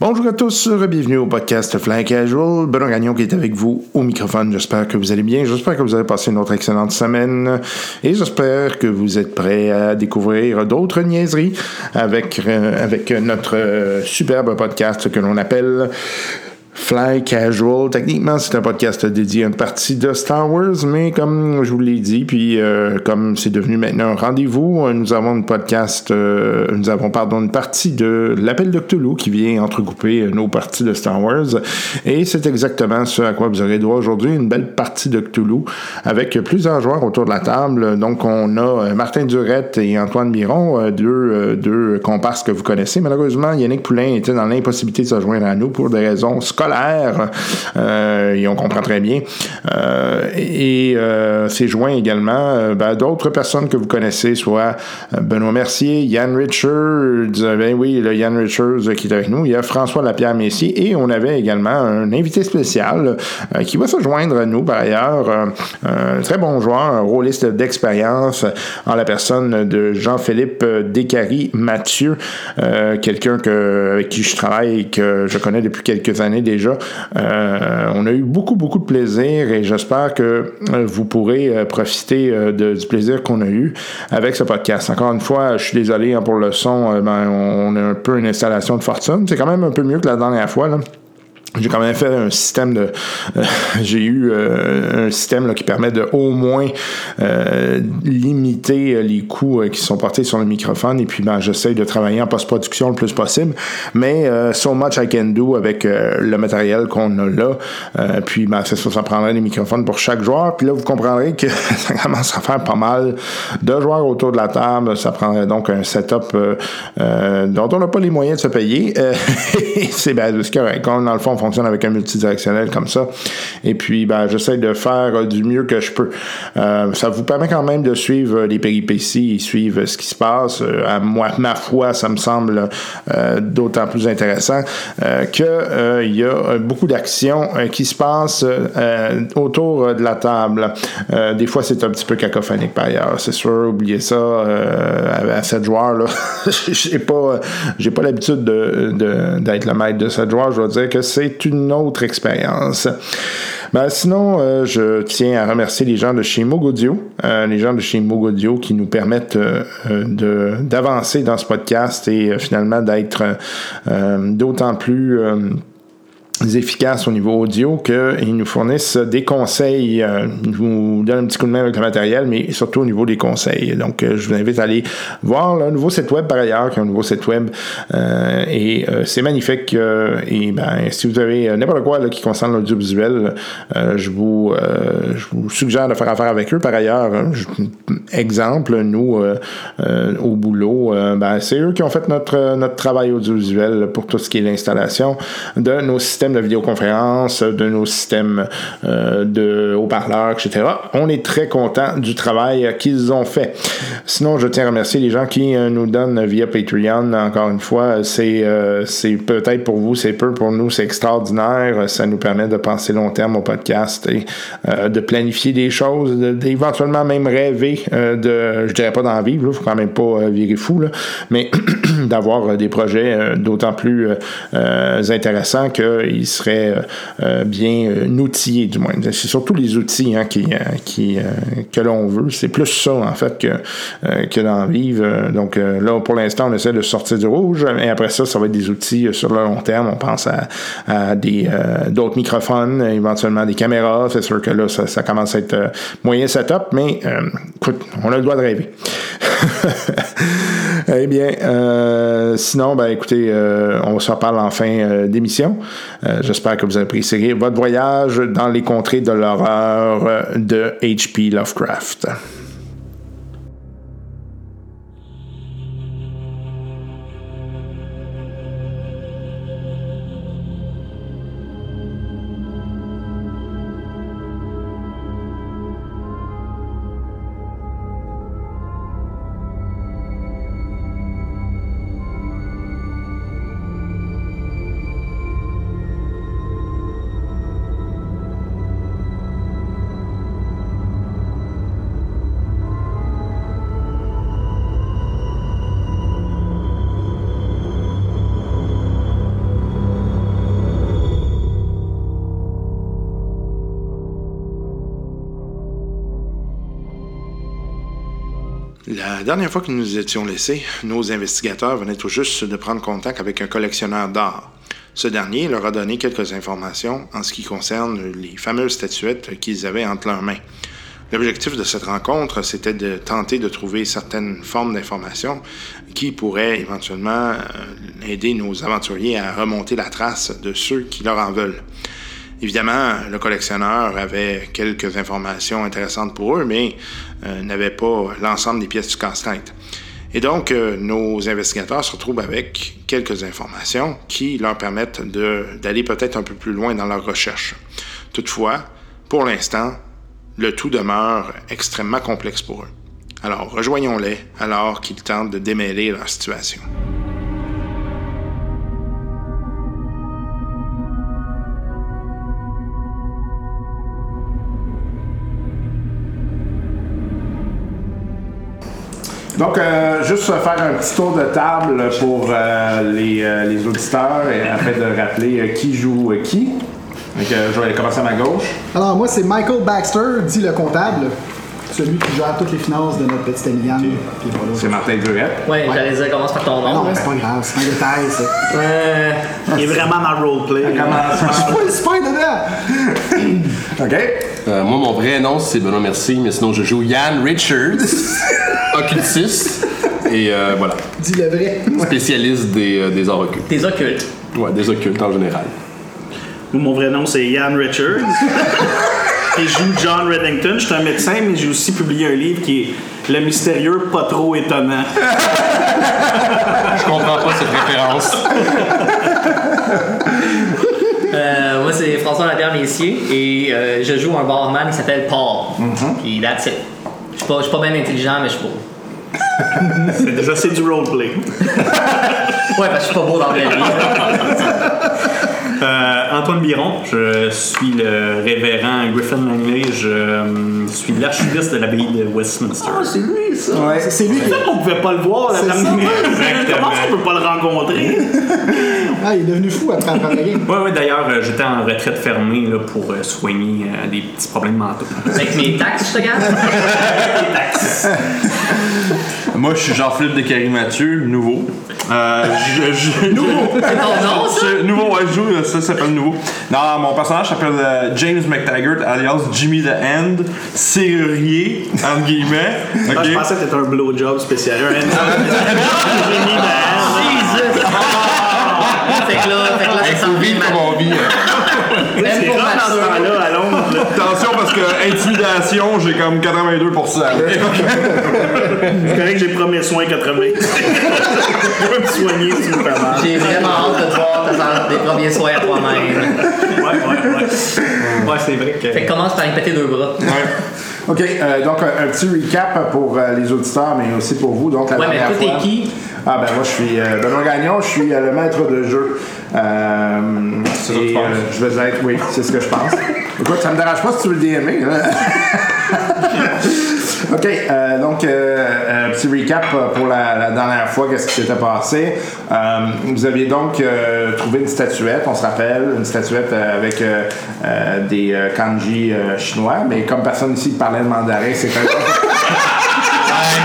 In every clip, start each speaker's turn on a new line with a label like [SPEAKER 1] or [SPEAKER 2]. [SPEAKER 1] Bonjour à tous, bienvenue au podcast Fly Casual. Benoît Gagnon qui est avec vous au microphone. J'espère que vous allez bien. J'espère que vous avez passé une autre excellente semaine. Et j'espère que vous êtes prêts à découvrir d'autres niaiseries avec, euh, avec notre euh, superbe podcast que l'on appelle Fly Casual. Techniquement, c'est un podcast dédié à une partie de Star Wars, mais comme je vous l'ai dit, puis euh, comme c'est devenu maintenant un rendez-vous, euh, nous avons une podcast, euh, nous avons pardon une partie de l'appel de Cthulhu qui vient entrecouper nos parties de Star Wars, et c'est exactement ce à quoi vous aurez droit aujourd'hui, une belle partie de Cthulhu avec plusieurs joueurs autour de la table. Donc on a euh, Martin Durette et Antoine Miron, euh, deux deux comparses que vous connaissez. Malheureusement, Yannick Poulain était dans l'impossibilité de se joindre à nous pour des raisons scolaires euh, et on comprend très bien. Euh, et euh, c'est joint également ben, d'autres personnes que vous connaissez, soit euh, Benoît Mercier, Yann Richards, ben oui, le Yann Richards qui est avec nous, il y a François Lapierre Messier, et on avait également un invité spécial euh, qui va se joindre à nous par ailleurs, euh, un très bon joueur, un rôliste d'expérience en la personne de Jean-Philippe Descaries Mathieu, euh, quelqu'un que, avec qui je travaille et que je connais depuis quelques années déjà. Euh, on a eu beaucoup, beaucoup de plaisir et j'espère que vous pourrez euh, profiter de, du plaisir qu'on a eu avec ce podcast. Encore une fois, je suis désolé hein, pour le son, ben, on a un peu une installation de fortune. C'est quand même un peu mieux que la dernière fois. Là j'ai quand même fait un système de euh, j'ai eu euh, un système là, qui permet de au moins euh, limiter les coûts euh, qui sont portés sur le microphone et puis ben j'essaie de travailler en post-production le plus possible mais euh, so much I can do avec euh, le matériel qu'on a là puis ben c'est ça ça prendrait des microphones pour chaque joueur puis là vous comprendrez que ça commence à faire pas mal de joueurs autour de la table ça prendrait donc un setup euh, dont on n'a pas les moyens de se payer Euh, c'est ben ce qu'on dans le fond fonctionne avec un multidirectionnel comme ça. Et puis, ben, j'essaie de faire du mieux que je peux. Euh, ça vous permet quand même de suivre euh, les péripéties et suivre ce qui se passe. Euh, à moi, ma foi, ça me semble euh, d'autant plus intéressant euh, que qu'il y a euh, beaucoup d'actions euh, qui se passent euh, autour de la table. Euh, des fois, c'est un petit peu cacophonique par ailleurs. C'est sûr, oubliez ça. euh, à 7 joueurs, là, j'ai pas, euh, j'ai pas l'habitude de, de, d'être le maître de 7 joueurs. Je dois dire que c'est une autre expérience. Ben, sinon, euh, je tiens à remercier les gens de chez Mogodio, euh, les gens de chez Mogodio qui nous permettent euh, de, d'avancer dans ce podcast et euh, finalement d'être euh, d'autant plus euh, efficaces au niveau audio qu'ils nous fournissent des conseils, euh, ils nous donnent un petit coup de main avec le matériel, mais surtout au niveau des conseils. Donc, euh, je vous invite à aller voir le nouveau site web par ailleurs, qui est un nouveau site web, euh, et c'est magnifique. et ben, si vous avez n'importe quoi là, qui concerne l'audiovisuel, euh, je vous, euh, je vous suggère de faire affaire avec eux par ailleurs. Hein, je, exemple, nous euh, au boulot, ben, c'est eux qui ont fait notre euh, notre travail audiovisuel pour tout ce qui est l'installation de nos systèmes de vidéoconférence, de nos systèmes euh, de haut-parleurs, etc. On est très content du travail euh, qu'ils ont fait. Sinon, je tiens à remercier les gens qui euh, nous donnent via Patreon. Encore une fois, c'est, euh, c'est peut-être pour vous, c'est peu pour nous, c'est extraordinaire. Ça nous permet de penser long terme au podcast et euh, de planifier des choses, d'éventuellement même rêver euh, de, je dirais pas d'en vivre, il faut quand même pas euh, virer fou, là, mais d'avoir euh, des projets d'autant plus euh, intéressants que il serait euh, bien euh, outillé du moins. C'est surtout les outils hein, qui, euh, qui euh, que l'on veut. C'est plus ça en fait que, euh, que d'en vivre. Donc euh, là, pour l'instant, on essaie de sortir du rouge, et après ça, ça va être des outils euh, sur le long terme. On pense à, à des euh, d'autres microphones, euh, éventuellement des caméras. C'est sûr que là, ça, ça commence à être euh, moyen setup, mais euh, écoute, on a le droit de rêver. eh bien, euh, sinon, ben, écoutez, euh, on se reparle en fin euh, d'émission. Euh, J'espère que vous avez apprécié votre voyage dans les contrées de l'horreur euh, de H.P. Lovecraft. La dernière fois que nous nous étions laissés, nos investigateurs venaient tout juste de prendre contact avec un collectionneur d'art. Ce dernier leur a donné quelques informations en ce qui concerne les fameuses statuettes qu'ils avaient entre leurs mains. L'objectif de cette rencontre, c'était de tenter de trouver certaines formes d'informations qui pourraient éventuellement euh, aider nos aventuriers à remonter la trace de ceux qui leur en veulent. Évidemment, le collectionneur avait quelques informations intéressantes pour eux, mais euh, n'avait pas l'ensemble des pièces du casse-tête. Et donc, euh, nos investigateurs se retrouvent avec quelques informations qui leur permettent de- d'aller peut-être un peu plus loin dans leurs recherches. Toutefois, pour l'instant, le tout demeure extrêmement complexe pour eux. Alors, rejoignons-les alors qu'ils tentent de démêler leur situation.
[SPEAKER 2] Donc, euh, juste faire un petit tour de table pour euh, les, euh, les auditeurs et afin de rappeler euh, qui joue euh, qui. Donc, euh, je vais commencer à ma gauche.
[SPEAKER 3] Alors, moi, c'est Michael Baxter, dit le comptable, celui qui gère toutes les finances de notre petite Emiliane. Puis voilà.
[SPEAKER 2] C'est Martin Durette.
[SPEAKER 4] Ouais, j'allais dire commence par ton
[SPEAKER 3] Ah
[SPEAKER 4] nom.
[SPEAKER 3] Non, c'est pas grave, c'est un détail, ça.
[SPEAKER 4] Euh,
[SPEAKER 5] Il est vraiment dans le roleplay.
[SPEAKER 3] C'est pas une spoil dedans!
[SPEAKER 2] OK.
[SPEAKER 6] Euh, moi, mon vrai nom, c'est Benoît Merci, mais sinon, je joue Yann Richards, occultiste, et euh, voilà,
[SPEAKER 3] Dis le vrai.
[SPEAKER 6] spécialiste des, euh, des arts occultes.
[SPEAKER 4] tes occultes.
[SPEAKER 6] Ouais, des occultes en général.
[SPEAKER 5] Moi, Mon vrai nom, c'est Ian Richards. Et je joue John Reddington. Je suis un médecin, mais j'ai aussi publié un livre qui est Le mystérieux, pas trop étonnant.
[SPEAKER 6] Je comprends pas cette référence.
[SPEAKER 4] Euh, moi, c'est François Lambert Messier et euh, je joue un barman qui s'appelle Paul. Puis that's it. Je suis pas, je suis pas bien intelligent, mais je suis beau.
[SPEAKER 5] C'est déjà c'est du roleplay.
[SPEAKER 4] Ouais, parce que je suis pas beau dans la vraie vie.
[SPEAKER 5] Euh, Antoine Biron, je suis le révérend Griffin Langley. Je euh, suis l'archiviste de l'abbaye de Westminster.
[SPEAKER 4] c'est lui, ça.
[SPEAKER 3] C'est- C'est lui qui.
[SPEAKER 5] On pouvait pas le voir, la
[SPEAKER 3] C'est
[SPEAKER 5] dame
[SPEAKER 3] ça.
[SPEAKER 5] du- Comment on peut pas le rencontrer?
[SPEAKER 3] Ah, il est devenu fou après avoir parlé.
[SPEAKER 5] Ouais, ouais, d'ailleurs, euh, j'étais en retraite fermée là, pour euh, soigner euh, des petits problèmes mentaux.
[SPEAKER 4] Avec mes taxes, je te garde.
[SPEAKER 7] Moi, je suis Jean-Philippe Descaries Mathieu, nouveau. Euh, je, nouveau!
[SPEAKER 4] C'est ton nom, ça?
[SPEAKER 7] nouveau, ouais, je joue, euh, ça s'appelle nouveau. Non, mon personnage s'appelle euh, James McTaggart, alias Jimmy the End, serrurier, entre guillemets. Ok.
[SPEAKER 5] Ah, je pensais que c'était un blowjob spécial. hein. Un hand job. J'ai mis dans-
[SPEAKER 4] Jesus! Ah! fait que là, fait que là,
[SPEAKER 6] Hey,
[SPEAKER 4] ça
[SPEAKER 6] faut
[SPEAKER 4] sent
[SPEAKER 6] vivre
[SPEAKER 4] mal.
[SPEAKER 6] comme on vit. hein.
[SPEAKER 4] Même
[SPEAKER 5] C'est
[SPEAKER 4] pour
[SPEAKER 5] rare
[SPEAKER 4] ma
[SPEAKER 5] dans ce
[SPEAKER 4] soeur.
[SPEAKER 5] temps-là, à Londres. là.
[SPEAKER 7] Attention parce que intimidation, j'ai comme 82%.
[SPEAKER 5] C'est correct, j'ai premier soin 80. Je peux me soigner si me fait mal.
[SPEAKER 4] J'ai vraiment hâte de te voir te faire des premiers soirs à toi-même.
[SPEAKER 5] Ouais, ouais, ouais. Ouais, c'est vrai
[SPEAKER 4] Fait que
[SPEAKER 5] que.
[SPEAKER 4] commence par me péter deux bras.
[SPEAKER 2] OK. euh, donc, un, un petit recap pour euh, les auditeurs, mais aussi pour vous. Donc, la
[SPEAKER 4] Ouais, mais
[SPEAKER 2] dernière
[SPEAKER 4] toi, t'es
[SPEAKER 2] fois-
[SPEAKER 4] qui?
[SPEAKER 2] Ah, ben, moi, je suis euh, Benoît Gagnon, je suis euh, le maître de jeu. Euh,
[SPEAKER 7] ce que
[SPEAKER 2] et,
[SPEAKER 7] tu penses?
[SPEAKER 2] euh, je vais être, oui, c'est ce que je pense. Écoute, ça me dérange pas si tu veux le DMer. là. OK, euh, donc, euh, un petit recap pour la, la dernière fois, qu'est-ce qui s'était passé. Euh, vous aviez donc euh, trouvé une statuette, on se rappelle, une statuette euh, avec euh, euh, des euh, kanji euh, chinois, mais comme personne ici parlait le mandarin, c'est un...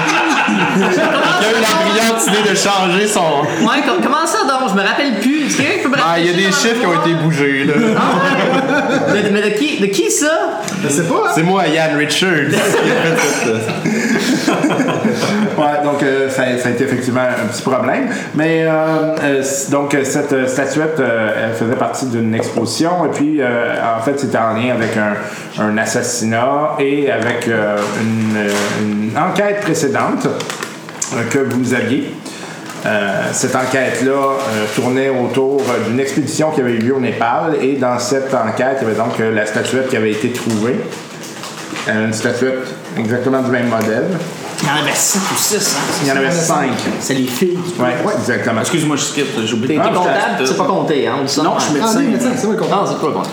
[SPEAKER 6] Il y a eu la brillante idée de changer son.
[SPEAKER 4] Ah, Ouais, com- comment ça donc? Je me rappelle plus. Est-ce que quelqu'un peut me
[SPEAKER 6] Ah, il y a
[SPEAKER 4] rafraîchir
[SPEAKER 6] des
[SPEAKER 4] dans la
[SPEAKER 6] chiffres
[SPEAKER 4] mémoire?
[SPEAKER 6] qui ont été bougés, là.
[SPEAKER 4] Ah ouais? De- mais de qui, de qui ça?
[SPEAKER 3] Je sais pas, hein?
[SPEAKER 6] C'est moi, Yann Richards. qui a fait cette, euh,
[SPEAKER 2] Ouais, donc euh, ça, ça a été effectivement un petit problème. Mais euh, euh, c- donc euh, cette euh, statuette, euh, elle faisait partie d'une exposition et puis euh, en fait c'était en lien avec un, un assassinat et avec euh, une, euh, une enquête précédente euh, que vous aviez. Euh, cette enquête-là euh, tournait autour euh, d'une expédition qui avait eu lieu au Népal et dans cette enquête, il y avait donc euh, la statuette qui avait été trouvée. Euh, une statuette exactement du même modèle.
[SPEAKER 5] Il y en avait 6 ou 6,
[SPEAKER 2] Il y en avait cinq.
[SPEAKER 5] C'est les filles.
[SPEAKER 2] Oui, exactement.
[SPEAKER 5] Excuse-moi, je skip, j'ai oublié.
[SPEAKER 4] T'es
[SPEAKER 2] Ah,
[SPEAKER 4] t'es
[SPEAKER 2] je
[SPEAKER 4] comptable, tu sais pas compter, hein? on dit ça
[SPEAKER 5] Non,
[SPEAKER 4] de
[SPEAKER 5] je suis
[SPEAKER 4] même.
[SPEAKER 3] Ah,
[SPEAKER 5] médecin.
[SPEAKER 3] lui, mais tiens, c'est moi le
[SPEAKER 4] Non,
[SPEAKER 3] comptable.
[SPEAKER 4] c'est pas compter.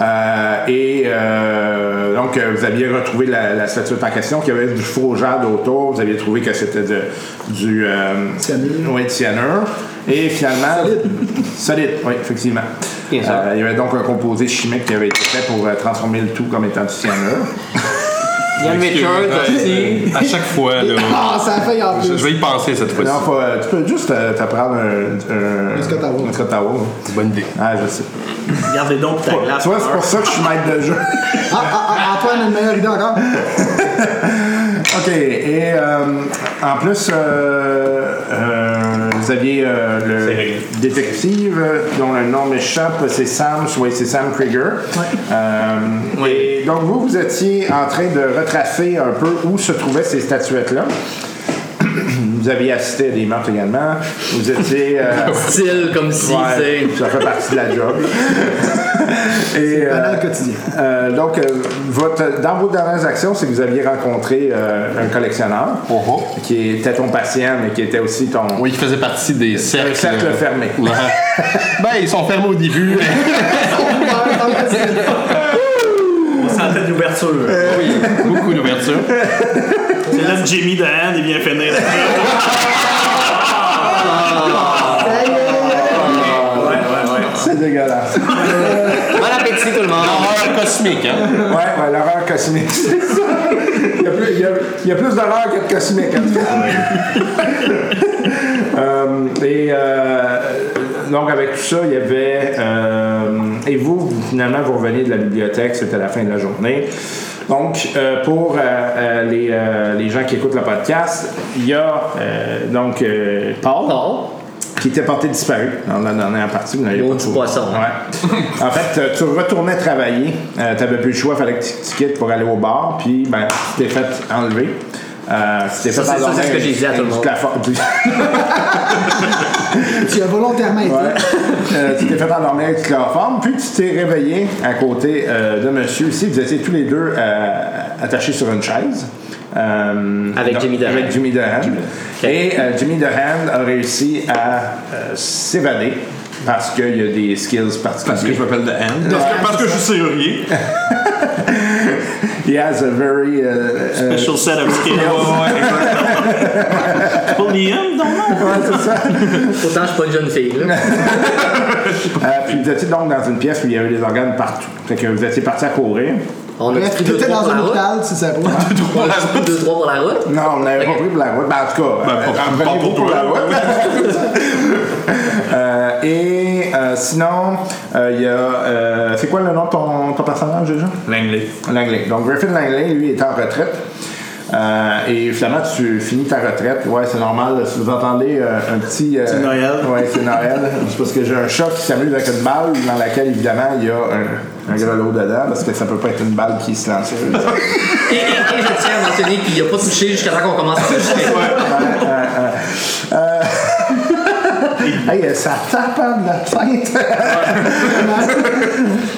[SPEAKER 2] Euh, et euh, donc, euh, vous aviez retrouvé la, la statuette en question, qui avait du faux jade autour. Vous aviez trouvé que c'était de- du... euh,
[SPEAKER 3] Cyanure.
[SPEAKER 2] Oui, de cyanure. Et finalement... Solide. oui, effectivement.
[SPEAKER 4] Bien sûr.
[SPEAKER 2] Euh, il y avait donc un composé chimique qui avait été fait pour euh, transformer le tout comme étant du cyanure.
[SPEAKER 4] Yann Richards aussi.
[SPEAKER 6] À chaque fois, là.
[SPEAKER 3] Ah, ça a failli en
[SPEAKER 6] Je
[SPEAKER 3] plus.
[SPEAKER 6] je vais y penser cette fois-ci.
[SPEAKER 1] Non, faut, euh, tu peux juste euh, t'apprendre un. un
[SPEAKER 3] Un Scott Howard.
[SPEAKER 1] un Scott Howard, hein.
[SPEAKER 6] Bonne idée.
[SPEAKER 1] Ah, je sais.
[SPEAKER 5] Regardez donc ta glace.
[SPEAKER 1] Tu vois, c'est pour ça que je suis maître de jeu.
[SPEAKER 3] Ah, ah, ah, Antoine a une meilleure idée encore.
[SPEAKER 1] OK. Et euh, en plus, euh, euh, vous aviez euh, le détective euh, dont le nom m'échappe, c'est Sam, oui, c'est Sam Krieger. Euh,
[SPEAKER 4] Oui.
[SPEAKER 1] et donc, vous, vous étiez en train de retracer un peu où se trouvaient ces statuettes-là. Vous aviez assisté à des meurtres également. Vous étiez. euh,
[SPEAKER 4] Style comme si,
[SPEAKER 1] Ouais,
[SPEAKER 4] tu sais.
[SPEAKER 1] ça fait partie de la job. Et,
[SPEAKER 3] Pendant
[SPEAKER 1] euh,
[SPEAKER 3] le quotidien.
[SPEAKER 1] euh, donc, euh, votre, dans vos dernières actions, c'est que vous aviez rencontré euh, un collectionneur
[SPEAKER 6] Oh, oh.
[SPEAKER 1] qui était ton patient, mais qui était aussi ton.
[SPEAKER 6] Oui, il faisait partie des cercles.
[SPEAKER 1] Un cercle fermé.
[SPEAKER 6] Ouais. ben, ils sont fermés au début.
[SPEAKER 5] On sentait l'ouverture.
[SPEAKER 6] oui, beaucoup d'ouverture.
[SPEAKER 5] C'est là que Jimmy Dahan est bien finir.
[SPEAKER 1] C'est dégueulasse. ouais,
[SPEAKER 4] Bon appétit tout le monde.
[SPEAKER 6] Horreur cosmique, hein?
[SPEAKER 1] ouais, l'horreur cosmique. c'est ça. il, y a plus, il y a- il y a plus d'horreur que de cosmique, en tout cas. Euh, et euh, donc, avec tout ça, il y avait. euh, et vous, vous- finalement, vous reveniez de la bibliothèque, c'était la fin de la journée. Donc, euh, pour euh, euh, les, euh, les gens qui écoutent le podcast, il y a euh, donc euh, Paul,
[SPEAKER 4] Paul.
[SPEAKER 1] qui était porté disparu dans la dernière partie. Vous n'avez
[SPEAKER 4] Gros
[SPEAKER 1] pas
[SPEAKER 4] petit
[SPEAKER 1] trouvé.
[SPEAKER 4] poisson. hein.
[SPEAKER 1] Ouais. en fait, euh, tu retournais travailler. tu n'avais plus le choix, il fallait que tu quittes pour aller au bar. Puis, ben, tu t'es fait enlever. Euh, tu t'es
[SPEAKER 4] Ça,
[SPEAKER 1] fait
[SPEAKER 4] c'est- ça,
[SPEAKER 1] endormir
[SPEAKER 4] c'est ce que j'ai dit à
[SPEAKER 1] avec
[SPEAKER 4] tout le
[SPEAKER 1] du
[SPEAKER 4] monde.
[SPEAKER 1] plafond- du-
[SPEAKER 3] Tu as volontairement été.
[SPEAKER 1] Ouais. Euh, tu t'es fait endormir avec du chloroforme, puis tu t'es réveillé à côté euh, de monsieur ici. Vous étiez tous les deux euh, attachés sur une chaise. Euh,
[SPEAKER 4] Avec Jimmy Durant.
[SPEAKER 1] Avec Jimmy Durant. Et euh, Jimmy Durant a réussi à euh, s'évader parce qu'il y a des skills
[SPEAKER 8] Parce que
[SPEAKER 1] particuliers.
[SPEAKER 8] je m'appelle The Hand. Parce que, parce que je suis serrurier.
[SPEAKER 1] He has a very. euh, euh,
[SPEAKER 5] Special set
[SPEAKER 3] Ah,
[SPEAKER 5] of skills. Pour Liam, non, non.
[SPEAKER 1] ouais, c'est ça.
[SPEAKER 4] Pourtant, je suis pas une jeune fille. Là.
[SPEAKER 1] Euh, puis vous étiez donc dans une pièce où il y avait des organes partout. Fait que vous étiez parti à courir.
[SPEAKER 4] On a
[SPEAKER 3] Bref,
[SPEAKER 4] pris
[SPEAKER 3] tu
[SPEAKER 4] deux,
[SPEAKER 3] étais dans
[SPEAKER 4] trois pour
[SPEAKER 3] un
[SPEAKER 4] la route.
[SPEAKER 3] hôpital, tu sais pas.
[SPEAKER 4] On a pris deux, trois pour la route.
[SPEAKER 1] Non, on n'avait pas pris pour la route. Ben, en tout cas,
[SPEAKER 8] Ben,
[SPEAKER 1] euh,
[SPEAKER 8] pas- pas
[SPEAKER 1] revenez-vous
[SPEAKER 8] pour toi.
[SPEAKER 1] Euh, et euh, sinon, euh, il y a. euh, c'est quoi le nom de ton, ton personnage déjà
[SPEAKER 8] Langley.
[SPEAKER 1] Langley. Donc, Griffin Langley, lui, est en retraite. Euh, et finalement, tu finis ta retraite. Ouais, c'est normal. Si vous entendez euh, un petit. euh,
[SPEAKER 5] C'est Noël.
[SPEAKER 1] Ouais, c'est Noël. c'est parce que j'ai un chat qui s'amuse avec une balle dans laquelle, évidemment, il y a un, un grelot dedans parce que ça peut pas être une balle qui se lance.
[SPEAKER 4] Et, et- et je tiens à mentionner qu'il a pas touché jusqu'à temps qu'on commence à toucher.
[SPEAKER 1] hey, euh, ça tape hein, de la tête!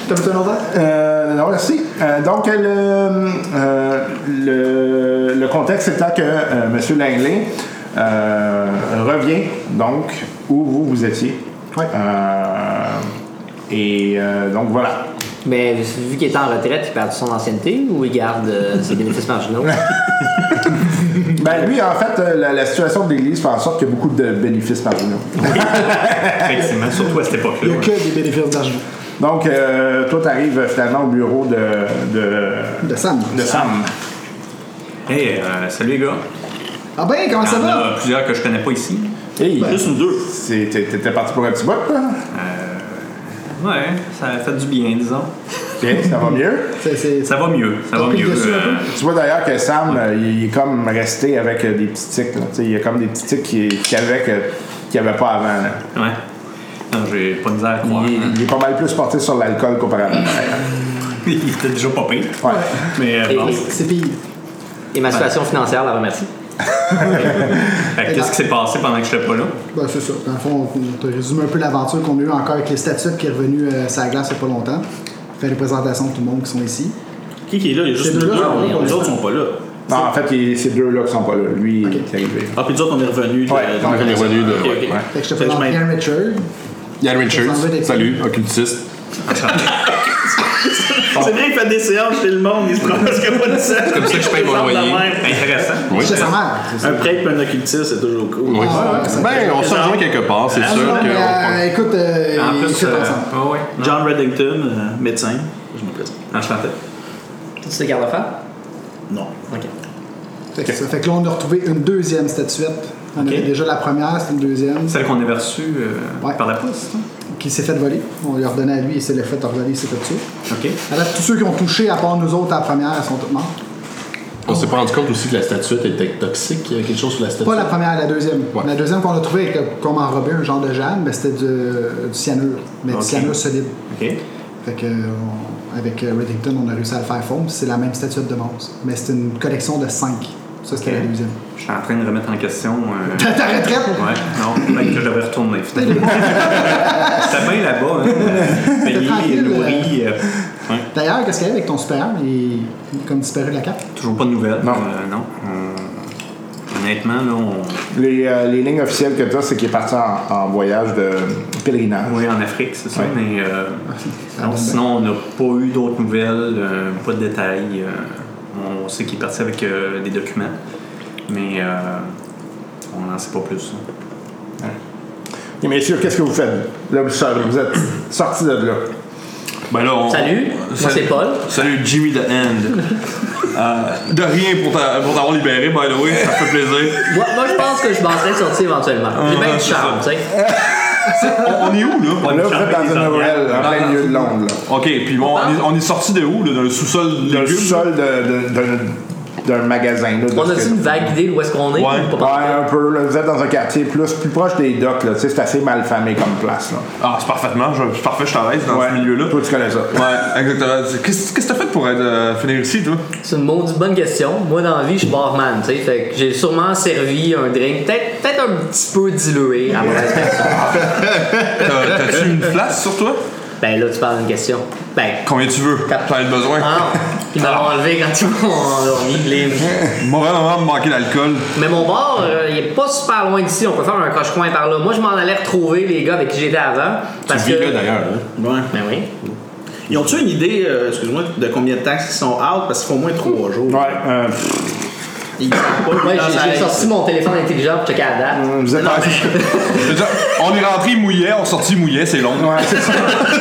[SPEAKER 3] T'as mis ton envers?
[SPEAKER 1] Euh, non, merci. Euh, donc, euh, le, euh, le, le contexte étant que euh, M. Langley euh, revient, donc, où vous, vous étiez.
[SPEAKER 3] Ouais.
[SPEAKER 1] Euh, et euh, donc, voilà.
[SPEAKER 4] Mais vu qu'il est en retraite, il perd son ancienneté ou il garde euh, ses bénéfices marginaux?
[SPEAKER 1] Ben, lui, en fait, euh, la, la situation de l'Église fait en sorte qu'il y a beaucoup de bénéfices marginaux.
[SPEAKER 5] Effectivement, surtout à cette
[SPEAKER 3] Il
[SPEAKER 5] époque-là.
[SPEAKER 3] n'y a que des bénéfices d'argent.
[SPEAKER 1] Donc, euh, toi, t'arrives euh, finalement au bureau de, de,
[SPEAKER 3] De Sam.
[SPEAKER 1] de Sam.
[SPEAKER 9] Hey, euh, salut les gars.
[SPEAKER 3] Ah ben, comment ça
[SPEAKER 9] Il y en
[SPEAKER 3] va?
[SPEAKER 9] a plusieurs que je connais pas ici.
[SPEAKER 1] Hey,
[SPEAKER 2] ben,
[SPEAKER 5] Juste nous deux.
[SPEAKER 1] c'est- t'es- t'étais parti pour un petit bout, là?
[SPEAKER 9] Ouais, ça a fait du bien, disons.
[SPEAKER 1] Ok, ça va mieux?
[SPEAKER 3] C'est- c'est-
[SPEAKER 9] Ça va mieux, ça
[SPEAKER 3] T'as
[SPEAKER 9] va
[SPEAKER 3] pris
[SPEAKER 9] mieux.
[SPEAKER 3] le dessus un
[SPEAKER 9] euh,
[SPEAKER 1] Tu vois d'ailleurs que Sam, euh, il est comme resté avec euh, des petits tics. là. Tu sais, Il y a comme des petits tics qui- qu'il avait, que- qu'il avait pas avant. là.
[SPEAKER 9] ouais. Non, j'ai pas de misère à croire.
[SPEAKER 1] Il, il est pas mal plus porté sur l'alcool qu'auparavant. d'ailleurs.
[SPEAKER 9] Il était déjà pas pire.
[SPEAKER 1] Ouais.
[SPEAKER 9] Mais euh,
[SPEAKER 4] Et-
[SPEAKER 9] bon.
[SPEAKER 4] et-
[SPEAKER 3] C'est pire.
[SPEAKER 4] Et ma situation financière la remercie.
[SPEAKER 9] Fait que Qu'est-ce qui s'est passé pendant que j'étais pas là?
[SPEAKER 3] Ben, c'est ça. Dans le fond, on te résume un peu l'aventure qu'on a eue encore avec les statuettes qui est revenu euh, sur la glace il n'y a pas longtemps. Fait les présentations de tout le monde qui sont ici.
[SPEAKER 5] Qui qui est là? Il y a juste
[SPEAKER 3] C'est
[SPEAKER 5] nous
[SPEAKER 3] nous
[SPEAKER 5] deux.
[SPEAKER 3] deux, on est- on est-
[SPEAKER 5] Les autres sont pas là.
[SPEAKER 1] Non, en fait, il- ces deux-là qui sont pas là. Lui, il est arrivé.
[SPEAKER 5] Ah, puis nous autres, on est revenus. de-
[SPEAKER 1] Ouais,
[SPEAKER 5] de-
[SPEAKER 1] on
[SPEAKER 6] On est revenu de.
[SPEAKER 5] Ok, ok.
[SPEAKER 3] Fait que je te
[SPEAKER 5] Fait que je
[SPEAKER 3] présente
[SPEAKER 5] m'in-
[SPEAKER 3] Ian Richard.
[SPEAKER 6] Yann Richards, salut, occultiste.
[SPEAKER 5] C'est vrai, il fait des séances chez le monde, il se trompe parce qu'il n'y a pas de sang. C'est
[SPEAKER 6] comme ça que je paye mon loyer.
[SPEAKER 9] Intéressant.
[SPEAKER 6] Oui.
[SPEAKER 3] C'est sa mère. c'est ça.
[SPEAKER 5] Un prêtre et un occultiste, c'est toujours cool.
[SPEAKER 6] Oui.
[SPEAKER 3] ouais, ça
[SPEAKER 6] ben, on se rejoint quelque part, c'est sûr.
[SPEAKER 3] Non,
[SPEAKER 6] que-
[SPEAKER 3] mais, euh, écoute, euh,
[SPEAKER 9] En
[SPEAKER 3] ils
[SPEAKER 9] plus,
[SPEAKER 3] sont
[SPEAKER 9] euh,
[SPEAKER 3] ensemble.
[SPEAKER 9] ouais, ouais.
[SPEAKER 5] John Reddington, euh, médecin. Je me présente.
[SPEAKER 9] Enchanté.
[SPEAKER 4] Tu sais garde à faire?
[SPEAKER 5] Non.
[SPEAKER 4] Ok.
[SPEAKER 3] Fait que ça fait que là, on a retrouvé une deuxième statuette. On
[SPEAKER 10] Ok.
[SPEAKER 3] avait déjà la première, c'était une deuxième,
[SPEAKER 10] Celle qu'on avait reçue euh,
[SPEAKER 3] Ouais.
[SPEAKER 10] par la poste.
[SPEAKER 3] qui s'est fait voler. On lui a redonné à lui, il s'est fait voler, il s'est fait tuer.
[SPEAKER 10] OK.
[SPEAKER 3] Alors, tous ceux qui ont touché, à part nous autres, à la première, ils sont tous morts.
[SPEAKER 6] On s'est pas rendu compte aussi que la statuette était toxique. Il y avait quelque chose sur la statuette.
[SPEAKER 3] Pas la première, la deuxième.
[SPEAKER 6] Ouais.
[SPEAKER 3] La deuxième qu'on a trouvée, était comme enrobée, un genre de jade, mais c'était du, du cyanure. Mais
[SPEAKER 10] Ok.
[SPEAKER 3] du cyanure solide.
[SPEAKER 10] OK.
[SPEAKER 3] Fait que, euh, on- avec euh, Reddington, on a réussi à le faire fondre. C'est la même statuette de Mons. Mais c'est une collection de 5. Ça, c'était
[SPEAKER 10] Ok.
[SPEAKER 3] la deuxième.
[SPEAKER 10] Je suis en train de remettre en question. euh,
[SPEAKER 3] T'as ta retraite?
[SPEAKER 10] Ouais, non, peut-être que je devrais retourner. finalement. C'était bien là-bas, hein. Payer,
[SPEAKER 3] tranquille,
[SPEAKER 10] nourri. euh, ouais.
[SPEAKER 3] D'ailleurs, qu'est-ce qu'il y a avec ton super Il il est comme disparu de la carte.
[SPEAKER 10] Toujours pas de nouvelles.
[SPEAKER 2] Non.
[SPEAKER 10] Euh, non. On- Honnêtement, là, on.
[SPEAKER 2] Les, euh, les lignes officielles que tu c'est qu'il est parti en, en voyage de pèlerinage.
[SPEAKER 10] Oui, en Afrique, c'est ça,
[SPEAKER 2] Ouais.
[SPEAKER 10] mais. euh, non, sinon, on n'a pas eu d'autres nouvelles, euh, pas de détails. euh, on sait qu'il est parti avec euh, des documents, mais euh, on n'en sait pas plus. hein.
[SPEAKER 2] Et messieurs, qu'est-ce que vous faites? Là, vous sortez- vous êtes sortis de là.
[SPEAKER 7] Ben là, on-
[SPEAKER 4] Salut, moi c'est Paul.
[SPEAKER 7] Salut Jimmy the End. Euh, de rien pour t'a- pour t'avoir libéré, by the way, ça fait plaisir.
[SPEAKER 4] Moi, moi, je pense que je m'en sortir éventuellement. J'ai bien
[SPEAKER 7] ouais,
[SPEAKER 4] du
[SPEAKER 7] c'est
[SPEAKER 4] charme, tu sais.
[SPEAKER 7] On, on est où là?
[SPEAKER 2] Là, vous êtes dans une ruelle, en plein milieu de Londres. là.
[SPEAKER 7] Ok, puis bon, on est, on est sorti de où là? Dans le sous-sol de
[SPEAKER 2] Dans le
[SPEAKER 7] légumes?
[SPEAKER 2] sol de- de- d'un- d'un magasin. Là, de
[SPEAKER 4] On
[SPEAKER 2] ce
[SPEAKER 4] a-tu
[SPEAKER 2] que-
[SPEAKER 4] une vague idée d'où est-ce qu'on est?
[SPEAKER 7] Ouais,
[SPEAKER 4] ou
[SPEAKER 2] Ouais,
[SPEAKER 4] pas?
[SPEAKER 2] un peu. là. vous êtes dans un quartier plus, plus proche des docks. Là, Tu sais, c'est assez mal famé comme place. Là.
[SPEAKER 7] Ah, c'est parfaitement, je, c'est parfait, je t'arrête dans
[SPEAKER 2] Ouais.
[SPEAKER 7] ce milieu-là.
[SPEAKER 2] Toi, tu connais ça.
[SPEAKER 7] Ouais, exactement. C'est- Qu'est-ce qu'est-ce que t'as fait pour être, euh, finir ici, toi?
[SPEAKER 4] C'est une maudite bonne question. Moi, dans la vie, je suis barman, tu sais. Fait que j'ai sûrement servi un drink, peut-être peut un petit peu dilué à mauvaise personne.
[SPEAKER 7] T'as- T'as-tu une place sur toi?
[SPEAKER 4] Ben là, tu parles d'une question. Ben,
[SPEAKER 7] Combien tu veux?
[SPEAKER 4] Quatre.
[SPEAKER 7] T'en as besoin?
[SPEAKER 4] ah non. Ils m'avaient enlevé quand ils m'ont endormi. les-
[SPEAKER 7] Mauvais moment de manquer d'alcool.
[SPEAKER 4] Mais mon bar, euh, il est pas super loin d'ici. On peut faire un coche-coin par là. Moi, je m'en allais retrouver les gars avec qui j'étais avant. Parce
[SPEAKER 6] Tu vis
[SPEAKER 4] que.
[SPEAKER 6] là d'ailleurs. hein?
[SPEAKER 11] Ouais.
[SPEAKER 4] Ben oui.
[SPEAKER 11] Ils ont-tu une idée, euh, excuse-moi, de combien de taxes ils sont out? Parce qu'il faut au moins trois jours.
[SPEAKER 2] Ouais, euh,
[SPEAKER 11] Ils sont pas
[SPEAKER 4] Ouais,
[SPEAKER 11] dans
[SPEAKER 4] j'ai-
[SPEAKER 11] la-
[SPEAKER 4] j'ai sorti mon téléphone intelligent pour checker la date.
[SPEAKER 2] vous êtes dans-
[SPEAKER 7] Je veux dire, on est rentré mouillé, on est sorti mouillé, c'est long.
[SPEAKER 2] Ouais, c'est ça.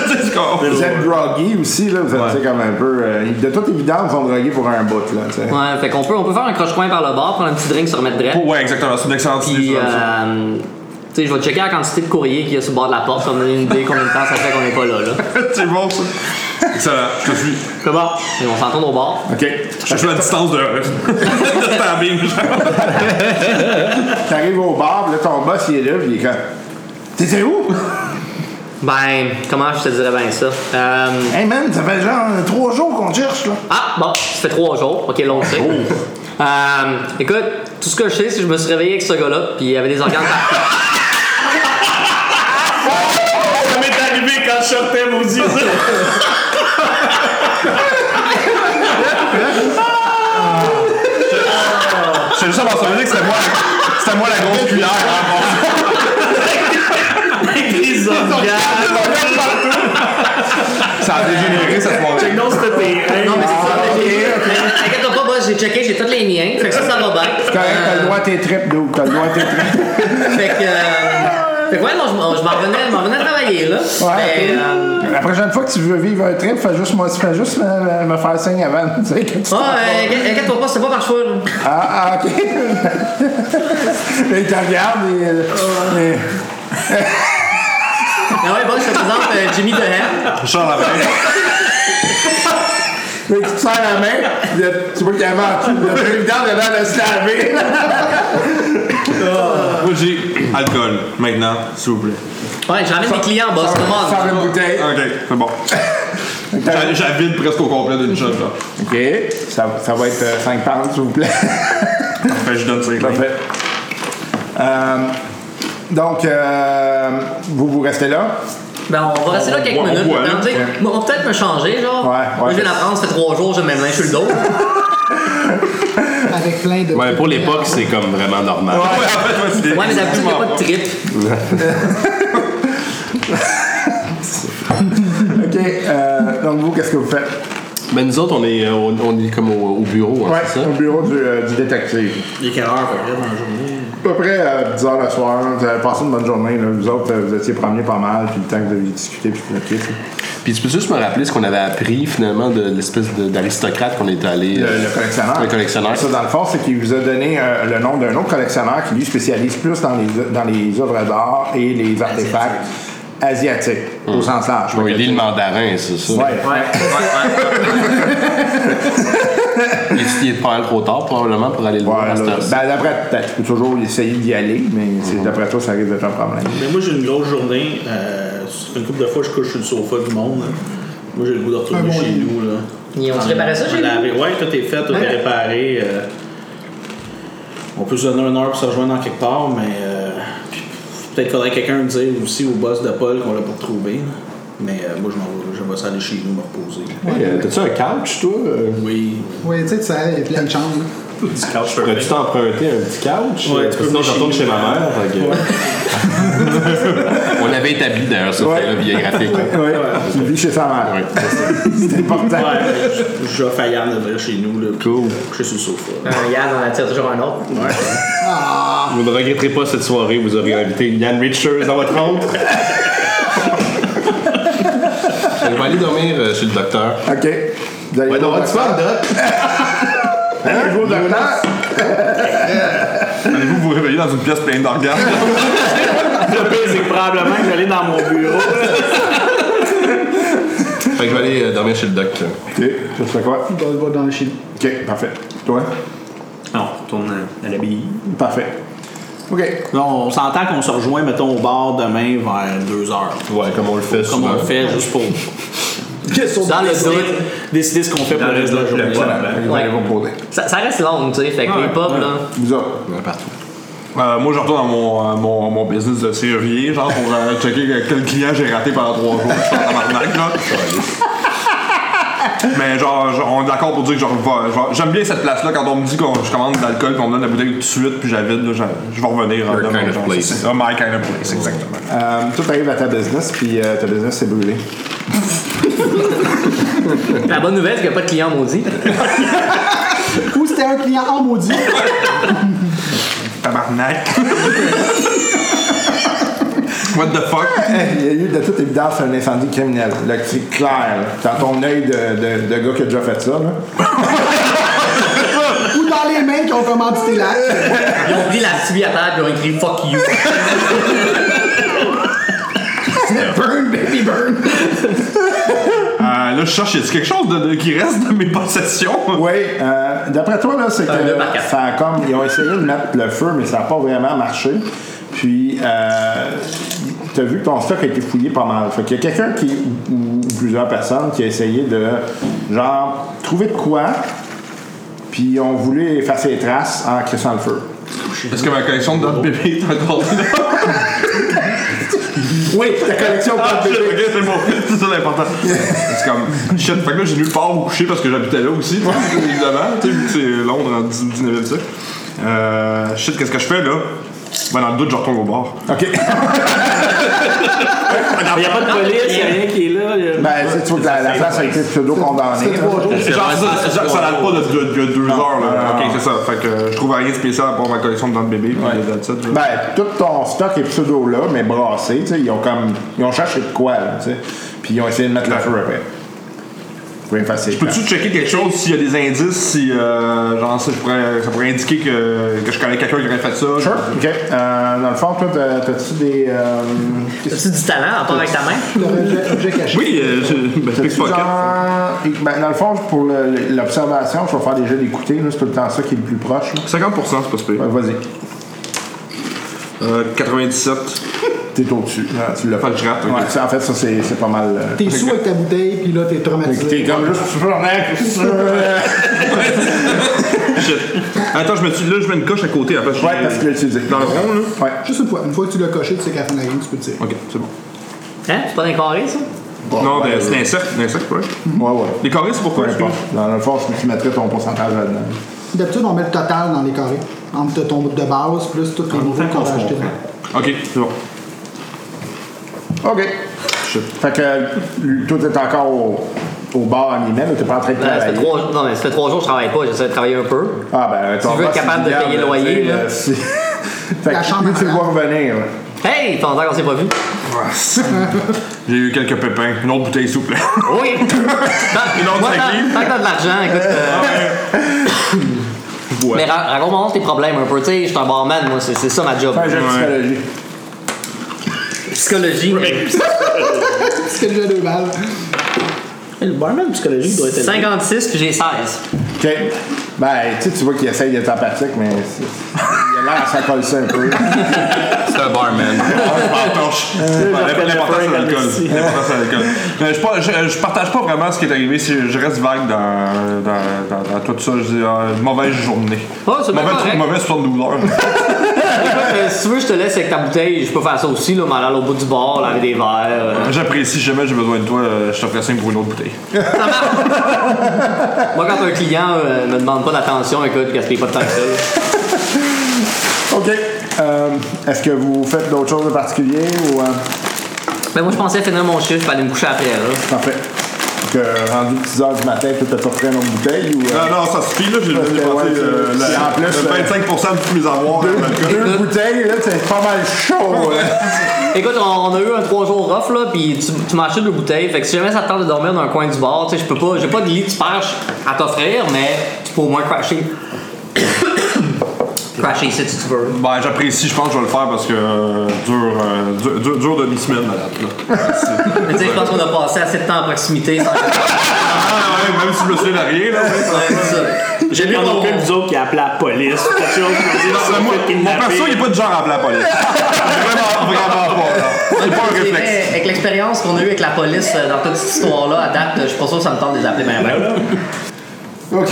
[SPEAKER 7] C'est ce qu'on-
[SPEAKER 2] Vous êtes groggy aussi, là. Vous êtes tu sais, comme un peu. euh, de toute évidence, on drogué pour un bout, là. tu sais.
[SPEAKER 4] Ouais, fait qu'on peut, on peut faire un croche-coin par le bar, prendre un petit drink, se remettre direct.
[SPEAKER 7] Ouais, exactement, c'est une excellente idée.
[SPEAKER 4] Puis,
[SPEAKER 7] ça, ça.
[SPEAKER 4] euh, tu sais, je vais checker la quantité de courrier qu'il y a sur le bord de la porte, ça va me donner une idée combien de temps ça fait qu'on n'est pas là, là.
[SPEAKER 7] C'est bon, ça. Excellent, je te suis.
[SPEAKER 4] Comment? Et on s'entend au bar.
[SPEAKER 2] OK.
[SPEAKER 7] Je suis à distance de. de stabbing, genre.
[SPEAKER 2] T'arrives au bar, puis là, ton boss, il est là, puis il est comme. T'étais où?
[SPEAKER 4] Ben, comment je te dirais bien ça? Euh,
[SPEAKER 2] Hey man, ça fait genre euh, trois jours qu'on te cherche, là.
[SPEAKER 4] ah, bon, ça fait trois jours. Ok, là, on le sait.
[SPEAKER 2] Oh.
[SPEAKER 4] Euh, écoute, tout ce que je sais, c'est que je me suis réveillé avec ce gars-là, puis il y avait des organes partout.
[SPEAKER 5] Ça m'est arrivé quand je sortais, maudit.
[SPEAKER 7] J'étais juste à m'en souvenir que c'était moi, c'était moi la grosse cuillère. hein.
[SPEAKER 5] Des organes.
[SPEAKER 7] Ça a dégénéré cette soirée.
[SPEAKER 5] Non, c'était tes
[SPEAKER 4] Non, mais c'est ça, j'ai- T'inquiète pas, boss, j'ai checké, j'ai tous les miens. Fait que ça, ça va bien.
[SPEAKER 2] Correct, t'as le
[SPEAKER 4] Euh,
[SPEAKER 2] droit à tes tripes, d'où? T'as le droit à tes tripes.
[SPEAKER 4] Fait que. euh, Fait que ouais, non, je m'en- je m'en revenais, je m'en revenais travailler, là.
[SPEAKER 2] Ouais,
[SPEAKER 4] Mais,
[SPEAKER 2] ok.
[SPEAKER 4] euh,
[SPEAKER 2] La prochaine fois que tu veux vivre un trip, fais juste, moi, fais juste euh, me, me faire signe avant. Tu sais, que tu
[SPEAKER 4] Ouais,
[SPEAKER 2] t'en vas.
[SPEAKER 4] euh, inquiète- inquiète-toi pas, c'est pas par choix, là.
[SPEAKER 2] Ah, ah, ok. Là, il te regarde et. euh, et-
[SPEAKER 4] Ah ouais, bon, je te présente euh, Jimmy Dehan.
[SPEAKER 7] Richard Laveille.
[SPEAKER 2] Là, tu te serres la main, là, tu vois qu'il y avait en dessous, là, il regarde devant de se laver.
[SPEAKER 7] Moi, j'ai alcool, maintenant, s'il vous plaît.
[SPEAKER 4] Ouais, je ramène mes clients en boss,
[SPEAKER 2] Sors- Sors
[SPEAKER 4] commande.
[SPEAKER 2] une bouteille.
[SPEAKER 7] Ok, c'est bon. J'a- J'avide presque au complet d'une shot, là.
[SPEAKER 2] OK. Ça, ça va être 5 pounds, s'il vous plaît.
[SPEAKER 7] Enfin, je donne 5
[SPEAKER 2] Parfait. Euh, donc, euh, vous, vous restez là.
[SPEAKER 4] Ben, on va rester là quelques
[SPEAKER 7] on
[SPEAKER 4] minutes.
[SPEAKER 7] boit,
[SPEAKER 4] le temps de dire-
[SPEAKER 7] hein.
[SPEAKER 4] Bon, on va peut-être me changer, genre.
[SPEAKER 2] Ouais, ouais.
[SPEAKER 4] Moi, je viens d'apprendre, ça fait trois jours, j'ai mes mains sur le dos.
[SPEAKER 3] Avec plein de.
[SPEAKER 6] Ouais, pour l'époque, c'est comme vraiment normal.
[SPEAKER 7] Ouais, en fait, ouais, c'est des-
[SPEAKER 4] Ouais, mais d'habitude, il n'y a pas de trip.
[SPEAKER 2] OK. euh, donc, vous, qu'est-ce que vous faites?
[SPEAKER 6] Mais nous autres, on est, euh, on, on est comme au, au bureau, hein, c'est ça?
[SPEAKER 2] au bureau du, euh, du détective.
[SPEAKER 11] Il est quelle heure, à peu près, dans la journée?
[SPEAKER 2] à peu près à 10 heures le soir. Vous avez passé une bonne journée. là. Vous autres, euh, vous étiez promenés pas mal, puis le temps que vous aviez discuté, puis tout le kit.
[SPEAKER 6] Puis tu peux juste me rappeler ce qu'on avait appris finalement de l'espèce de- d'aristocrate qu'on est allé.
[SPEAKER 2] Le,
[SPEAKER 6] euh,
[SPEAKER 2] le collectionneur.
[SPEAKER 6] Le collectionneur.
[SPEAKER 2] Ça, dans le fond, c'est qu'il vous a donné euh, le nom d'un autre collectionneur qui, lui, spécialise plus dans les, dans les œuvres d'art et les artefacts asiatiques, au sens large.
[SPEAKER 6] Hmm. Oui, l'île mandarin, c'est ça.
[SPEAKER 2] Ouais.
[SPEAKER 6] Il est- Il est pas mal trop tard probablement pour aller le voir
[SPEAKER 2] Ouais,
[SPEAKER 6] à cette
[SPEAKER 2] là,
[SPEAKER 6] heure-ci.
[SPEAKER 2] ben, d'après toi, tu peux toujours essayer d'y aller, mais c'est-
[SPEAKER 6] Hmm.
[SPEAKER 2] d'après toi, ça risque d'être un problème.
[SPEAKER 5] Mais moi, j'ai une grosse journée. Euh, une couple de fois, je couche sur le sofa du monde. Moi, j'ai le goût de retourner
[SPEAKER 3] Un bon
[SPEAKER 5] chez
[SPEAKER 3] lit.
[SPEAKER 5] nous. Là.
[SPEAKER 4] Et on se réparait ça
[SPEAKER 5] On
[SPEAKER 4] chez
[SPEAKER 5] l'a-
[SPEAKER 4] nous?
[SPEAKER 5] Ouais, tout est fait, tout
[SPEAKER 4] Ouais.
[SPEAKER 5] est réparé. euh, on peut se donner une heure pour se rejoindre dans quelque part, mais euh, puis peut-être faudrait que quelqu'un me dise aussi au boss de Paul qu'on l'a pas retrouvé. là. Mais euh, moi, je m'en vais- je vais s'en aller chez nous me reposer.
[SPEAKER 6] Hey, euh, T'as-tu un couch, toi? Euh,
[SPEAKER 5] Oui.
[SPEAKER 3] Oui, tu sais, tu sais, il y a plein de chambres. là.
[SPEAKER 6] Pourrais-tu t'emprunter un petit couch?
[SPEAKER 5] Ouais,
[SPEAKER 6] Euh,
[SPEAKER 5] tu
[SPEAKER 6] parce que
[SPEAKER 5] peux venir
[SPEAKER 6] sinon, je
[SPEAKER 5] chez
[SPEAKER 6] retourne
[SPEAKER 5] nous.
[SPEAKER 6] chez ma mère. fait que- On l'avait établi d'ailleurs, ce fait-là, biographique.
[SPEAKER 2] Oui, il vit chez sa mère.
[SPEAKER 6] Ouais.
[SPEAKER 2] C'est important.
[SPEAKER 5] Ouais, je- je vais faire Yann de venir chez nous, là, puis
[SPEAKER 6] Cool.
[SPEAKER 5] coucher sur le sofa.
[SPEAKER 4] Euh, Yann, on attire toujours un autre.
[SPEAKER 6] Vous ne regretterez pas cette soirée, vous aurez invité Yann Richards dans votre honte. Je vais aller dormir euh, chez le docteur.
[SPEAKER 2] OK. Vous allez voir le docteur. Hein, je vois le docteur.
[SPEAKER 7] Allez-vous vous réveiller dans une pièce pleine d'organes?
[SPEAKER 5] Le pire, c'est que probablement que j'allais dans mon bureau.
[SPEAKER 6] Fait que je vais aller euh, dormir chez le doc.
[SPEAKER 2] OK, ça serait quoi?
[SPEAKER 3] Dans le bas, dans le chien.
[SPEAKER 2] OK, parfait. Toi?
[SPEAKER 5] Non, on retourne à l'abbaye.
[SPEAKER 2] Parfait. OK.
[SPEAKER 5] Non, on s'entend qu'on se rejoint, mettons, au bar demain vers 2h.
[SPEAKER 6] Ouais, comme on le fait
[SPEAKER 5] Comme on
[SPEAKER 6] souvent.
[SPEAKER 5] le fait, juste pour. dans le doute, décider ce qu'on fait pour le reste de la journée.
[SPEAKER 2] Vous allez vous reposer.
[SPEAKER 4] Ça, ça reste long, tu sais. Fait que les pubs, là.
[SPEAKER 2] Vous autres?
[SPEAKER 6] Partout.
[SPEAKER 7] Euh, moi, je retourne dans mon, euh, mon, mon business de serrurier, genre pour euh, checker que- quel client j'ai raté pendant trois jours. Je suis en tabarnak, là. Mais genre, je- on est d'accord pour dire que genre, va- je vais- j'aime bien cette place-là quand on me dit que je commande de l'alcool, qu'on me donne la bouteille tout de suite, puis je la vide, là, je, je vais revenir. euh,
[SPEAKER 6] Your
[SPEAKER 7] demain,
[SPEAKER 6] kind of
[SPEAKER 7] genre,
[SPEAKER 6] place.
[SPEAKER 7] c'est ça, my kind of place, exactement.
[SPEAKER 2] Euh, toi, t'arrives à ta business, puis euh, ta business s'est brûlée.
[SPEAKER 4] La bonne nouvelle, c'est qu'il n'y a pas de clients maudits.
[SPEAKER 3] Ou c'était un client en maudit.
[SPEAKER 7] Tabarnak! What the fuck?
[SPEAKER 2] Il y a eu de toute évidence un incendie criminel. Là, c'est clair. là. Dans ton œil de, de- de gars qui a déjà fait ça, là.
[SPEAKER 3] Ou dans les mains qui ont commandité l'acte.
[SPEAKER 4] Ils ont pris la suie à terre et ils ont écrit fuck you.
[SPEAKER 2] Burn, baby, burn!
[SPEAKER 7] Euh, là, je cherche, y a quelque chose de, de- qui reste de mes possessions?
[SPEAKER 2] Oui, euh, d'après toi, là, c'est que
[SPEAKER 4] deux par quatre.
[SPEAKER 2] ça a comme. Ils ont essayé de mettre le feu, mais ça n'a pas vraiment marché. Puis, euh, t'as vu que ton stock a été fouillé pas mal. Fait qu'il y a quelqu'un qui, ou ou plusieurs personnes qui a essayé de, genre, trouver de quoi, puis ils ont voulu effacer les traces en crissant le feu.
[SPEAKER 7] Est-ce que ma collection de notre bébé est encore là?
[SPEAKER 2] Oui, ta collection
[SPEAKER 7] Ah,
[SPEAKER 2] de
[SPEAKER 7] shit, ok, c'est bon, c'est ça l'important. C'est comme, shit, fait que là, j'ai nulle part où coucher parce que j'habitais là aussi, évidemment, tu sais, vu que c'est Londres en 19e siècle. Euh, shit, qu'est-ce que je fais là? Ben, dans le doute, je retourne au bar.
[SPEAKER 2] OK.
[SPEAKER 5] Il n'y a pas de police, il n'y a rien qui est là. y a-
[SPEAKER 2] Ben, tu sais, tu vois que la, la place a été pseudo-condamnée.
[SPEAKER 3] C'était trois jours.
[SPEAKER 7] Genre, ça, ça, ça date pas de, de- de deux heures, là.
[SPEAKER 2] non,
[SPEAKER 7] Ah, ok,
[SPEAKER 2] non.
[SPEAKER 7] c'est ça. Fait que euh, je trouve rien de spécial à part ma collection de dents de bébé, puis de that's it, là.
[SPEAKER 2] Ben, tout ton stock est pseudo là, mais brassé, tu sais, ils ont comme. Ils ont cherché de quoi, là, tu sais. Puis ils ont essayé de mettre le feu après. Pour effacer.
[SPEAKER 7] Peux-tu checker quelque chose s'il y a des indices, si, euh, genre, ça pourrait, ça pourrait indiquer que, que je connais quelqu'un qui aurait fait ça?
[SPEAKER 2] Sure. OK. Euh, dans le fond, toi, t'as- t'as-tu des. Euh,
[SPEAKER 4] As-tu du talent à part avec ta main?
[SPEAKER 3] Le rejet- objet caché.
[SPEAKER 7] Oui, euh, je- ben,
[SPEAKER 2] t'as-tu
[SPEAKER 7] pickpocket.
[SPEAKER 2] genre- ben, dans le fond, pour le- l'observation, je vais faire des jeux d'écouter, là, c'est tout le temps ça qui est le plus proche. là.
[SPEAKER 7] 50%, c'est pas super.
[SPEAKER 2] Ben, Vas-y.
[SPEAKER 7] Euh, 97.
[SPEAKER 2] T'es au-dessus. là, tu l'as
[SPEAKER 7] Faut que je rate, ok.
[SPEAKER 2] Ouais, ça, en fait, ça, c'est c'est pas mal. euh,
[SPEAKER 3] T'es sous avec ta bouteille, puis là, t'es
[SPEAKER 2] T'es
[SPEAKER 3] traumatisé.
[SPEAKER 2] comme juste. Ouais,
[SPEAKER 7] Shit. Attends, je me suis, là, je mets une coche à côté. Après, je
[SPEAKER 2] parce que tu l'as utilisé.
[SPEAKER 7] Dans le rond, là?
[SPEAKER 2] Ouais.
[SPEAKER 3] Juste une fois. Ah, Une fois que tu l'as coché, tu sais qu'à la fin de la game, tu peux le tirer.
[SPEAKER 7] Ok, c'est bon.
[SPEAKER 4] Hein? C'est pas d'un carré, ça?
[SPEAKER 7] non, ben, c'est un cercle, un cercle, ouais.
[SPEAKER 2] Ouais, ouais.
[SPEAKER 7] Les carrés, c'est pourquoi?
[SPEAKER 2] Peu importe. Dans le fond, tu mettrais ton pourcentage là-dedans.
[SPEAKER 3] D'habitude, on met le total dans les carrés. Entre ton bout de base, plus tous les nouveaux qu'on va acheter.
[SPEAKER 7] Ok, c'est bon.
[SPEAKER 2] OK. Fait
[SPEAKER 1] euh,
[SPEAKER 2] que tout est encore au, au bar en email, t'es pas en train de
[SPEAKER 4] Euh, ça fait
[SPEAKER 2] travailler.
[SPEAKER 4] trois, non, mais ça fait trois jours que je travaille pas. J'essaie de travailler un peu.
[SPEAKER 2] Ah ben,
[SPEAKER 4] veux être capable de payer le loyer, là.
[SPEAKER 2] Si,
[SPEAKER 1] Fait
[SPEAKER 3] La
[SPEAKER 1] que
[SPEAKER 3] chambre
[SPEAKER 1] lui, tu le
[SPEAKER 3] à
[SPEAKER 1] vois revenir.
[SPEAKER 4] Hey, fait longtemps qu'on s'est pas vu.
[SPEAKER 6] J'ai eu quelques pépins. Une autre bouteille, s'il vous plaît.
[SPEAKER 4] Oui!
[SPEAKER 6] Une autre
[SPEAKER 4] Moi, tant-
[SPEAKER 6] cinq livres.
[SPEAKER 4] tant que t'as de l'argent, écoute. euh, Mais ra- raconte-moi tes problèmes un peu. Tu sais, je suis un barman, moi, c'est c'est ça ma job.
[SPEAKER 1] Un jeu de psychologie.
[SPEAKER 4] Psychologie.
[SPEAKER 3] Est-ce que j'ai deux balles?
[SPEAKER 12] Et Le barman psychologique doit être élevé.
[SPEAKER 4] 56 puis j'ai 16.
[SPEAKER 1] OK. Ben, tu sais, tu vois qu'il essaye d'être empathique, mais c'est- il a l'air à s'en coller ça un peu.
[SPEAKER 7] C'est un barman.
[SPEAKER 6] Pantoche. L'important, c'est l'alcool. L'important, c'est l'alcool. Mais Je, par- je, je partage pas vraiment ce qui est arrivé. Si je reste vague dans, dans, dans, dans tout ça. Je dis euh, mauvaise journée.
[SPEAKER 7] Ah,
[SPEAKER 4] Oh, c'est bien
[SPEAKER 6] mauvaise,
[SPEAKER 4] correct.
[SPEAKER 6] mauvaise 72 heures.
[SPEAKER 4] Écoute, euh, si tu veux, je te laisse avec ta bouteille. Je peux faire ça aussi, là, m'aller au bout du bar, laver des verres. euh.
[SPEAKER 6] J'apprécie. Si jamais j'ai besoin de toi, euh, je te ferai signe pour une autre bouteille.
[SPEAKER 4] Moi, quand un client euh, me demande pas d'attention, écoute, gaspille pas de temps que ça. là.
[SPEAKER 1] OK. Euh, Est-ce que vous faites d'autres choses de particulier ou. euh,
[SPEAKER 4] Mais Ben, moi, je pensais finir mon chiffre et aller me coucher après, là.
[SPEAKER 1] en fait, que rendu 6 heures du matin, tu t'as pas pris une autre bouteille ou. euh,
[SPEAKER 6] Non, non, ça suffit, là. J'ai
[SPEAKER 1] Parce que,
[SPEAKER 6] dépensé
[SPEAKER 1] ouais,
[SPEAKER 6] euh,
[SPEAKER 1] c'est-
[SPEAKER 6] la-
[SPEAKER 1] c'est en plus,
[SPEAKER 6] le
[SPEAKER 1] euh,
[SPEAKER 6] 25% de tous mes avoirs. en alcool.
[SPEAKER 1] Deux bouteilles, là, c'est pas mal chaud. hein.
[SPEAKER 4] Écoute, on, on a eu un 3 jours off, là, puis tu, tu m'as acheté deux bouteilles. Fait que si jamais ça te tente de dormir dans un coin du bar, tu sais, je peux pas, j'ai pas de lit super à t'offrir, mais tu peux au moins crasher. crasher ici si tu veux.
[SPEAKER 6] Ben, j'apprécie, je pense que je vais le faire parce que euh, dur, euh, dur, dur, dur demi-semaine, madame. Là.
[SPEAKER 4] Mais tu sais, je pense qu'on a passé assez de temps en proximité sans
[SPEAKER 6] Ah, ouais, même si je me souviens de rien, là. ouais.
[SPEAKER 4] J'ai lu
[SPEAKER 5] Il y en a aucun de vous autres qui a appelé la police ou quelque chose pour dire
[SPEAKER 6] Non, mais moi, mon perso, il est pas du genre à appeler la police. vraiment, vraiment pas. là. C'est pas un réflexe.
[SPEAKER 4] Avec l'expérience qu'on a eue avec la police euh, dans toute cette histoire-là, à date, euh, je suis pas sûr que ça me tente de les appeler ben ben.
[SPEAKER 1] OK.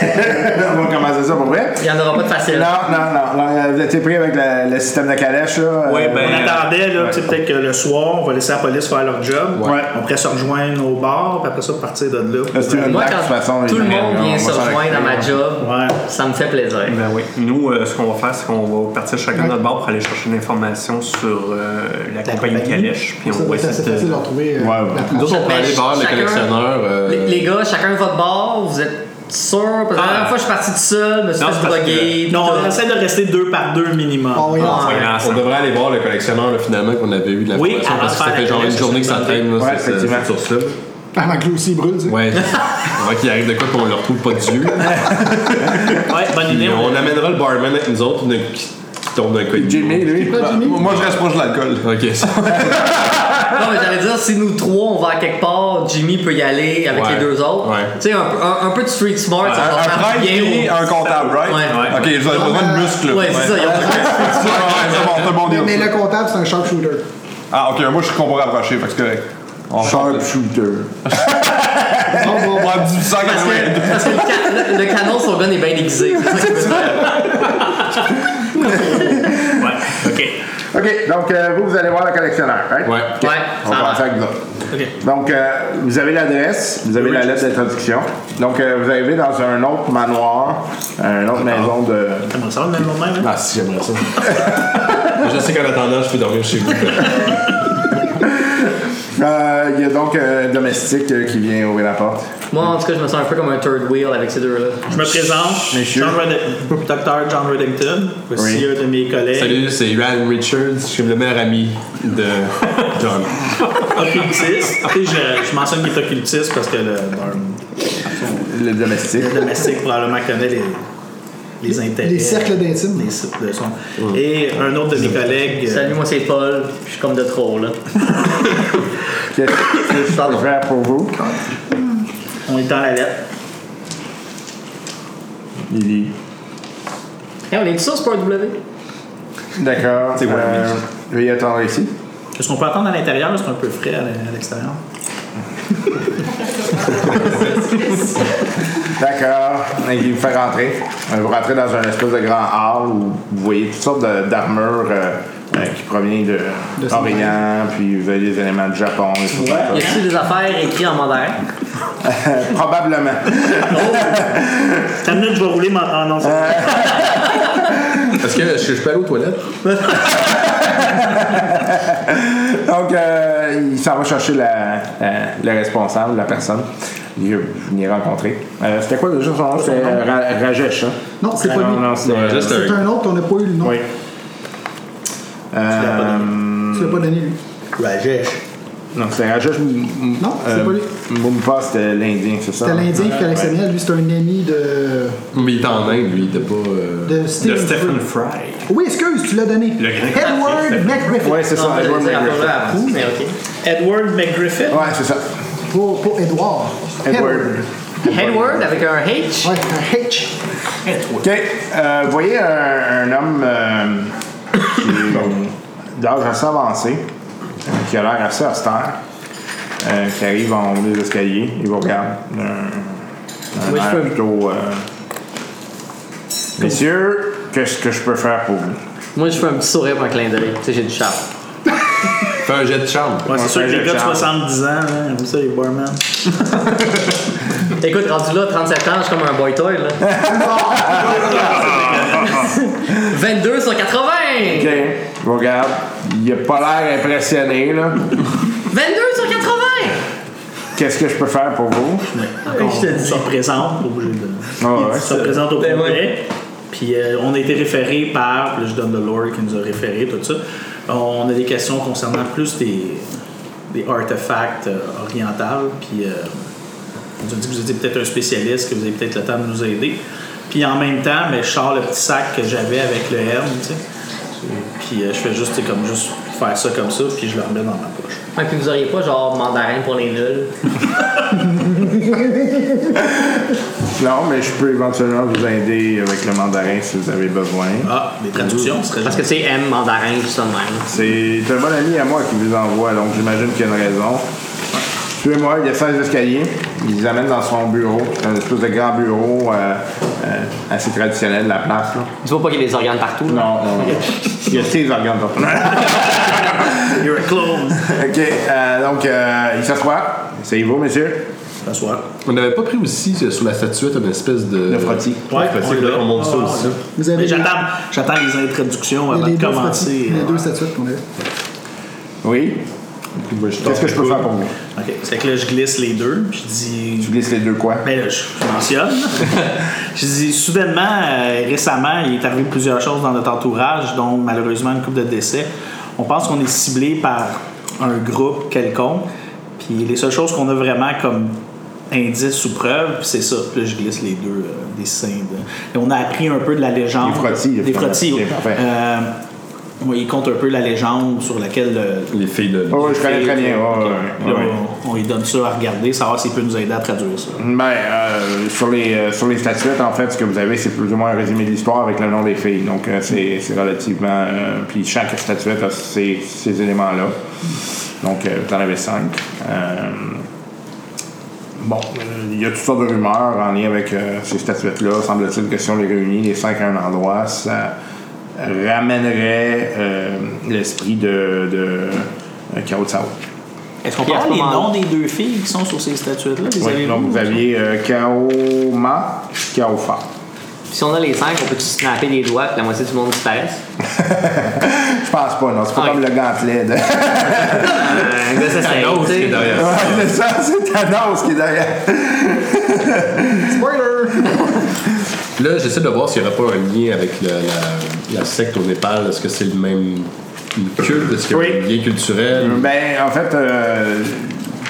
[SPEAKER 1] On va commencer ça pour vrai.
[SPEAKER 4] Il y en aura pas de facile.
[SPEAKER 1] Non, non, non. non, Vous étiez pris avec le, le système de calèche, là.
[SPEAKER 5] Ouais,
[SPEAKER 1] euh,
[SPEAKER 5] ben, on attendait, là, tu sais, peut-être que le soir, on va laisser la police faire leur job.
[SPEAKER 1] Ouais.
[SPEAKER 5] On pourrait se rejoindre au bar, puis après ça, partir de là.
[SPEAKER 1] le Steven
[SPEAKER 4] Moi,
[SPEAKER 1] Black, de
[SPEAKER 4] quand
[SPEAKER 1] toute façon, les
[SPEAKER 4] tout le
[SPEAKER 1] amis,
[SPEAKER 4] monde
[SPEAKER 1] on
[SPEAKER 4] vient
[SPEAKER 1] va
[SPEAKER 4] se
[SPEAKER 1] s'en
[SPEAKER 4] rejoindre à ma
[SPEAKER 1] occuper.
[SPEAKER 4] job,
[SPEAKER 5] Ouais.
[SPEAKER 4] ça me fait plaisir.
[SPEAKER 9] Ben oui. Nous, euh, ce qu'on va faire, c'est qu'on va partir chacun de notre bar pour aller chercher l'information sur euh, la, compagnie,
[SPEAKER 3] compagnie.
[SPEAKER 9] Calèche. Puis
[SPEAKER 3] Ça
[SPEAKER 9] on
[SPEAKER 3] doit
[SPEAKER 9] va
[SPEAKER 3] être assez
[SPEAKER 9] essayer de.
[SPEAKER 3] facile de retrouver euh,
[SPEAKER 1] ouais.
[SPEAKER 3] la
[SPEAKER 7] Nous
[SPEAKER 3] trace.
[SPEAKER 7] autres, on peut aller voir le
[SPEAKER 4] Chacun-
[SPEAKER 7] collectionneur. euh,
[SPEAKER 4] Les, les gars, chacun votre bord, vous êtes sûrs? Parce que la
[SPEAKER 9] Ah.
[SPEAKER 4] dernière fois, je suis parti tout seul, je me suis
[SPEAKER 9] Non, c'est
[SPEAKER 4] fait
[SPEAKER 9] parce
[SPEAKER 4] droguer.
[SPEAKER 5] Non,
[SPEAKER 4] tout
[SPEAKER 5] on
[SPEAKER 4] ça.
[SPEAKER 5] essaie de rester deux par deux minimum.
[SPEAKER 3] Ah oui,
[SPEAKER 4] Ah,
[SPEAKER 9] on va y aller
[SPEAKER 7] on
[SPEAKER 9] ensemble.
[SPEAKER 7] devrait aller voir le collectionneur là, finalement qu'on avait eu de la
[SPEAKER 5] Oui,
[SPEAKER 7] formation,
[SPEAKER 5] avant
[SPEAKER 7] parce
[SPEAKER 5] de
[SPEAKER 7] que ça
[SPEAKER 5] faire
[SPEAKER 7] fait
[SPEAKER 5] la
[SPEAKER 7] genre une
[SPEAKER 5] collection
[SPEAKER 7] journée que ça
[SPEAKER 5] de
[SPEAKER 7] traîne là,
[SPEAKER 1] Ouais,
[SPEAKER 7] c'est- c'est
[SPEAKER 1] effectivement.
[SPEAKER 7] c'est sur ça.
[SPEAKER 3] Avant que lui aussi il brûle, tu sais.
[SPEAKER 7] Ouais. Avant qu'il arrive de quoi qu'on le retrouve pas de Dieu.
[SPEAKER 5] Ouais, bonne idée.
[SPEAKER 7] Et
[SPEAKER 5] on-
[SPEAKER 7] on amènera le barman avec nous autres ne- qui qui tombe d'un coup.
[SPEAKER 1] Jimmy, lui.
[SPEAKER 3] Pas Jimmy?
[SPEAKER 6] Bah, Moi, je reste proche de l'alcool.
[SPEAKER 7] Ok, ça.
[SPEAKER 4] Non, mais j'allais dire, si nous trois, on va à quelque part, Jimmy peut y aller avec
[SPEAKER 7] Ouais.
[SPEAKER 4] les deux autres.
[SPEAKER 7] Ouais.
[SPEAKER 4] Tu sais, un, un- un peu de street smart,
[SPEAKER 6] Un,
[SPEAKER 4] ça
[SPEAKER 6] un
[SPEAKER 4] comprend
[SPEAKER 6] prêtre
[SPEAKER 4] bien
[SPEAKER 6] et
[SPEAKER 4] au-
[SPEAKER 6] un comptable, right?
[SPEAKER 4] Ouais.
[SPEAKER 6] Ok, vous avez besoin de muscles. là.
[SPEAKER 4] Ouais, c'est ça, ils ont besoin de street
[SPEAKER 6] Ouais, ouais, c'est bon, c'est bon
[SPEAKER 3] Mais,
[SPEAKER 6] deal.
[SPEAKER 3] mais le comptable, c'est un sharpshooter.
[SPEAKER 6] Ah, ok, moi, je suis qu'on peut rapprocher, parce que. On
[SPEAKER 1] Sharp shooter.
[SPEAKER 3] Bon, bon, bon.
[SPEAKER 6] On va du
[SPEAKER 4] Parce que, parce que le, ca- le- le canon, son gun est bien aiguisé. C'est ça que je veux dire.
[SPEAKER 5] Ouais, ok.
[SPEAKER 1] OK, donc euh, vous, vous allez voir le collectionneur, right?
[SPEAKER 7] Ouais.
[SPEAKER 1] OK.
[SPEAKER 4] Ouais,
[SPEAKER 1] On
[SPEAKER 4] ça
[SPEAKER 1] va
[SPEAKER 4] marche.
[SPEAKER 1] faire avec vous autres. Donc, euh, vous avez l'adresse, vous avez la lettre d'introduction. Donc, euh, vous arrivez dans un autre manoir, euh, une autre maison de...
[SPEAKER 5] J'aimerais ça le même moment, hein?
[SPEAKER 7] Ah, si, j'aimerais ça. je sais qu'en attendant, je peux dormir chez vous.
[SPEAKER 1] Euh, Il y a donc euh, un domestique euh, qui vient ouvrir la porte.
[SPEAKER 4] Moi, en tout cas, je me sens un peu comme un third wheel avec ces deux-là.
[SPEAKER 5] Je me présente,
[SPEAKER 1] Messieurs.
[SPEAKER 5] John Redding- Dr. John Reddington, voici un de mes collègues
[SPEAKER 7] Salut, c'est Ryan Richards. Je suis le meilleur ami de John.
[SPEAKER 5] occultiste. Après, je, je mentionne qu'il est occultiste parce que le, le
[SPEAKER 1] Le domestique.
[SPEAKER 5] domestique probablement connaît les, les intérêts.
[SPEAKER 3] Les cercles d'intime.
[SPEAKER 5] les cercles de son. Et un autre de mes collègues. euh,
[SPEAKER 4] Salut, moi, c'est Paul. Je suis comme de trop, là.
[SPEAKER 1] Qu'est-ce que je peux faire pour vous?
[SPEAKER 5] On est dans la lettre.
[SPEAKER 1] Il lit.
[SPEAKER 4] Hey, on est-tu sur Sport W?
[SPEAKER 1] D'accord.
[SPEAKER 6] C'est quoi,
[SPEAKER 1] euh, Veuillez attendre ici.
[SPEAKER 5] Est-ce qu'on peut attendre à l'intérieur? C'est un peu frais à l'in- à l'extérieur.
[SPEAKER 1] D'accord. Et Il vous fait rentrer. Euh, Vous rentrez dans un espèce de grand hall où vous voyez toutes sortes de- d'armures euh, euh, qui proviennent de,
[SPEAKER 3] De
[SPEAKER 1] d'Orient, puis vous avez des éléments du Japon. des choses comme ça.
[SPEAKER 4] Y a-tu des affaires écrites en mandarin?
[SPEAKER 1] Probablement.
[SPEAKER 5] T'as une minute, je vais rouler ma. Ah non, c'est
[SPEAKER 1] Euh,
[SPEAKER 7] Est-ce que est-ce que je peux aller aux toilettes?
[SPEAKER 1] Donc, euh, il s'en va chercher la, la- le responsable, la personne. Il veut venir rencontrer. Euh, c'était quoi déjà son nom? C'était euh, Ra- Rajesh, hein?
[SPEAKER 3] Non, c'est
[SPEAKER 1] Ah
[SPEAKER 3] pas lui.
[SPEAKER 1] Non, c'est
[SPEAKER 7] Ouais, juste
[SPEAKER 1] euh,
[SPEAKER 3] C'est un autre qu'on n'a pas eu le nom.
[SPEAKER 1] Oui. Euh,
[SPEAKER 5] pas
[SPEAKER 3] Tu l'as pas donné, lui.
[SPEAKER 5] Rajesh.
[SPEAKER 1] non, c'était Rajesh.
[SPEAKER 3] Non, c'est pas lui.
[SPEAKER 1] Mumpa, c'était l'Indien, c'est ça?
[SPEAKER 3] C'était l'Indien qui collectionnait. Lui, c'est un ami de.
[SPEAKER 7] Mais il est en Inde, lui, il était pas. euh,
[SPEAKER 3] de
[SPEAKER 9] De
[SPEAKER 3] Stephen.
[SPEAKER 9] Stephen Fry.
[SPEAKER 3] Oui, excuse, tu l'as donné.
[SPEAKER 9] Le grand
[SPEAKER 3] Edward
[SPEAKER 9] classique,
[SPEAKER 3] McGriffin.
[SPEAKER 1] Oui, c'est ça, Edward McGriff.
[SPEAKER 4] à Pou, mais ok.
[SPEAKER 5] Edward McGriffith.
[SPEAKER 1] Ouais, c'est ça.
[SPEAKER 3] Pour, pour Edward.
[SPEAKER 1] Edward.
[SPEAKER 4] Edward avec un H.
[SPEAKER 3] Ouais, un H.
[SPEAKER 1] OK. Euh, vous voyez un, un homme euh, qui est d'âge assez avancé, euh, qui a l'air assez austère, euh, qui arrive en haut des escaliers. Il vous regarde. Un, un
[SPEAKER 4] Oui, je
[SPEAKER 1] air
[SPEAKER 4] peux-
[SPEAKER 1] plutôt... euh, Messieurs, qu'est-ce que je peux faire pour vous?
[SPEAKER 4] Moi, je fais un petit sourire pour un clin d'œil. Tu sais, j'ai du charme.
[SPEAKER 7] Fais un jet de charme.
[SPEAKER 5] Ouais, c'est sûr que
[SPEAKER 1] Ouais,
[SPEAKER 5] les gars de
[SPEAKER 1] Charles.
[SPEAKER 5] 70 ans, hein, vous savez, les barman.
[SPEAKER 4] Écoute, rendu là, 37 ans, je suis comme un boy toy, là. 22 sur 80!
[SPEAKER 1] OK. Il vous regarde. Il a pas l'air impressionné, là.
[SPEAKER 4] 22 sur 80!
[SPEAKER 1] Qu'est-ce que je peux faire pour vous?
[SPEAKER 5] Je te dis, ça présente, pas obligé de.
[SPEAKER 1] Ah ouais,
[SPEAKER 5] ça
[SPEAKER 1] c'est-
[SPEAKER 5] présente au
[SPEAKER 4] Ben
[SPEAKER 5] complet. Puis euh, on a été référé par, là, je donne le lore qui nous a référé, tout ça. On a des questions concernant plus des, des artefacts euh, orientales. Puis euh, on nous a dit que vous étiez peut-être un spécialiste, que vous avez peut-être le temps de nous aider. Puis en même temps, mais je sors le petit sac que j'avais avec le M, tu sais. Puis euh, je fais juste, tu sais, comme juste faire ça comme ça, puis je le remets dans ma poche.
[SPEAKER 4] Ah, puis vous auriez pas genre mandarin pour les nuls.
[SPEAKER 1] Non, mais je peux éventuellement vous aider avec le mandarin si vous avez besoin.
[SPEAKER 5] Ah, des traductions, ce serait
[SPEAKER 4] Parce que c'est M mandarin, tout ça de même.
[SPEAKER 1] C'est un bon ami à moi qui vous envoie, donc j'imagine qu'il y a une raison. Suivez-moi, il y a 16 escaliers. Il les amène dans son bureau. C'est un espèce de grand bureau euh, euh, assez traditionnel de la place. là.
[SPEAKER 4] Tu vois pas qu'il y a des organes partout, là?
[SPEAKER 1] Non, non, non. Il y a ses organes partout.
[SPEAKER 5] You're a clone.
[SPEAKER 1] OK, euh, donc euh, il s'assoit. C'est vous, monsieur.
[SPEAKER 5] Bonsoir.
[SPEAKER 7] On n'avait pas pris aussi euh, sur la statuette une espèce de.
[SPEAKER 1] De frottis.
[SPEAKER 5] Ouais,
[SPEAKER 7] frottis,
[SPEAKER 5] on l'a.
[SPEAKER 7] faudrait qu'on monte ça
[SPEAKER 5] Ah,
[SPEAKER 7] aussi.
[SPEAKER 3] Vous avez
[SPEAKER 5] Mais
[SPEAKER 3] les-
[SPEAKER 5] J'attends, j'attends les introductions
[SPEAKER 3] les,
[SPEAKER 5] avant de
[SPEAKER 3] deux frottis,
[SPEAKER 5] commencer. euh,
[SPEAKER 3] les deux statuettes qu'on a eu.
[SPEAKER 1] Oui. Qu'est-ce que je peux faire pour vous?
[SPEAKER 5] Ok, c'est que là, je glisse les deux, puis je dis.
[SPEAKER 1] Tu glisses les deux quoi?
[SPEAKER 5] Ben là, je je mentionne. je dis, soudainement, euh, récemment, il est arrivé plusieurs choses dans notre entourage, dont malheureusement une coupe de décès. On pense qu'on est ciblé par un groupe quelconque, puis les seules choses qu'on a vraiment comme indice ou preuve, puis c'est ça. Puis là, je glisse les deux euh, dessins. de- Et on a appris un peu de la légende.
[SPEAKER 1] Des frottis,
[SPEAKER 5] Des frottis,
[SPEAKER 1] ok,
[SPEAKER 5] oui.
[SPEAKER 1] parfait.
[SPEAKER 5] Euh, oui, il compte un peu la légende sur laquelle le-
[SPEAKER 7] Les filles de.
[SPEAKER 1] Oh, oui, je connais très bien. ouais, ouais,
[SPEAKER 5] Là,
[SPEAKER 1] ouais, ouais.
[SPEAKER 5] on, on lui donne ça à regarder, savoir s'il peut nous aider à traduire ça.
[SPEAKER 1] Ben, euh, sur, les, euh, sur les statuettes, en fait, ce que vous avez, c'est plus ou moins un résumé de l'histoire avec le nom des filles. Donc, euh, c'est c'est relativement. euh, puis chaque statuette a ces, ces éléments-là. Donc, euh, vous en avez cinq. Euh, bon, euh, il y a toutes sortes de rumeurs en lien avec euh, ces statuettes-là. Semble-t-il que si on les réunit, les cinq à un endroit, ça ramènerait euh, l'esprit de, de euh, Cao Tsao.
[SPEAKER 5] Est-ce qu'on
[SPEAKER 4] Puis
[SPEAKER 5] peut
[SPEAKER 4] à
[SPEAKER 5] avoir
[SPEAKER 4] ce
[SPEAKER 5] les
[SPEAKER 4] moment-
[SPEAKER 5] noms des deux filles qui sont sur ces statuettes-là? les
[SPEAKER 1] Oui,
[SPEAKER 5] avez-vous?
[SPEAKER 1] donc, vous aviez euh, Cao Ma, Cao Fa.
[SPEAKER 4] Puis si on a les 5, on peut-tu snapper les doigts que la moitié du monde disparaisse?
[SPEAKER 1] Je pense pas, non. C'est pas
[SPEAKER 4] Ah,
[SPEAKER 1] comme le gantelet. de-
[SPEAKER 4] Ben, Un gars s'essaye, tu sais.
[SPEAKER 7] derrière.
[SPEAKER 1] Ouais, c'est ça, c'est Thanos qui est derrière.
[SPEAKER 3] Spoiler!
[SPEAKER 7] Là, j'essaie de voir s'il n'y aurait pas un lien avec le- la, la secte au Népal. Est-ce que c'est le même une culte? Est-ce qu'il y a
[SPEAKER 1] Oui.
[SPEAKER 7] un lien culturel?
[SPEAKER 1] Ben, en fait, euh,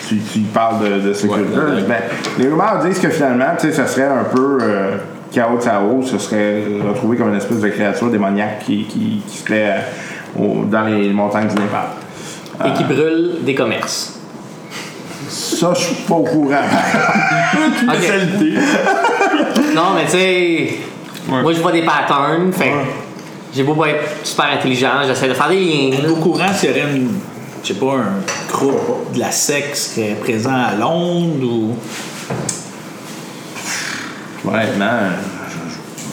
[SPEAKER 1] tu, tu parles de, de ces
[SPEAKER 7] Ouais,
[SPEAKER 1] cultures.
[SPEAKER 7] ouais.
[SPEAKER 1] Ben, les rumeurs disent que finalement, tu sais, ça serait un peu euh, Kao Tsao, ce serait retrouvé comme une espèce de créature démoniaque qui, qui, qui serait euh, au- dans les montagnes du Népal.
[SPEAKER 4] Et qui brûle des commerces.
[SPEAKER 1] Ça, je suis pas au courant.
[SPEAKER 4] Ok. Non, mais tu sais, moi je vois des patterns, fait que j'ai beau pas être super intelligent, j'essaie de faire des liens.
[SPEAKER 5] Êtes-vous Au courant, s'il y aurait une, je sais pas, un groupe de la secte qui serait présent à Londres ou.
[SPEAKER 1] Honnêtement, euh,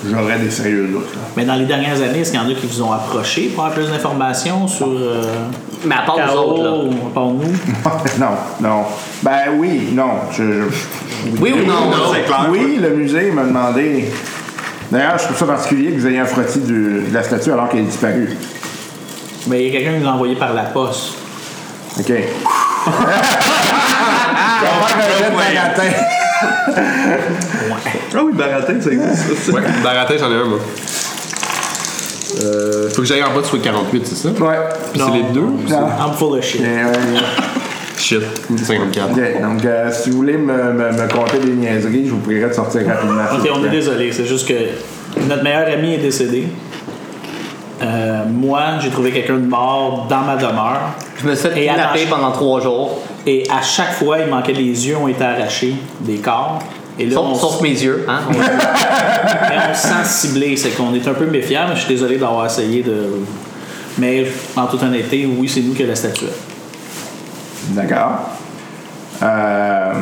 [SPEAKER 1] je- je- j'aurais des sérieux doutes. là.
[SPEAKER 5] Mais dans les dernières années, est-ce qu'il y en a qui vous ont approché pour avoir plus d'informations sur. euh,
[SPEAKER 4] Mais à part nous
[SPEAKER 5] K.O.
[SPEAKER 4] autres, là.
[SPEAKER 5] ou à part nous?
[SPEAKER 1] non, non. Ben oui, non. Je, je-
[SPEAKER 4] Oui ou non?
[SPEAKER 1] Oui, le musée m'a demandé. D'ailleurs, je trouve ça particulier que vous ayez un frottis du- de la statue alors qu'elle est disparue.
[SPEAKER 5] Mais il y a quelqu'un qui l'a envoyé par la poste.
[SPEAKER 1] OK. Je vais faire un jet de baratin.
[SPEAKER 2] Ah oui, baratin, ça existe. ça.
[SPEAKER 7] Ouais, Baratin, j'en ai un, moi.
[SPEAKER 6] Euh, faut que j'aille en bas de soit 48, c'est ça?
[SPEAKER 1] Ouais.
[SPEAKER 6] Puis c'est les deux?
[SPEAKER 1] Non.
[SPEAKER 5] I'm full of shit.
[SPEAKER 1] Mais, ouais,
[SPEAKER 6] Shit. 54.
[SPEAKER 1] Euh, ok, donc, euh, si vous voulez me, me, me compter des niaiseries, je vous prierai de sortir rapidement.
[SPEAKER 5] Ok, on est désolé, c'est juste que notre meilleur ami est décédé. Euh, moi, j'ai trouvé quelqu'un de mort dans ma demeure.
[SPEAKER 4] Je me suis fait
[SPEAKER 5] Et
[SPEAKER 4] kidnapper
[SPEAKER 5] attache-
[SPEAKER 4] pendant trois jours.
[SPEAKER 5] Et à chaque fois, il manquait les yeux, ont été arrachés des corps. Et là, on,
[SPEAKER 4] Sauf, sauf mes yeux. Hein?
[SPEAKER 5] mais on se sent ciblé. C'est qu'on est un peu méfiant, mais je suis désolé d'avoir essayé de. Mais en toute honnêteté, oui, c'est nous qui avons la statue.
[SPEAKER 1] D'accord. Euh,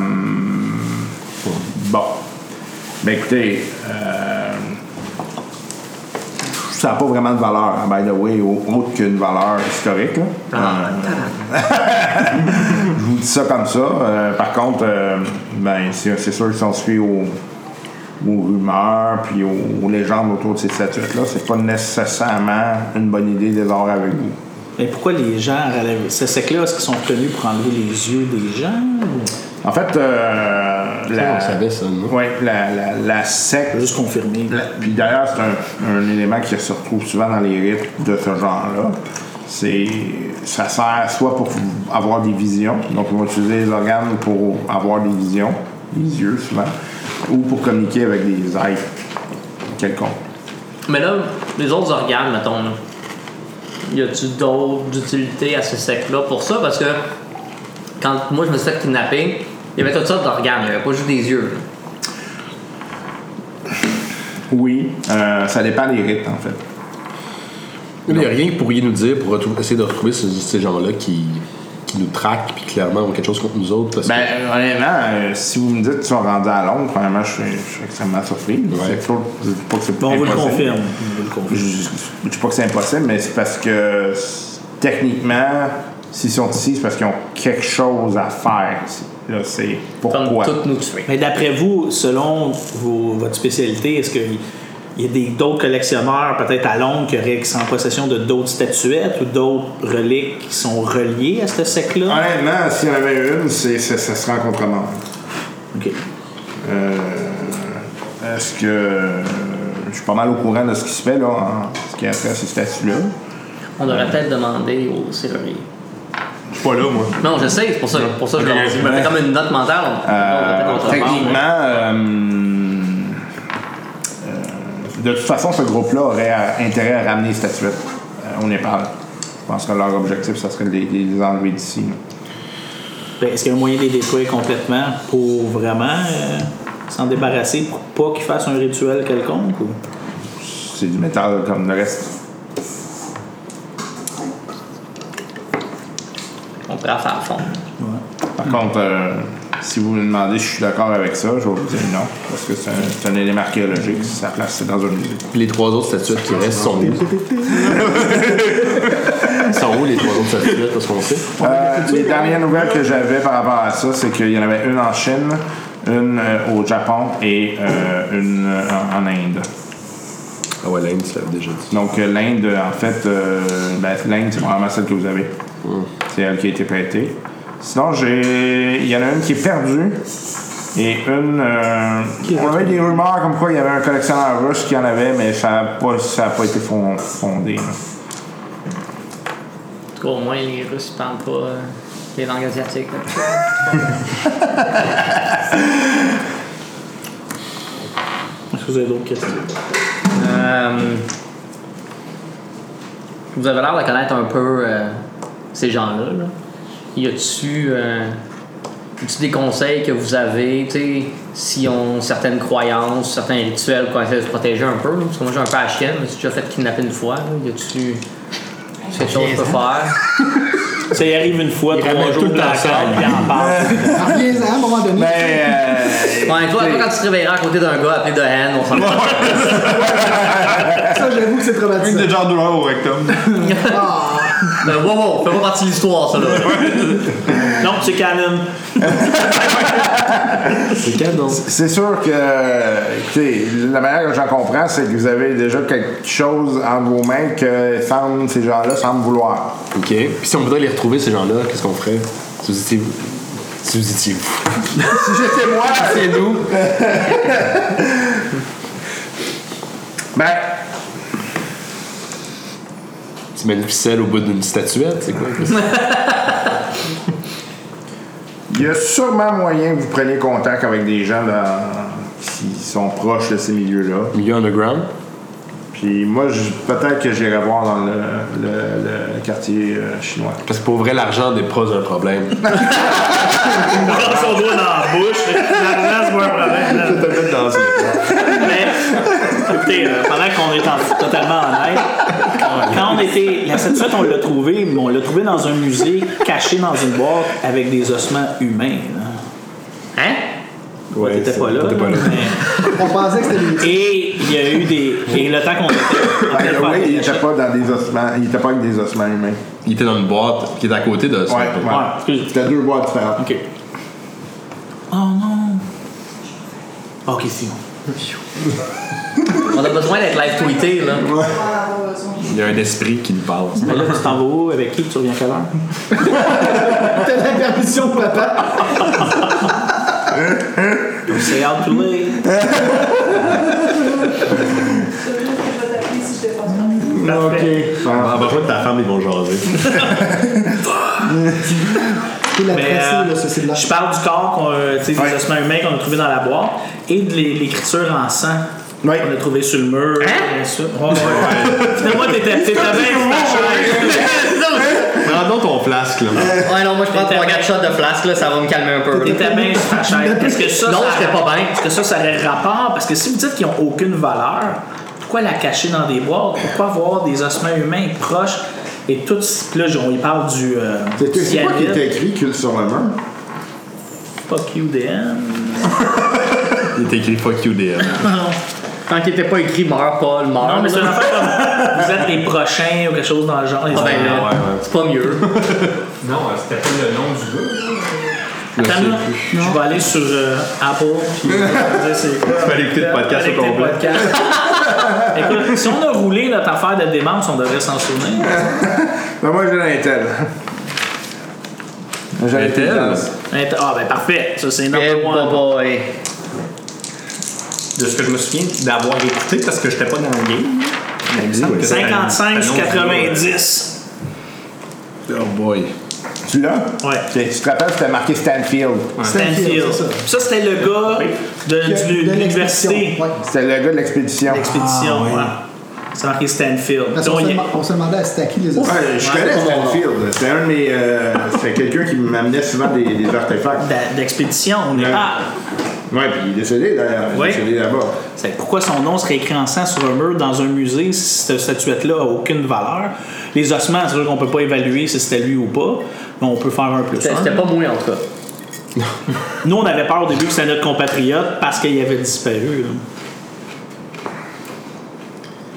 [SPEAKER 1] bon. Ben écoutez, euh, ça n'a pas vraiment de valeur, hein, by the way, au- autre qu'une valeur historique. là. Euh, Je vous dis ça comme ça. Euh, par contre, euh, ben, c'est c'est sûr que si on se fie aux, aux rumeurs puis aux, aux légendes autour de ces statuettes-là, c'est pas nécessairement une bonne idée de les avoir avec vous.
[SPEAKER 5] Mais pourquoi les gens relèvent- Ces secs-là, est-ce qu'ils sont connus pour enlever les yeux des gens? ou-
[SPEAKER 1] En fait, euh, la,
[SPEAKER 6] on savait ça, non?
[SPEAKER 1] Oui, la, la, la secte.
[SPEAKER 5] Juste confirmer.
[SPEAKER 1] la- puis d'ailleurs, c'est un, un élément qui se retrouve souvent dans les rites de ce genre-là. C'est, ça sert soit pour avoir des visions, donc ils vont utiliser les organes pour avoir des visions, les yeux souvent, ou pour communiquer avec des êtres quelconques.
[SPEAKER 4] Mais là, les autres organes, mettons, là, y a-tu d'autres utilités à ce secte-là pour ça? Parce que quand moi je me suis fait kidnapper, il y avait toutes sortes d'organes, il n'y avait pas juste des yeux.
[SPEAKER 1] Oui, euh, ça dépend des rites en fait.
[SPEAKER 6] Il n'y a rien que vous pourriez nous dire pour retrou- essayer de retrouver ces, ces gens-là qui, qui nous traquent puis clairement ont quelque chose contre nous autres. parce que-
[SPEAKER 1] Ben, euh, honnêtement, euh, si vous me dites qu'ils sont rendus à Londres, premièrement, je suis, je suis extrêmement surpris. C'est pas, c'est pas que c'est
[SPEAKER 5] Bon, on vous le
[SPEAKER 1] impossible.
[SPEAKER 5] confirme. On vous le confirme.
[SPEAKER 1] Je ne dis pas que c'est impossible, mais c'est parce que s- techniquement, s'ils sont ici, c'est parce qu'ils ont quelque chose à faire. ici. Là, c'est
[SPEAKER 4] Comme
[SPEAKER 1] pourquoi.
[SPEAKER 4] toutes nous tuer.
[SPEAKER 5] Mais d'après vous, selon vos- votre spécialité, est-ce qu'il y a des- d'autres collectionneurs, peut-être à Londres, qui, auraient, qui sont en possession de d'autres statuettes ou d'autres reliques qui sont reliées à ce sec-là?
[SPEAKER 1] Honnêtement, s'il y en avait une, c'est, c'est- ça se rencontre mort.
[SPEAKER 5] OK.
[SPEAKER 1] Euh, est-ce que. euh, Je suis pas mal au courant de ce qui se fait, là, en ce qui a trait à ces statuts-là.
[SPEAKER 4] On devrait peut-être demander aux serruriers.
[SPEAKER 7] Je suis pas là, moi.
[SPEAKER 4] Non, je sais, c'est pour ça, pour ça que je, je me fais comme une note mentale. On- on devrait
[SPEAKER 1] Euh,
[SPEAKER 4] peut-être autrement,
[SPEAKER 1] techniquement,
[SPEAKER 4] ouais.
[SPEAKER 1] euh, euh, de toute façon, ce groupe-là aurait euh, intérêt à ramener les statuettes euh, au Népal. Je pense que leur objectif, ça serait de les, de les enlever d'ici. là.
[SPEAKER 5] Ben, est-ce qu'il y a un moyen de les détruire complètement pour vraiment euh, s'en débarrasser pour pas qu'ils fassent un rituel quelconque? ou-
[SPEAKER 1] C'est du métal comme le reste.
[SPEAKER 4] On pourrait faire le fond.
[SPEAKER 1] Par contre, euh, si vous me demandez si je suis d'accord avec ça, je vais vous dire non. Parce que c'est un, c'est un élément archéologique, ça place c'est dans un musée.
[SPEAKER 6] Puis les trois autres statuettes qui restent sont où? sont où les trois autres statuettes? Parce qu'on sait.
[SPEAKER 1] Euh, les dernières nouvelles que j'avais par rapport à ça, c'est qu'il y en avait une en Chine, une euh, au Japon et euh, une euh, en- en Inde.
[SPEAKER 6] Ah ouais, l'Inde, tu l'avais déjà dit.
[SPEAKER 1] Donc euh, l'Inde, euh, en fait, euh, ben, l'Inde, c'est vraiment celle que vous avez.
[SPEAKER 2] Hmm.
[SPEAKER 1] C'est elle qui a été prêtée. Sinon, j'ai. Il y en a une qui est perdue. Et une. euh, on avait des rumeurs comme quoi il y avait un collectionneur russe qui en avait, mais ça n'a pas, ça a pas été fon- fondé. hein. là.
[SPEAKER 4] En tout cas, au moins, les Russes ne parlent pas euh, les langues asiatiques. là.
[SPEAKER 5] Est-ce que vous avez d'autres questions?
[SPEAKER 4] Euh, vous avez l'air de connaître un peu euh, ces gens-là. là. Y a-tu euh, y a-tu des conseils que vous avez, tu sais, s'ils ont certaines croyances, certains rituels, qu'on essaie de se protéger un peu? là? Parce que moi, j'ai un peu à chienne, je me suis déjà fait kidnapper une fois. là. Y a-tu quelque chose que je peux faire?
[SPEAKER 5] Ça y arrive une fois, trois
[SPEAKER 6] ramène
[SPEAKER 5] jours
[SPEAKER 6] tout
[SPEAKER 5] de
[SPEAKER 6] le temps
[SPEAKER 5] la
[SPEAKER 6] ça.
[SPEAKER 5] corde, puis en parle.
[SPEAKER 3] Reviens-en Ah, à un moment donné.
[SPEAKER 1] Mais. euh,
[SPEAKER 4] Ouais, toi, toi, quand tu te réveilleras à côté d'un gars appelé The Hand, on s'en va.
[SPEAKER 3] Ça, j'avoue que c'est
[SPEAKER 7] Une
[SPEAKER 3] traumatisant.
[SPEAKER 7] de genre douleur au rectum.
[SPEAKER 4] Ben, wow, wow, fait pas partie de l'histoire, ça, là.
[SPEAKER 5] Non, c'est canon.
[SPEAKER 1] C'est sûr que, écoutez, la manière que j'en comprends, c'est que vous avez déjà quelque chose en vos mains que semblent- ces gens-là semblent vouloir.
[SPEAKER 6] OK. Puis si on voudrait les retrouver, ces gens-là, qu'est-ce qu'on ferait? Si vous étiez vous. Si vous étiez vous.
[SPEAKER 1] c'est nous. ben,
[SPEAKER 6] Tu mets une ficelle au bout d'une statuette, c'est quoi?
[SPEAKER 2] Il y a sûrement moyen que vous preniez contact avec des gens dans- qui sont proches de ces milieux-là.
[SPEAKER 6] Milieu underground?
[SPEAKER 2] Puis moi, je- peut-être que j'irai voir dans le, le- le quartier euh, chinois.
[SPEAKER 6] Parce que pour vrai, l'argent n'est pas un problème.
[SPEAKER 5] Prends son doigt dans la bouche. Finalement, c'est pas un problème.
[SPEAKER 6] T'as fait danser.
[SPEAKER 5] Mais, écoutez, euh, pendant qu'on est en- totalement honnête, quand on était. La statuette, on l'a trouvée, mais on l'a trouvée dans un musée, cachée dans une boîte avec des ossements humains. là.
[SPEAKER 4] Hein?
[SPEAKER 6] Ouais,
[SPEAKER 5] T'étais
[SPEAKER 6] c'est-
[SPEAKER 5] pas là.
[SPEAKER 6] t'étais pas là.
[SPEAKER 5] mais-
[SPEAKER 3] On pensait que c'était des.
[SPEAKER 5] Et il y a eu des. Et le temps qu'on était. on
[SPEAKER 2] By
[SPEAKER 5] était
[SPEAKER 2] the
[SPEAKER 1] Euh,
[SPEAKER 5] pas-
[SPEAKER 2] way, il n'était pas dans des ossements. Il était pas avec des ossements humains.
[SPEAKER 6] Il était dans une boîte qui est à côté de ça.
[SPEAKER 2] Ouais, ouais.
[SPEAKER 5] Ouais, excuse.
[SPEAKER 2] C'était deux boîtes différentes.
[SPEAKER 5] Ok. Oh non. Ok, c'est bon.
[SPEAKER 4] On a besoin d'être live tweeté, là.
[SPEAKER 6] Il y a un esprit qui nous parle.
[SPEAKER 5] Mais là, tu t'en vas où? Avec qui? Tu reviens à quelle heure?
[SPEAKER 3] T'as la permission de papa.
[SPEAKER 5] C'est out too late.
[SPEAKER 6] Ah, va de ta femme, ils vont jaser.
[SPEAKER 3] Puis la
[SPEAKER 5] Mais, euh,
[SPEAKER 3] tracée, là, ça, c'est de la.
[SPEAKER 5] je parle du corps, qu'on, euh, tu sais, des ossements humains qu'on a trouvé dans la boîte et de l'é- l'écriture en sang
[SPEAKER 2] Ouais.
[SPEAKER 5] qu'on a trouvé sur le mur.
[SPEAKER 4] Hein?
[SPEAKER 5] bien sûr. Ouais, ouais. Finalement, t'étais t'étais bien fâché.
[SPEAKER 6] Prends donc ton flasque, là.
[SPEAKER 4] Ouais, non, moi je prends 3-4 shots de flasque, là, ça va me calmer un peu. là.
[SPEAKER 5] T'étais bien fâché. Est-ce que ça,
[SPEAKER 4] Non,
[SPEAKER 5] ça-
[SPEAKER 4] je serais pas bien.
[SPEAKER 5] Est-ce que ça, ça aurait rapport? Parce que si vous dites qu'ils n'ont aucune valeur, pourquoi la cacher dans des boîtes? Pourquoi avoir des ossements humains proches? Et tout, puis là, on y parle du euh,
[SPEAKER 2] C'est c'est quoi qui
[SPEAKER 5] cyanide.
[SPEAKER 2] était écrit cul sur le mur?
[SPEAKER 5] Fuck you, DM.
[SPEAKER 6] Il est écrit fuck you DM.
[SPEAKER 4] Tant qu'il était pas écrit, meurs, Paul, meurs.
[SPEAKER 5] Non, Ah, mais c'est une
[SPEAKER 4] là.
[SPEAKER 5] affaire comme vous êtes les prochains ou quelque chose dans le genre. Euh, les
[SPEAKER 4] Ah, ben,
[SPEAKER 5] affaires.
[SPEAKER 4] là, c'est pas mieux.
[SPEAKER 9] Non, euh, c'était pas le nom du gars.
[SPEAKER 5] Attends, là, je vais aller sur euh, Apple puis euh, je vais te dire c'est quoi.
[SPEAKER 6] Tu peux aller écouter le podcast
[SPEAKER 5] Allez
[SPEAKER 6] au
[SPEAKER 5] écouter le
[SPEAKER 6] complet.
[SPEAKER 5] podcast. Écoute, si on a roulé notre affaire de démence, on devrait s'en souvenir.
[SPEAKER 2] Ben moi, j'ai l'Intel. J'ai
[SPEAKER 6] Intel?
[SPEAKER 5] Mais t- Ah ben parfait, ça c'est
[SPEAKER 4] Eh,
[SPEAKER 5] number
[SPEAKER 4] boy,
[SPEAKER 5] one.
[SPEAKER 4] boy.
[SPEAKER 9] De ce que je me souviens d'avoir écouté parce que j'étais pas dans le game. Mais il me semble que c'était un-
[SPEAKER 5] 55
[SPEAKER 9] un
[SPEAKER 5] sur
[SPEAKER 9] autre gars.
[SPEAKER 5] 90.
[SPEAKER 6] Oh boy.
[SPEAKER 2] Tu l'as?
[SPEAKER 5] Ouais.
[SPEAKER 2] Ok, Tu te rappelles, c'était marqué Stanfield.
[SPEAKER 5] Stanfield.
[SPEAKER 3] c'est ça.
[SPEAKER 5] Ça, c'était le gars de, du- de l'université.
[SPEAKER 3] Ouais.
[SPEAKER 2] C'était le gars de l'expédition.
[SPEAKER 6] Ah,
[SPEAKER 5] L'expédition, ouais. C'est marqué Stanfield.
[SPEAKER 3] Parce qu'on
[SPEAKER 5] Donc,
[SPEAKER 3] se
[SPEAKER 5] il-
[SPEAKER 3] demande- on se demandait à c'était qui les autres.
[SPEAKER 2] Ouais, je connais Stanfield. C'était un de mes. euh, c'était quelqu'un qui m'amenait souvent des, des artefacts.
[SPEAKER 5] d'a- D'expédition, on est
[SPEAKER 2] Ouais.
[SPEAKER 5] pas.
[SPEAKER 2] Ouais, puis il est décédé d'ailleurs. Il est
[SPEAKER 5] Ouais.
[SPEAKER 2] décédé là-bas.
[SPEAKER 5] C'est pourquoi son nom serait écrit en sang sur un mur dans un musée si cette statuette-là a aucune valeur. Les ossements, c'est sûr qu'on peut pas évaluer si c'était lui ou pas, mais on peut faire un plus
[SPEAKER 4] C'était
[SPEAKER 5] un.
[SPEAKER 4] c'était pas moi, en tout cas.
[SPEAKER 5] Nous, on avait peur au début que c'était notre compatriote parce qu'il avait disparu. là.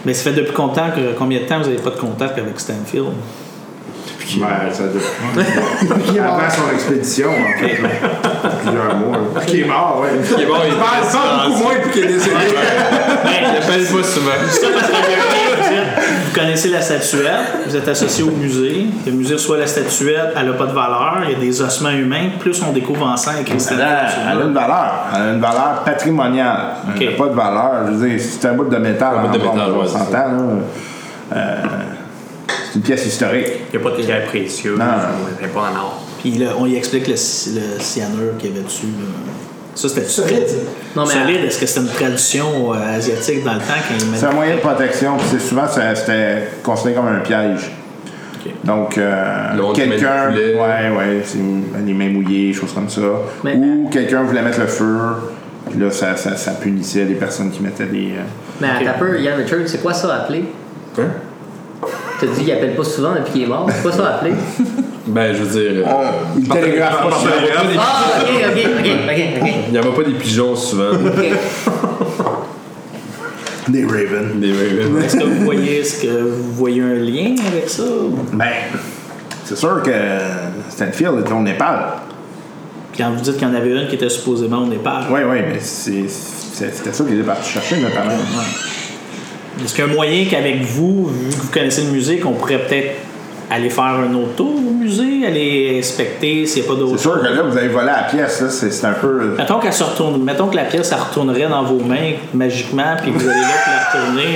[SPEAKER 5] Mais ça fait depuis combien de temps que- combien de temps vous n'avez pas de contact avec Stanfield?
[SPEAKER 2] Ouais, ça doit.
[SPEAKER 3] Qui est mort.
[SPEAKER 2] Avant son expédition, en fait. là. Plusieurs mois. là. Qui est mort, ouais. Qui est
[SPEAKER 6] mort, il est
[SPEAKER 2] parle pas beaucoup moins, puis qui est décédé.
[SPEAKER 5] Ben,
[SPEAKER 6] Appelle pas souvent.
[SPEAKER 5] ça, parce que vous êtes- vous connaissez la statuette, vous êtes associé au musée. Le musée reçoit la statuette, elle n'a pas de valeur, il y a des ossements humains, plus on découvre en sang écrit
[SPEAKER 2] Elle
[SPEAKER 5] Stanfield.
[SPEAKER 2] a,
[SPEAKER 5] sur le
[SPEAKER 2] elle a
[SPEAKER 5] mur.
[SPEAKER 2] une valeur. Elle a une valeur patrimoniale. Elle n'a
[SPEAKER 5] Ok.
[SPEAKER 2] pas de valeur. Je veux dire, c'est un bout de métal.
[SPEAKER 6] Un bout de
[SPEAKER 2] en
[SPEAKER 6] métal,
[SPEAKER 2] or,
[SPEAKER 6] ouais,
[SPEAKER 2] on
[SPEAKER 6] c'est ça.
[SPEAKER 2] s'entend, là. Euh, c'est une pièce historique.
[SPEAKER 9] Il n'y euh, a pas de pierre précieuse,
[SPEAKER 2] Non.
[SPEAKER 9] on n'est pas en or.
[SPEAKER 5] Puis là, on y explique le, ci- le cyanure qu'il y avait dessus. là. Ça, c'était solide.
[SPEAKER 4] Non, mais-
[SPEAKER 5] solide. Est-ce que c'était une tradition euh, asiatique dans le temps quand ils
[SPEAKER 2] C'est
[SPEAKER 5] mettaient
[SPEAKER 2] un moyen de protection. puis c'est souvent, ça- c'était considéré comme un piège. Donc, euh,
[SPEAKER 6] Le monde qui
[SPEAKER 2] quelqu'un.
[SPEAKER 6] manipulait.
[SPEAKER 2] Ouais, ouais, c'est les mains mouillées, choses comme ça.
[SPEAKER 4] Mais-
[SPEAKER 2] Ou quelqu'un voulait mettre le feu. Puis là, ça, ça- ça punissait les personnes qui mettaient des. euh,
[SPEAKER 4] Mais attends un peu, Ian Richard, c'est quoi ça appelé?
[SPEAKER 6] Hein?
[SPEAKER 4] T'as dit qu'il appelle pas souvent depuis qu'il est mort. C'est quoi ça appelé?
[SPEAKER 6] Ben, je veux dire. euh,
[SPEAKER 2] Ils télégraphent pas sur-
[SPEAKER 4] Ah, ok, ok, ok, ok, ok.
[SPEAKER 6] Il n'y avait pas des pigeons souvent.
[SPEAKER 4] Ok.
[SPEAKER 2] Des Ravens.
[SPEAKER 6] des ravens.
[SPEAKER 5] Est-ce que vous voyez, est-ce que vous voyez un lien avec ça?
[SPEAKER 2] Ben, c'est sûr que Stanfield est au Népal.
[SPEAKER 5] Quand vous dites qu'il y en avait une qui était supposément au Népal,
[SPEAKER 2] Oui, oui, mais c'est- c'est- c'était ça qu'il est parti chercher, notamment.
[SPEAKER 5] est-ce qu'il y a un moyen qu'avec vous, vu que vous connaissez le musée, qu'on pourrait peut-être aller faire un autre tour au musée, aller inspecter s'il n'y a pas
[SPEAKER 1] C'est
[SPEAKER 5] d'autres.
[SPEAKER 1] sûr que là, vous avez volé la pièce, là, c'est c'est un peu.
[SPEAKER 5] Mettons qu'elle se retourne, mettons que la pièce elle retournerait dans vos mains magiquement, puis vous allez là pour la retourner.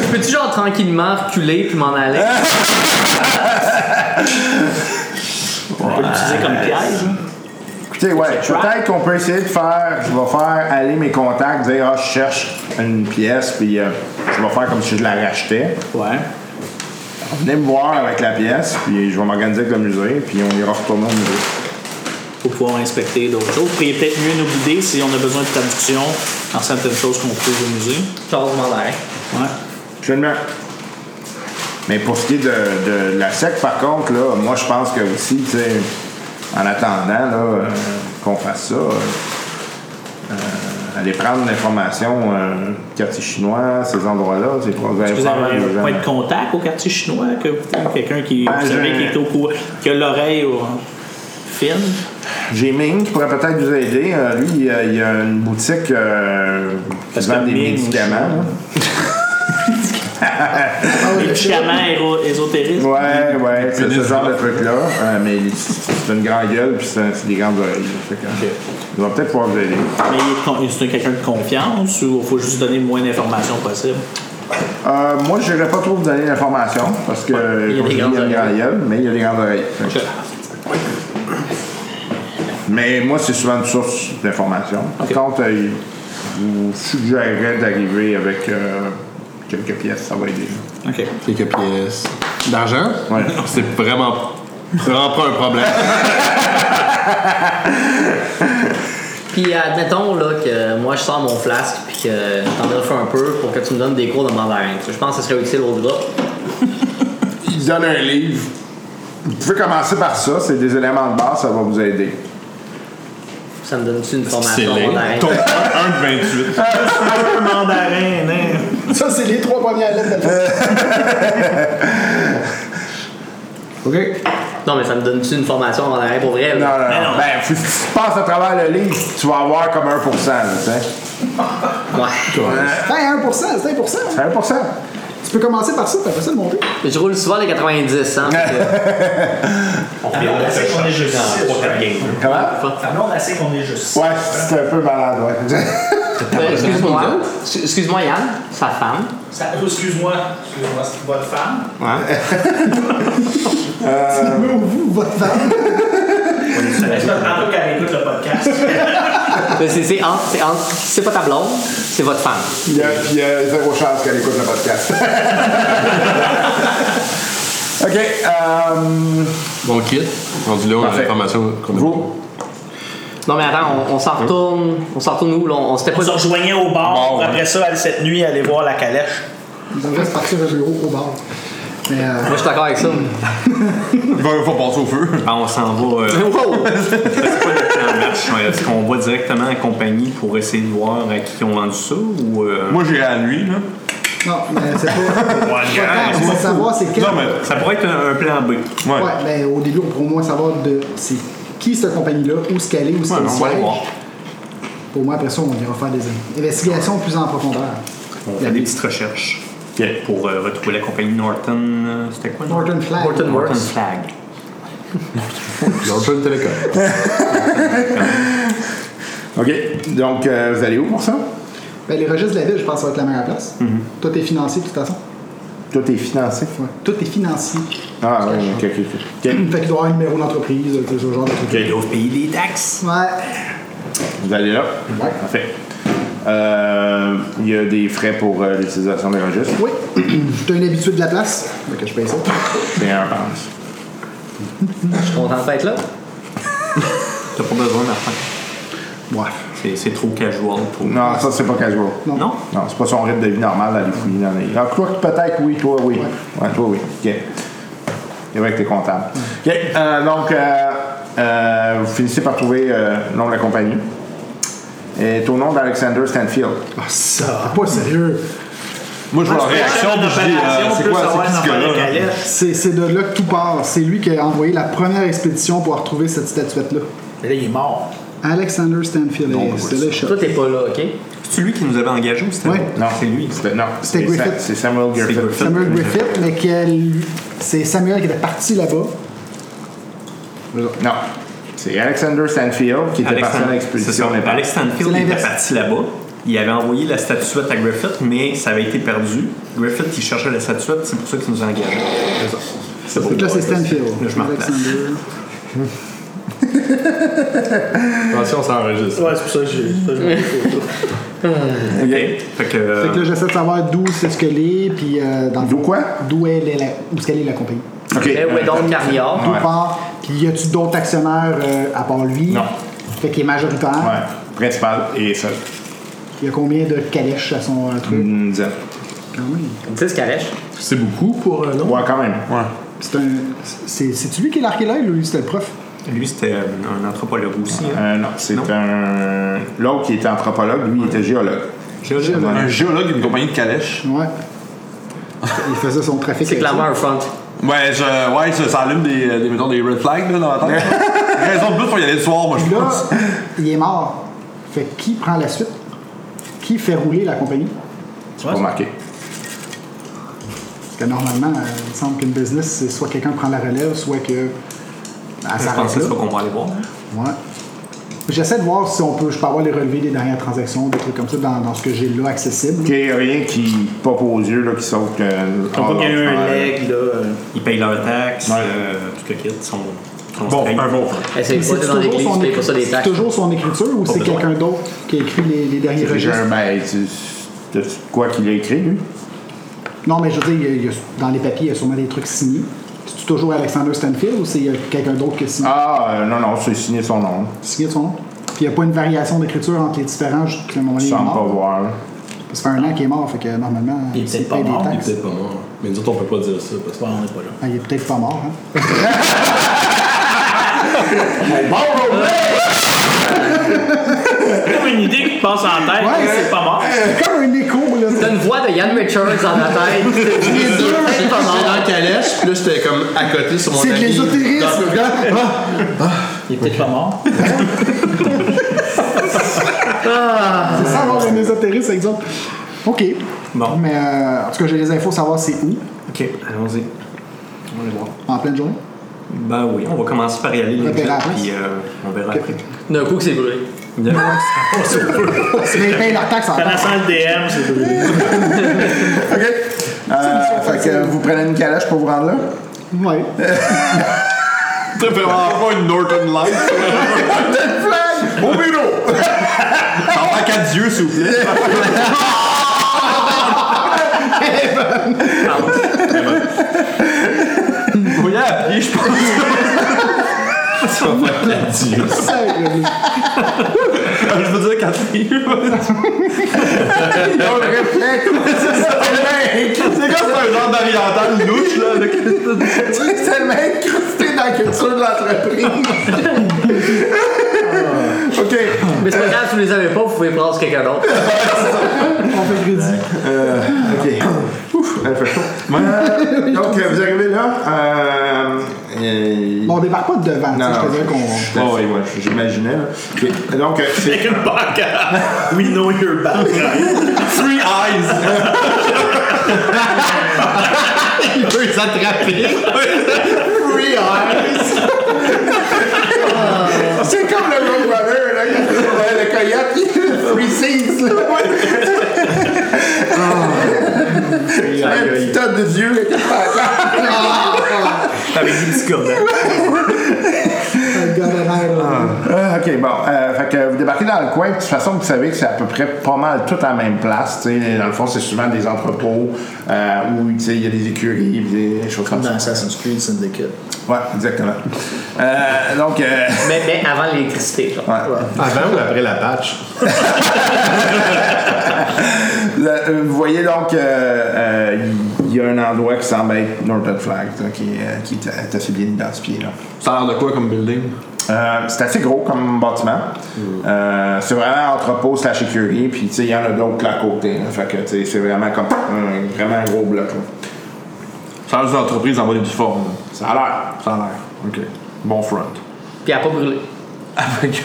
[SPEAKER 4] Tu peux-tu genre tranquillement reculer puis m'en aller?
[SPEAKER 5] On peut l'utiliser comme piège. hein.
[SPEAKER 1] Écoutez, ouais, peut-être qu'on peut essayer de faire. Je vais faire aller mes contacts, dire, ah, je cherche une pièce, puis euh, je vais faire comme si je la rachetais.
[SPEAKER 5] Ouais.
[SPEAKER 1] Venez me voir avec la pièce, puis je vais m'organiser avec le musée, puis on ira retourner au musée.
[SPEAKER 5] Pour pouvoir inspecter d'autres choses. Puis il est peut-être mieux nous guider si on a besoin de traduction dans certaines choses qu'on trouve au musée.
[SPEAKER 4] Charles m'en aller.
[SPEAKER 5] Ouais.
[SPEAKER 1] Absolument. Mais pour ce qui est de, de la sec, par contre, là, moi, je pense que aussi, tu sais, en attendant là, euh, qu'on fasse ça, euh, euh, aller prendre l'information euh, du quartier chinois, ces euh, endroits-là, c'est pour vous allez
[SPEAKER 5] Vous
[SPEAKER 1] pas
[SPEAKER 5] avez
[SPEAKER 1] mal de
[SPEAKER 5] un
[SPEAKER 1] gens.
[SPEAKER 5] point de contact au quartier chinois, que vous avez quelqu'un qui,
[SPEAKER 1] Ah,
[SPEAKER 5] vous savez,
[SPEAKER 1] je-
[SPEAKER 5] qui est au courant, qui a l'oreille euh, fine.
[SPEAKER 1] J'ai Ming qui pourrait peut-être vous aider. Euh, lui, il y a, il y a une boutique euh, qui
[SPEAKER 5] Parce
[SPEAKER 1] vend
[SPEAKER 5] que
[SPEAKER 1] des
[SPEAKER 5] Ming, hein.
[SPEAKER 1] médicaments.
[SPEAKER 5] Les médicaments éro-
[SPEAKER 1] là.
[SPEAKER 5] ésotéristes.
[SPEAKER 1] Ouais, ouais, c'est ce genre de truc-là. Euh, mais il- c'est une grande gueule, puis c'est c'est des grandes oreilles. Fait que, Il va peut-être pouvoir vous aider.
[SPEAKER 5] Mais il est con- c'est quelqu'un de confiance ou il faut juste donner le moins d'informations possible?
[SPEAKER 1] Euh, moi, je n'irai pas trop vous donner l'information parce que
[SPEAKER 4] il y a
[SPEAKER 1] comme
[SPEAKER 4] des
[SPEAKER 1] je dis,
[SPEAKER 4] grandes
[SPEAKER 1] il y a une grande gueule, mais il y a des grandes oreilles. Fait que- Mais moi, c'est souvent une source d'information. Par
[SPEAKER 5] Ok.
[SPEAKER 1] contre, euh, je vous suggérerais d'arriver avec euh, quelques pièces, ça va aider.
[SPEAKER 5] OK.
[SPEAKER 7] Quelques pièces. D'argent?
[SPEAKER 1] Ouais.
[SPEAKER 7] C'est vraiment. Vraiment pas un problème.
[SPEAKER 4] Puis admettons là, que moi je sors mon flasque puis que t'en offres un peu pour que tu me donnes des cours de mandarin. Tu sais, Je pense que ce serait utile au groupe.
[SPEAKER 1] Il vous donne un livre. Vous pouvez commencer par ça, c'est des éléments de base, ça va vous aider.
[SPEAKER 4] Ça me donne-tu une
[SPEAKER 7] C'est
[SPEAKER 4] formation en
[SPEAKER 7] laid.
[SPEAKER 4] mandarin?
[SPEAKER 13] Ton 1 de 28.
[SPEAKER 5] Mandarin, hein?
[SPEAKER 3] Ça, c'est les trois premières lettres de la
[SPEAKER 4] Non mais ça me donne-tu une formation en mandarin pour vrai?
[SPEAKER 1] Non,
[SPEAKER 4] là?
[SPEAKER 1] non, non. Ben, si tu passes à travers le livre, tu vas avoir comme 1%, là, tu sais.
[SPEAKER 4] Ouais.
[SPEAKER 3] Ben, 1%, c'est 1%.
[SPEAKER 1] 1%.
[SPEAKER 3] Tu peux commencer par ça, puis après ça, le monter.
[SPEAKER 4] Je roule souvent les 90 hein. fait que-
[SPEAKER 9] On sait qu'on est juste six.
[SPEAKER 1] Comment?
[SPEAKER 9] Ta blonde, elle sait qu'on est juste six.
[SPEAKER 1] Ouais, c'est un peu malade, ouais.
[SPEAKER 4] Euh, Excuse-moi. Excuse-moi Yann, sa femme.
[SPEAKER 9] Ça- oh, Excuse-moi, excuse-moi, c'est votre femme.
[SPEAKER 3] Mais au bout, votre femme.
[SPEAKER 9] C'est pas tantôt qu'elle écoute le podcast.
[SPEAKER 4] Mais Euh, C'est c'est entre, c'est entre- c'est pas ta blonde, c'est votre femme.
[SPEAKER 1] Il y a, puis il y a Euh, zéro chance qu'elle écoute le podcast. OK. euh,
[SPEAKER 7] Bon kit. Rendu là, on a
[SPEAKER 1] Parfait.
[SPEAKER 7] l'information qu'on a.
[SPEAKER 1] vous,
[SPEAKER 4] Non mais attends, on, on s'en retourne. On s'en retourne où? là? On, on s'était pas
[SPEAKER 9] On se rejoignait au bar.
[SPEAKER 7] Bar, ouais.
[SPEAKER 9] Après ça, aller cette nuit, aller voir la calèche.
[SPEAKER 3] Il devrait se partir au bureau au bar. Mais euh,
[SPEAKER 4] Moi je suis d'accord avec ça.
[SPEAKER 13] Il va, va passer au feu.
[SPEAKER 9] Ah, on s'en va. euh,
[SPEAKER 4] Wow!
[SPEAKER 9] c'est pas le plan de match. Est-ce qu'on va directement en compagnie pour essayer de voir à qui on vendu ça ou. euh,
[SPEAKER 13] Moi, j'irai à lui, là.
[SPEAKER 3] non, mais c'est pas.
[SPEAKER 9] Ouais,
[SPEAKER 3] c'est pas grave, on va savoir c'est quel.
[SPEAKER 13] Non, mais.
[SPEAKER 9] Ça pourrait être un, un plan B.
[SPEAKER 13] Ouais.
[SPEAKER 3] Ouais, ben au début, on pourra au moins savoir de c'est qui cette compagnie-là, où ce qu'elle est, où ce qu'elle
[SPEAKER 13] on va aller
[SPEAKER 3] siège.
[SPEAKER 13] voir.
[SPEAKER 3] Pour moi, après ça, on ira faire des investigations plus en profondeur.
[SPEAKER 9] On fait des petites recherches pour euh, retrouver la compagnie Norton. euh, C'était quoi non?
[SPEAKER 3] Norton Flag.
[SPEAKER 4] Norton
[SPEAKER 9] Norton
[SPEAKER 4] Works.
[SPEAKER 9] Flag.
[SPEAKER 7] Dans le jeu de télécom.
[SPEAKER 1] OK. Donc, euh, vous allez où pour ça?
[SPEAKER 3] Ben, les registres de la ville, je pense que ça va être la meilleure place. Tout est financier, de toute façon.
[SPEAKER 1] Mhm. Tout est financé.
[SPEAKER 3] Ouais, Tout est financier.
[SPEAKER 1] Ah, oui, OK, OK. OK. OK.
[SPEAKER 3] Fait qu'il doit y avoir un numéro d'entreprise, euh, ce genre de truc.
[SPEAKER 9] Ils doivent payer des taxes.
[SPEAKER 3] Ouais.
[SPEAKER 1] Vous allez là?
[SPEAKER 3] Ouais.
[SPEAKER 1] Parfait. Euh, Il y a des frais pour euh, l'utilisation des registres.
[SPEAKER 3] Oui, je suis un habitué de la place. Fait que je paye ça.
[SPEAKER 1] C'est un pense.
[SPEAKER 4] Je suis content d'être là.
[SPEAKER 9] T'as pas besoin d'argent.
[SPEAKER 3] Bref.
[SPEAKER 9] C'est- C'est trop casual pour.
[SPEAKER 1] Non, ça, c'est pas casual.
[SPEAKER 3] Non.
[SPEAKER 9] Non?
[SPEAKER 1] Non, c'est pas son rythme de vie normal d'aller fouiller dans les. Alors, toi, peut-être, oui, toi, oui. Ouais, toi, oui. OK. C'est vrai que t'es comptable. OK. euh, donc, euh, euh, vous finissez par trouver euh, le nom de la compagnie. Et au nom d'Alexander Stanfield.
[SPEAKER 3] Ah, ça. Pas sérieux.
[SPEAKER 13] Moi, je vois la réaction, puis je dis, euh, c'est quoi, c'est qui ce gars-là? là?
[SPEAKER 3] C'est c'est de là que tout part. C'est lui qui a envoyé la première expédition pour retrouver cette statuette-là.
[SPEAKER 9] Mais là, il est mort.
[SPEAKER 3] Alexander Stanfield. Et C'est le chef.
[SPEAKER 4] Toi t'es pas là, ok?
[SPEAKER 9] C'est lui qui nous avait engagé ou c'était
[SPEAKER 3] Ouais.
[SPEAKER 9] l'autre?
[SPEAKER 1] Non.
[SPEAKER 9] C'est lui.
[SPEAKER 1] C'était- Non,
[SPEAKER 3] C'était
[SPEAKER 1] c'est
[SPEAKER 3] Griffith.
[SPEAKER 1] Sa- C'est Samuel
[SPEAKER 9] C'est
[SPEAKER 1] Griffith.
[SPEAKER 9] Griffith.
[SPEAKER 3] Samuel Griffith, mais que c'est Samuel qui était parti là-bas.
[SPEAKER 1] Non. C'est Alexander Stanfield qui était parti à
[SPEAKER 9] Alexandre- c'est ça.
[SPEAKER 1] l'expulsion des
[SPEAKER 9] Alex Stanfield
[SPEAKER 3] C'est
[SPEAKER 9] il était
[SPEAKER 3] l'inverse.
[SPEAKER 9] parti là-bas. Il avait envoyé la statuette à Griffith, mais ça avait été perdu. Griffith, il cherchait la statuette, c'est pour ça qu'il nous a engagés. C'est
[SPEAKER 3] Donc là, c'est Stanfield.
[SPEAKER 9] Là, je m'en place.
[SPEAKER 3] Alexander.
[SPEAKER 6] Attention, ça enregistre.
[SPEAKER 5] Ouais, c'est pour ça que j'ai.
[SPEAKER 9] OK. Fait que, euh,
[SPEAKER 3] Fait que là, j'essaie de savoir d'où c'est ce qu'elle est, puis euh, dans le
[SPEAKER 1] D'où
[SPEAKER 3] fond,
[SPEAKER 1] quoi?
[SPEAKER 3] D'où elle est la, où est-ce qu'elle est la compagnie.
[SPEAKER 1] OK.
[SPEAKER 4] Mais ouais, donc Carrière.
[SPEAKER 3] D'où part, puis y a-tu d'autres actionnaires euh, à part lui?
[SPEAKER 1] Non.
[SPEAKER 3] Fait qu'il est majoritaire.
[SPEAKER 1] Ouais. Principal et seul.
[SPEAKER 3] Il y a combien de calèches à son euh, truc?
[SPEAKER 1] Une dizaine.
[SPEAKER 3] Quand même.
[SPEAKER 4] Une petite calèche.
[SPEAKER 6] C'est beaucoup pour un nom?
[SPEAKER 1] Ouais, quand même.
[SPEAKER 3] C'est un. C'est, c'est-tu lui qui est l'archéologue ou lui c'était le prof?
[SPEAKER 9] lui, c'était euh, un anthropologue aussi. hein.
[SPEAKER 1] Euh, non, c'est
[SPEAKER 9] Non.
[SPEAKER 1] un. L'autre qui était anthropologue, lui, il était géologue. Géologue.
[SPEAKER 7] Un géologue d'une compagnie de calèche.
[SPEAKER 3] Ouais. Il faisait son trafic.
[SPEAKER 4] C'est
[SPEAKER 3] avec ça.
[SPEAKER 4] clairement un front.
[SPEAKER 7] Ouais, je, ouais ça, ça allume des, euh, des, mettons, des red flags là, dans la tête. Raison de plus pour y aller le soir, moi, je
[SPEAKER 3] Puis là,
[SPEAKER 7] pense.
[SPEAKER 3] il est mort. Fait que qui prend la suite? Qui fait rouler la compagnie?
[SPEAKER 1] C'est pas marqué.
[SPEAKER 3] Parce que normalement, euh, il me semble qu'une business, c'est soit quelqu'un prend la relève, soit que. Elle
[SPEAKER 9] Je
[SPEAKER 3] s'arrête
[SPEAKER 9] pensais
[SPEAKER 3] là.
[SPEAKER 9] pas qu'on va aller voir.
[SPEAKER 3] Ouais. J'essaie de voir si on peut. Je peux avoir les relevés des dernières transactions, des trucs comme ça, dans, dans ce que j'ai là accessible.
[SPEAKER 1] Il n'y a rien qui pop aux yeux, là, qui saute euh, que.
[SPEAKER 5] Ils ont pas gagné un
[SPEAKER 1] Ouais.
[SPEAKER 5] leg, là. euh,
[SPEAKER 9] Ils payent leurs taxes,
[SPEAKER 1] Ouais.
[SPEAKER 9] euh, tout le kit. Sont, sont
[SPEAKER 1] Bon,
[SPEAKER 9] straight.
[SPEAKER 1] un bon frère.
[SPEAKER 4] Essayez
[SPEAKER 3] Mais
[SPEAKER 4] pas
[SPEAKER 3] c'est
[SPEAKER 4] de dans l'église,
[SPEAKER 3] toujours, son
[SPEAKER 4] payez pas ça
[SPEAKER 3] écri-
[SPEAKER 4] des
[SPEAKER 3] c'est
[SPEAKER 4] taxes.
[SPEAKER 3] toujours son écriture ou c'est
[SPEAKER 9] besoin.
[SPEAKER 3] quelqu'un d'autre qui a écrit les, les derniers
[SPEAKER 1] C'est
[SPEAKER 3] registres?
[SPEAKER 1] un ben, tu- t'as-tu de quoi qu'il a écrit, lui?
[SPEAKER 3] Non, mais je veux dire, il y a- il y a- dans les papiers, il y a sûrement des trucs signés. C'est toujours Alexander Stanfield ou c'est il y a quelqu'un d'autre qui a signé,
[SPEAKER 1] Ah, euh, non, non, c'est signé son nom.
[SPEAKER 3] signé de son nom? Puis il n'y a pas une variation d'écriture entre les différents jusqu'à le moment où il est
[SPEAKER 1] Semble pas
[SPEAKER 3] mort.
[SPEAKER 1] voir.
[SPEAKER 3] Ça fait un an qu'il est mort, fait que normalement,
[SPEAKER 5] Il est
[SPEAKER 3] s'il
[SPEAKER 5] peut-être pas mort,
[SPEAKER 6] Il est peut-être pas mort. Mais nous autres, on peut pas dire ça. Parce que...
[SPEAKER 5] Ouais, on n'est pas là.
[SPEAKER 3] Ah, il est peut-être pas mort. Hein?
[SPEAKER 5] C'est comme une idée qui te passe en tête,
[SPEAKER 3] Ouais,
[SPEAKER 5] mais c'est pas mort.
[SPEAKER 3] C'est comme un écho, là.
[SPEAKER 4] T'as une voix de Yann Richards dans la tête. C'est pas
[SPEAKER 6] J'étais dans
[SPEAKER 4] mal.
[SPEAKER 6] la calèche, puis là, j'étais comme à côté sur mon
[SPEAKER 3] C'est de
[SPEAKER 6] ami.
[SPEAKER 3] l'ésotérisme, gars. Ah,
[SPEAKER 5] Il est peut-être pas mort.
[SPEAKER 3] c'est ça, avoir un ésotérisme, exemple. OK.
[SPEAKER 9] Bon.
[SPEAKER 3] Mais euh, en tout cas, j'ai les infos, savoir c'est où,
[SPEAKER 9] OK, allons-y. On va aller voir.
[SPEAKER 3] en pleine journée.
[SPEAKER 9] Ben oui, on va commencer par y aller les
[SPEAKER 3] Repérage.
[SPEAKER 9] puis euh, on verra après.
[SPEAKER 4] D'un coup que c'est brûlé.
[SPEAKER 9] Bien.
[SPEAKER 3] Mais ils payent leur taxe en
[SPEAKER 5] Ça sent le DM, c'est brûlé.
[SPEAKER 1] OK. Euh, fait que
[SPEAKER 3] facile.
[SPEAKER 1] vous prenez une calèche pour vous rendre là?
[SPEAKER 3] Ouais.
[SPEAKER 7] T'as vraiment pas une Northern Light. Au bureau! En quatre yeux, s'il vous plaît.
[SPEAKER 9] Faut y aller, je pense. Ça va être la dure.
[SPEAKER 3] Sérieux.
[SPEAKER 9] Je veux dire, quand t'es
[SPEAKER 7] C'est quoi, c'est un genre d'oriental louche, là? là, qui-
[SPEAKER 1] C'est le mec crusté dans la culture de l'entreprise. OK.
[SPEAKER 4] Mais c'est pas grave, si vous les avez pas, vous pouvez prendre quelqu'un d'autre.
[SPEAKER 3] On fait crédit.
[SPEAKER 1] OK. Ouf, elle fait chaud. Euh, donc, euh, vous arrivez là. Euh, et-
[SPEAKER 3] Bon, on débarque pas de devant, tu
[SPEAKER 1] Non,
[SPEAKER 3] sais, je te
[SPEAKER 1] non,
[SPEAKER 3] dirais qu'on.
[SPEAKER 1] je- Ah oui, ouais, j'imaginais. là. OK. Donc, euh, c'est...
[SPEAKER 5] Une banque. We know your bank.
[SPEAKER 7] Three eyes!
[SPEAKER 6] Il peut s'attraper.
[SPEAKER 1] C'est comme le Road Runner, là, quand il voit le coyote, il Three Seas, là. Un petit tas de dieux, là, qui se passe.
[SPEAKER 9] avec des petits hein. cordons.
[SPEAKER 3] Un gars de mer, là.
[SPEAKER 1] Euh, OK, bon. euh, fait que vous débarquez dans le coin, de toute façon, vous savez que c'est à peu près pas mal tout à la même place. tu sais. Dans le fond, c'est souvent des entrepôts euh, où tu sais, il y a des écuries, puis des choses comme ça.
[SPEAKER 5] Assassin's Creed Syndicate.
[SPEAKER 1] Ouais, exactement. Euh, donc, euh,
[SPEAKER 4] Mais, mais avant l'électricité, genre.
[SPEAKER 1] ouais.
[SPEAKER 6] Avant ou après la patch?
[SPEAKER 1] Le- euh, vous voyez donc, euh, euh, il y a un endroit qui semble être Northern Flag, là, qui, euh, qui est est assez bien identifié. Là.
[SPEAKER 7] Ça a l'air de quoi comme building?
[SPEAKER 1] Euh, c'est assez gros comme bâtiment. Euh, c'est vraiment entrepôt slash écurie, puis tu sais, il y en a d'autres là à côté. là. fait que tu sais, c'est vraiment comme un, vraiment un gros bloc. là.
[SPEAKER 7] Ça a l'air d'une entreprise en mode uniforme.
[SPEAKER 1] Ça a l'air.
[SPEAKER 7] Ça a l'air. OK. Bon front.
[SPEAKER 4] Puis elle a pas brûlé.
[SPEAKER 2] Ah,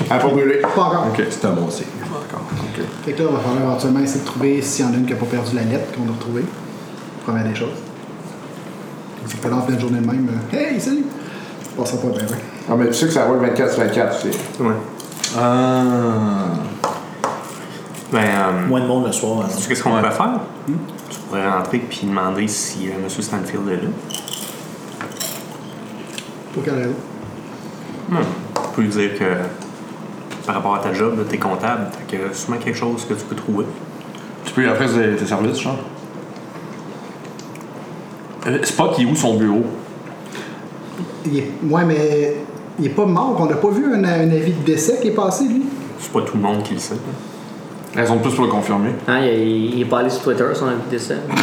[SPEAKER 1] À pas brûler.
[SPEAKER 3] Pas encore.
[SPEAKER 6] C'est un bon signe.
[SPEAKER 3] Fait que là, on va falloir éventuellement essayer de trouver s'il y en a une qui n'a pas perdu la lettre qu'on a retrouvée. Première des choses. Fait que là, en pleine journée de même, euh, hey, salut! Ça passera pas bien, hein. ouais.
[SPEAKER 2] Ah, mais tu sais que ça roule 24 sur 24, tu sais.
[SPEAKER 9] Ouais. Ah. Ben, euh,
[SPEAKER 5] Moins de monde le soir. hein.
[SPEAKER 9] tu sais qu'est-ce qu'on pourrait faire?
[SPEAKER 3] Hmm?
[SPEAKER 9] Tu pourrais rentrer puis demander si euh, M. Stanfield est là.
[SPEAKER 3] Pour quelle raison?
[SPEAKER 9] Tu peux lui dire que par rapport à ta job, t'es comptable, fait que euh, sûrement quelque chose que tu peux trouver.
[SPEAKER 6] Tu peux lui offrir tes- tes services, genre. Euh, Spock, il est où son bureau?
[SPEAKER 3] Il est... Ouais, mais il est pas mort. On n'a pas vu un, un avis de décès qui est passé, lui.
[SPEAKER 9] C'est pas tout le monde qui le sait.
[SPEAKER 6] Raison de plus pour le confirmer.
[SPEAKER 4] Hein, il, il- il est pas allé sur Twitter, son avis de décès.
[SPEAKER 3] Il y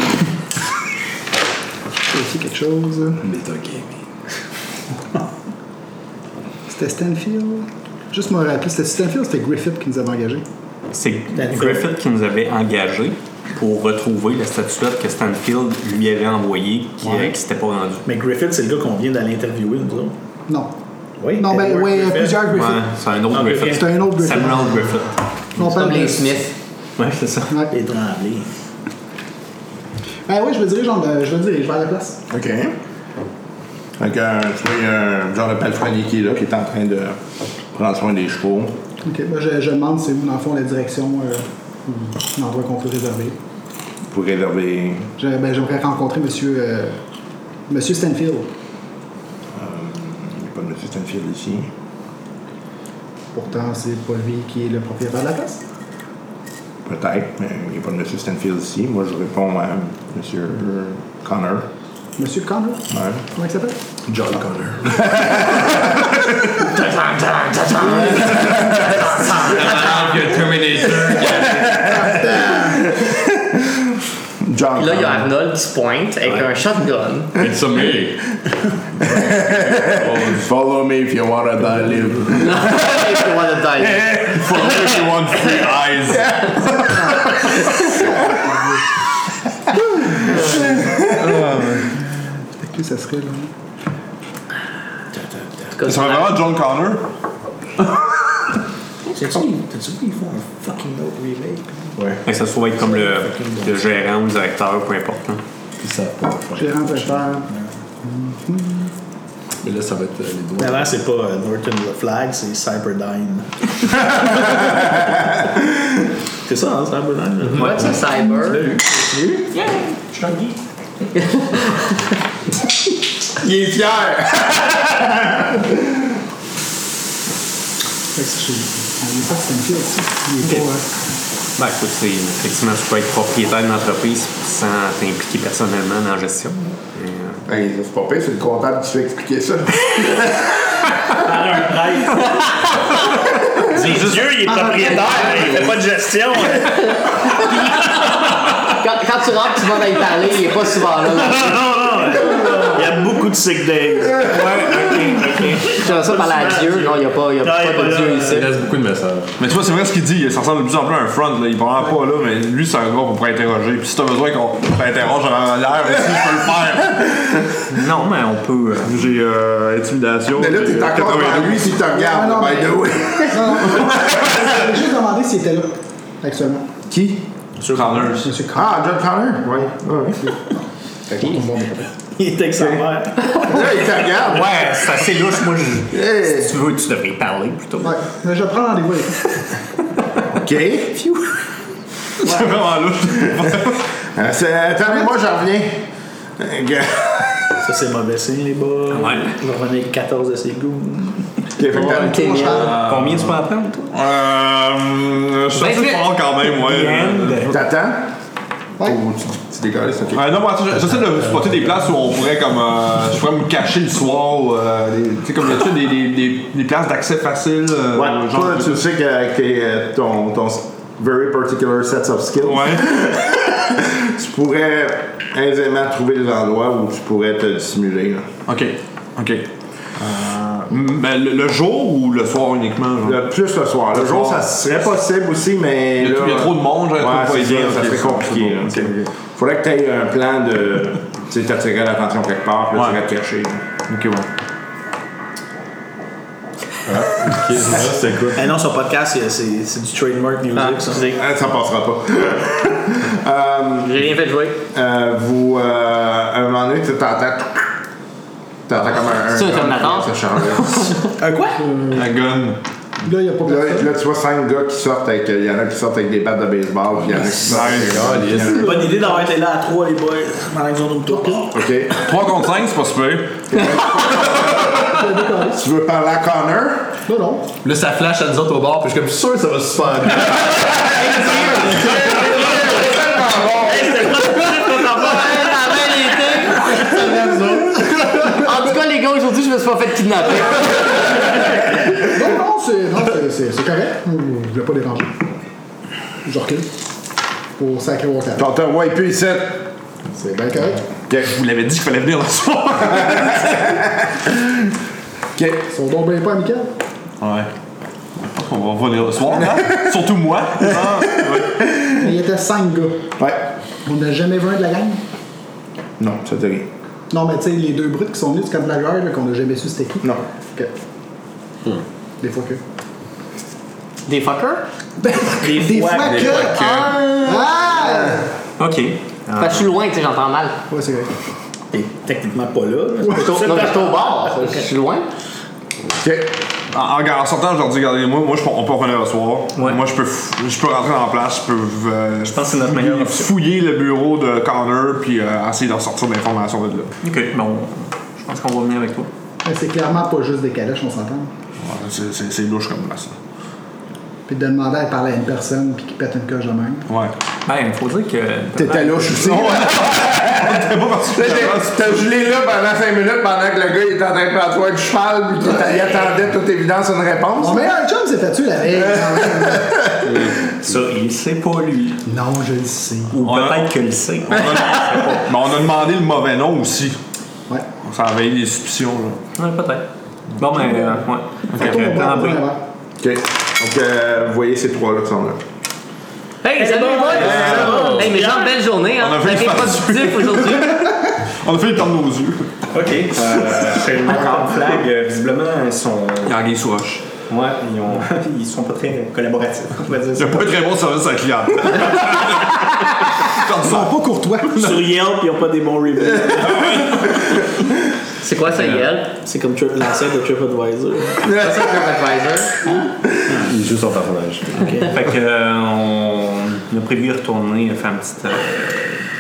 [SPEAKER 3] a aussi quelque chose.
[SPEAKER 1] Metagaming.
[SPEAKER 3] C'était Stanfield. Juste me rappeler, c'était Stanfield, c'était Griffith qui nous avait engagés.
[SPEAKER 9] C'est Griffith qui nous avait engagés pour retrouver la statuette que Stanfield lui avait envoyée qui, euh,
[SPEAKER 5] Ouais.
[SPEAKER 9] qui s'était pas rendue.
[SPEAKER 5] Mais Griffith, c'est le gars qu'on vient d'aller interviewer, nous autres.
[SPEAKER 3] Non.
[SPEAKER 5] Oui.
[SPEAKER 3] Non, ben,
[SPEAKER 5] Edward
[SPEAKER 3] oui,
[SPEAKER 5] Griffith.
[SPEAKER 3] plusieurs
[SPEAKER 9] Ouais,
[SPEAKER 3] Griffith.
[SPEAKER 9] c'est un autre
[SPEAKER 5] Ah, Griffith.
[SPEAKER 9] Griffith.
[SPEAKER 3] C'est un autre Griffith.
[SPEAKER 9] Samuel Griffith.
[SPEAKER 3] Non, on
[SPEAKER 4] Comme
[SPEAKER 3] parle
[SPEAKER 4] les
[SPEAKER 3] de-
[SPEAKER 4] Smith.
[SPEAKER 9] Ouais, c'est ça.
[SPEAKER 3] Ouais.
[SPEAKER 5] Les Tremblay.
[SPEAKER 3] Ben oui, je me dirige, genre, je me dirige vers la place.
[SPEAKER 2] OK. Donc, euh, tu vois, il y a un genre de palefrenier qui est là, qui est en train de prendre soin des chevaux.
[SPEAKER 3] Ok, ben, je, je demande c'est où, dans le fond, la direction, euh, ou l'endroit qu'on peut réserver.
[SPEAKER 2] pour réserver.
[SPEAKER 3] Je- ben, J'aimerais rencontrer monsieur, euh, monsieur Stanfield.
[SPEAKER 2] Il n'y a pas de monsieur Stanfield ici.
[SPEAKER 3] Pourtant, c'est pas lui qui est le propriétaire de la place.
[SPEAKER 2] Peut-être, mais il n'y a pas de monsieur Stanfield ici. Moi, je réponds à monsieur Connor.
[SPEAKER 3] Monsieur Connor,
[SPEAKER 2] Ouais.
[SPEAKER 3] comment il s'appelle?
[SPEAKER 1] John Connor.
[SPEAKER 6] Ah,
[SPEAKER 2] John
[SPEAKER 4] Puis là, il y a
[SPEAKER 2] Connor.
[SPEAKER 4] Arnold qui se pointe avec un shotgun.
[SPEAKER 1] It's a me.
[SPEAKER 2] Follow me if you want to die live.
[SPEAKER 4] If you wanna die.
[SPEAKER 6] Follow if you want free eyes.
[SPEAKER 3] Fait que lui, ça serait là.
[SPEAKER 6] Ça va vraiment John Connor?
[SPEAKER 5] T'as-tu vu, ils font un fucking autre remake?
[SPEAKER 9] Fait que ça se trouve être comme le, le gérant ou le directeur, peu importe. hein.
[SPEAKER 1] Ils savent pas.
[SPEAKER 3] Je vais rentrer faire.
[SPEAKER 1] Mais là, ça va être euh, les doigts.
[SPEAKER 5] Mais Avant, c'est pas euh, Norton the Flag, c'est Cyberdyne. c'est ça, hein, Cyberdyne?
[SPEAKER 4] Ouais, c'est cyber.
[SPEAKER 2] Il est fier!
[SPEAKER 3] Fait que je- on n'est Ah, pas Stanfield, ici. Il est pas, euh,
[SPEAKER 9] Ben écoute, c'est- effectivement, tu peux être propriétaire d'une entreprise sans t'impliquer personnellement dans la gestion. Mais, euh,
[SPEAKER 2] Hey, ça, c'est pas pire, c'est le comptable qui se fait expliquer ça.
[SPEAKER 5] Par un prêtre. C'est Dieu, il est propriétaire, mais il fait pas de gestion.
[SPEAKER 4] Quand, quand tu rentres, tu vas dans parler, il est pas souvent là.
[SPEAKER 5] Il y a beaucoup de sick days.
[SPEAKER 4] Tu vas ça parler à Dieu. Non, il n'y a pas, il y a
[SPEAKER 5] Non,
[SPEAKER 4] pas
[SPEAKER 5] il y a pas
[SPEAKER 4] de Dieu
[SPEAKER 5] là.
[SPEAKER 4] ici. Ben,
[SPEAKER 1] Il reste beaucoup de messages.
[SPEAKER 6] Mais tu vois, c'est vrai ce qu'il dit, ça ressemble de plus en plus à un front, là. il parle pas là, mais lui c'est un gars qu'on pourrait interroger. Puis si t'as besoin qu'on t'interroge en l'air aussi, je peux le faire.
[SPEAKER 9] non, mais on peut. euh,
[SPEAKER 6] J'ai euh, intimidation.
[SPEAKER 2] Mais là,
[SPEAKER 6] j'ai,
[SPEAKER 2] t'es
[SPEAKER 6] euh,
[SPEAKER 2] encore
[SPEAKER 6] 82.
[SPEAKER 2] vers lui s'il te regarde,
[SPEAKER 3] Non, non,
[SPEAKER 2] by
[SPEAKER 3] mais-
[SPEAKER 2] the way.
[SPEAKER 3] Non, non. J'avais juste demandé s'il était là, actuellement.
[SPEAKER 2] Qui?
[SPEAKER 6] Connors.
[SPEAKER 3] Monsieur Connor.
[SPEAKER 2] Ah, John Connor? Oui.
[SPEAKER 5] Il est avec sa mère.
[SPEAKER 2] Là, il te regarde.
[SPEAKER 9] Ouais, Ben, c'est assez louche, moi je.
[SPEAKER 2] Hey.
[SPEAKER 9] Si tu veux, tu devrais y parler plutôt.
[SPEAKER 3] Ouais, mais je prends rendez-vous avec lui.
[SPEAKER 2] OK.
[SPEAKER 6] C'est vraiment louche.
[SPEAKER 2] Euh, c'est- Attends, mais moi, j'en reviens. Euh,
[SPEAKER 5] Ça, c'est mauvais signe, les bas.
[SPEAKER 9] Ah Ouais.
[SPEAKER 5] Je vais revenir avec 14 de ses goûts.
[SPEAKER 2] Ok, fait que t'as-
[SPEAKER 4] Kenyan.
[SPEAKER 9] Combien tu peux en prendre, toi?
[SPEAKER 6] Euh, je suis assez
[SPEAKER 4] 28.
[SPEAKER 7] Oh,
[SPEAKER 6] fort quand même, ouais.
[SPEAKER 2] T'attends?
[SPEAKER 3] Ouais.
[SPEAKER 2] Ou tu- tu décolles, c'est OK.
[SPEAKER 6] Euh, non, mais attends, j'essaie de spotter des places où on pourrait comme. euh, je pourrais me cacher le soir, ou, euh, des- tu sais, comme là-dessus, des, des, des, des places d'accès facile. euh,
[SPEAKER 2] Ouais,
[SPEAKER 6] genre
[SPEAKER 2] toi,
[SPEAKER 6] de-
[SPEAKER 2] tu sais qu'avec tes, euh, ton, ton very particular sets of skills,
[SPEAKER 6] Ouais.
[SPEAKER 2] tu pourrais aisément trouver des endroits où tu pourrais te dissimuler. là.
[SPEAKER 6] Ok, ok. Mm, ben, le, le jour ou le soir uniquement? genre?
[SPEAKER 2] Le plus le soir. Le
[SPEAKER 6] Le
[SPEAKER 2] jour,
[SPEAKER 6] soir.
[SPEAKER 2] ça serait possible aussi, mais.
[SPEAKER 6] Ah. Il y a
[SPEAKER 2] là,
[SPEAKER 6] tout- il y a trop de monde,
[SPEAKER 2] Ouais,
[SPEAKER 6] j'aurais trop
[SPEAKER 2] c'est
[SPEAKER 6] de
[SPEAKER 2] ça,
[SPEAKER 6] poésie,
[SPEAKER 2] ça
[SPEAKER 6] ok,
[SPEAKER 2] serait
[SPEAKER 6] c'est bon,
[SPEAKER 2] compliqué.
[SPEAKER 6] c'est bon,
[SPEAKER 2] là,
[SPEAKER 6] ok.
[SPEAKER 2] t'sais. Faudrait que tu aies un plan de. Tu sais, t'attirer l'attention quelque part, puis là, tu
[SPEAKER 6] Ouais.
[SPEAKER 2] vas te cacher. là.
[SPEAKER 6] Ok, ouais. Ok, c'est quoi?
[SPEAKER 5] Eh non, son podcast, c'est- c'est c'est du trademark music.
[SPEAKER 4] Ah,
[SPEAKER 5] ça.
[SPEAKER 4] excusez.
[SPEAKER 2] Ah, Ça passera pas. Euh,
[SPEAKER 4] J'ai rien fait jouer.
[SPEAKER 2] euh, vous, euh, à un moment donné, tu t'entends. T'entends comme un.
[SPEAKER 4] C'est un
[SPEAKER 2] gun
[SPEAKER 4] Terminator.
[SPEAKER 2] qui vient de se charger.
[SPEAKER 5] Un Euh, quoi?
[SPEAKER 7] La gun.
[SPEAKER 3] Là, il n'y a pas
[SPEAKER 2] là,
[SPEAKER 3] personne.
[SPEAKER 2] là, tu vois cinq gars qui sortent avec. Il y en a qui sortent avec des battes de baseball, puis il y en a qui sortent avec des gars.
[SPEAKER 6] Yes.
[SPEAKER 5] Bonne idée d'avoir été là à 3, les boys, dans la zone autour.
[SPEAKER 2] Ok.
[SPEAKER 7] 3 contre 5, c'est pas super.
[SPEAKER 2] Tu veux parler à Connor?
[SPEAKER 3] Non, non.
[SPEAKER 6] Là, ça flash à nous autres au bord, puis je suis comme sûr que ça va super bien.
[SPEAKER 4] En tout cas, les gars, aujourd'hui, je me suis pas fait kidnapper.
[SPEAKER 3] Non, non, c'est, non, c'est, c'est, c'est correct. Je voulais pas déranger. Je recule. Pour sacrer au cap.
[SPEAKER 2] T'entends, ouais, puis ici.
[SPEAKER 3] C'est bien correct.
[SPEAKER 2] Ok.
[SPEAKER 7] Je vous l'avais dit qu'il fallait venir le soir.
[SPEAKER 2] Ok.
[SPEAKER 3] Ils sont donc bien pas amicaux.
[SPEAKER 7] Ouais. Je pense qu'on va venir le soir, hein? Surtout moi. Ah, ouais.
[SPEAKER 3] Mais il y était cinq gars.
[SPEAKER 2] Ouais.
[SPEAKER 3] On n'a jamais vu un de la gang.
[SPEAKER 2] Non, ça te dit rien.
[SPEAKER 3] Non, mais tu sais, les deux brutes qui sont venus du camp de la guerre, là, qu'on n'a jamais su c'était qui.
[SPEAKER 2] Non.
[SPEAKER 3] Ok.
[SPEAKER 7] Hmm.
[SPEAKER 3] Des fois que.
[SPEAKER 4] Des fuckers?
[SPEAKER 3] Des, fois, que. Ah!
[SPEAKER 9] Ok.
[SPEAKER 4] Parce que je suis loin, tu sais, j'entends mal.
[SPEAKER 3] Ouais, c'est vrai.
[SPEAKER 5] T'es techniquement pas là.
[SPEAKER 4] Je suis au- Non, mais je suis au bord. Je suis loin.
[SPEAKER 2] Ok.
[SPEAKER 7] En, en- en sortant, je leur dis, regardez-moi, moi, je peux- on peut revenir le soir.
[SPEAKER 9] Ouais.
[SPEAKER 7] Moi, je peux, f- je peux rentrer en place, je peux euh,
[SPEAKER 9] Je pense que c'est notre meilleure option.
[SPEAKER 7] fouiller le bureau de Connor, puis euh, essayer de ressortir de l'information de là.
[SPEAKER 9] Ok, bon. Je pense qu'on va venir avec toi.
[SPEAKER 3] Mais c'est clairement pas juste des calèches, on s'entend.
[SPEAKER 7] Ouais, c'est- c'est c'est louche comme place. là.
[SPEAKER 3] Puis de demander à parler à une personne, puis qu'il pète une coche de même.
[SPEAKER 7] Ouais.
[SPEAKER 9] Ben, faut dire que.
[SPEAKER 2] T'étais
[SPEAKER 6] Ah,
[SPEAKER 2] louche aussi. T'as gelé là pendant 5 minutes pendant que le gars il était en train de prendre soin du cheval puis qu'il t'a- il attendait de toute évidence une réponse.
[SPEAKER 3] Mon meilleur chum s'est fait tuer la veille. quand même.
[SPEAKER 9] Ça, il sait pas lui.
[SPEAKER 3] non, je le sais.
[SPEAKER 9] Ou
[SPEAKER 7] On a-
[SPEAKER 9] peut-être qu'il le sait.
[SPEAKER 7] On a- Mais Ben, on a demandé le mauvais nom aussi.
[SPEAKER 3] Ouais.
[SPEAKER 7] Ça avait des suspicions, là.
[SPEAKER 9] Ouais, peut-être. Bon, ben, euh, ouais. euh,
[SPEAKER 3] Fait qu'on va
[SPEAKER 9] Ok,
[SPEAKER 3] boire
[SPEAKER 9] t'en
[SPEAKER 3] un
[SPEAKER 9] prie.
[SPEAKER 3] verre.
[SPEAKER 2] Ok. Donc euh, vous voyez ces trois là qui sont là.
[SPEAKER 4] Hey, salut les boys! Hey, mes gens, belle journée, hein?
[SPEAKER 7] On a
[SPEAKER 4] Vous
[SPEAKER 7] fait
[SPEAKER 4] avez
[SPEAKER 7] une
[SPEAKER 4] pas
[SPEAKER 7] face.
[SPEAKER 4] de type aujourd'hui.
[SPEAKER 7] On a fait le temps de nos yeux.
[SPEAKER 9] Ok. Euh, chez le Grand Flag, euh, visiblement, ils sont.
[SPEAKER 7] Garguer sous roche.
[SPEAKER 9] Ouais, ils, ont... ils sont pas très collaboratifs, on va dire ça.
[SPEAKER 7] J'ai pas un très bon service à la cliente.
[SPEAKER 3] Ils sont pas courtois.
[SPEAKER 5] Sur Yelp, ils ont pas des bons reviews.
[SPEAKER 4] C'est quoi ça, Yel?
[SPEAKER 5] C'est comme Trip- l'ancêtre de TripAdvisor.
[SPEAKER 4] C'est quoi advisor?
[SPEAKER 6] Il joue son personnage.
[SPEAKER 9] Fait que, euh, on... on a prévu de retourner faire un petit. euh,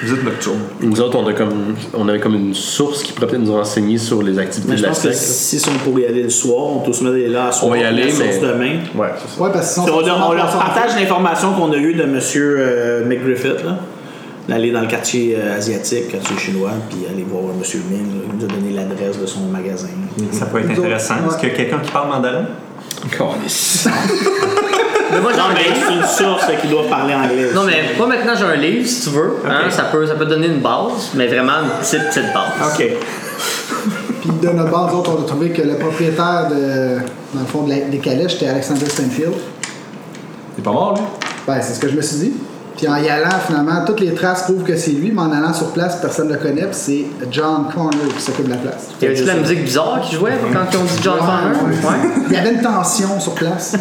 [SPEAKER 7] Visite nocturne.
[SPEAKER 6] Nous autres, on a comme, on a comme une source qui pourrait peut-être nous renseigner sur les activités
[SPEAKER 5] Mais
[SPEAKER 6] de
[SPEAKER 5] je
[SPEAKER 6] la
[SPEAKER 5] pense que
[SPEAKER 6] secte.
[SPEAKER 5] si on pour y aller le soir, on tous se met là à soir.
[SPEAKER 6] On va y
[SPEAKER 5] la
[SPEAKER 6] aller,
[SPEAKER 5] source
[SPEAKER 6] mais-
[SPEAKER 5] demain.
[SPEAKER 6] Ouais, c'est ça.
[SPEAKER 3] Ouais, parce que sinon.
[SPEAKER 5] On leur, on leur
[SPEAKER 3] s'en fout.
[SPEAKER 5] partage l'information qu'on a eue de M. McGriffith, là, d'aller dans le quartier euh, asiatique, quartier chinois, puis aller voir M. Min. là. Il nous a donné l'adresse de son magasin.
[SPEAKER 9] Ça peut être
[SPEAKER 3] Nous autres,
[SPEAKER 9] intéressant. Est-ce qu'il y a quelqu'un qui parle mandarin?
[SPEAKER 4] Mais moi, j'ai
[SPEAKER 5] Non,
[SPEAKER 4] un
[SPEAKER 5] mais
[SPEAKER 4] livre.
[SPEAKER 5] c'est une source qui doit parler anglais.
[SPEAKER 4] Non, mais moi, maintenant, j'ai un livre, si tu veux. Hein, ça, peut, ça peut donner une base, mais vraiment une petite, petite base.
[SPEAKER 5] OK.
[SPEAKER 3] Puis de notre bord, nous autres, on a trouvé que le propriétaire de, dans le fond de la- des calèches, c'était Alexander Stanfield.
[SPEAKER 6] Il est pas mort, lui?
[SPEAKER 3] Ben, c'est ce que je me suis dit. Puis en y allant, finalement, toutes les traces prouvent que c'est lui, mais en allant sur place, personne ne le connaît, puis c'est John Corner qui s'occupe de la place.
[SPEAKER 4] Il Y avait-tu de la musique bizarre qui jouait quand ils ont dit John Farmer? Ouais.
[SPEAKER 3] Il y avait une tension sur place.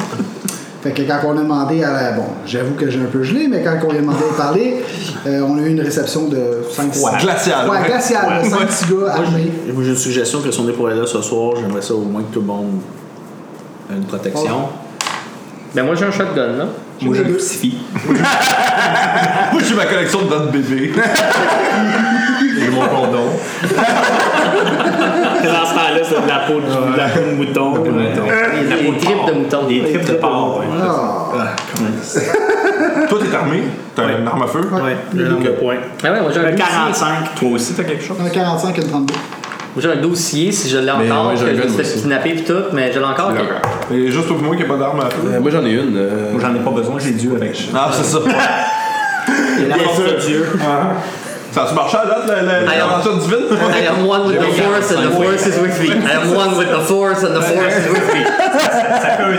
[SPEAKER 3] Fait que quand on a demandé à la- Bon, j'avoue que j'ai un peu gelé, mais quand on lui a demandé de parler, euh, on a eu une réception de 5 6
[SPEAKER 7] Glaciale,
[SPEAKER 3] Ouais,
[SPEAKER 7] ouais.
[SPEAKER 3] glaciale. 5 petits gars armés.
[SPEAKER 5] J'ai une suggestion que si on est pour aller là ce soir, j'aimerais ça au moins que tout le monde ait une protection.
[SPEAKER 4] Ben, moi, j'ai un shotgun, là.
[SPEAKER 9] Moi, je le crucifie.
[SPEAKER 7] Ah, Moi, j'ai ma collection de dents de bébé.
[SPEAKER 6] J'ai mon condom.
[SPEAKER 5] Dans ce temps-là, c'est de la peau de, de la peau de mouton.
[SPEAKER 4] Des des tripes de mouton.
[SPEAKER 9] Des tripes de porc, ouais.
[SPEAKER 3] Ah.
[SPEAKER 7] Toi, t'es armé. T'as une arme à feu.
[SPEAKER 5] Ouais, le nombre de points.
[SPEAKER 4] Ben ouais, moi, j'ai un
[SPEAKER 5] Le
[SPEAKER 4] dossier.
[SPEAKER 5] 45.
[SPEAKER 9] Toi aussi, t'as quelque chose?
[SPEAKER 3] Un 45 et un 32.
[SPEAKER 4] J'ai un dossier, si je l'ai
[SPEAKER 6] Mais
[SPEAKER 4] encore,
[SPEAKER 6] ouais, j'ai
[SPEAKER 4] que
[SPEAKER 6] un
[SPEAKER 4] je me
[SPEAKER 6] gun
[SPEAKER 4] suis fait
[SPEAKER 6] aussi.
[SPEAKER 4] kidnapper et tout, mais je l'ai encore. ok.
[SPEAKER 7] Et juste pour moi qui a pas d'arme à feu.
[SPEAKER 6] Euh, moi, j'en ai une. euh,
[SPEAKER 9] Moi, J'en ai pas besoin, j'ai dû avec.
[SPEAKER 7] Ah, c'est ça.
[SPEAKER 5] La force de Dieu.
[SPEAKER 7] Ça a-tu marché à date, la- la-
[SPEAKER 4] Ah,
[SPEAKER 7] l'invention du vide?
[SPEAKER 4] I am one with the force and the force is with me. I am one with the force and the force is with me.
[SPEAKER 9] Ça fait un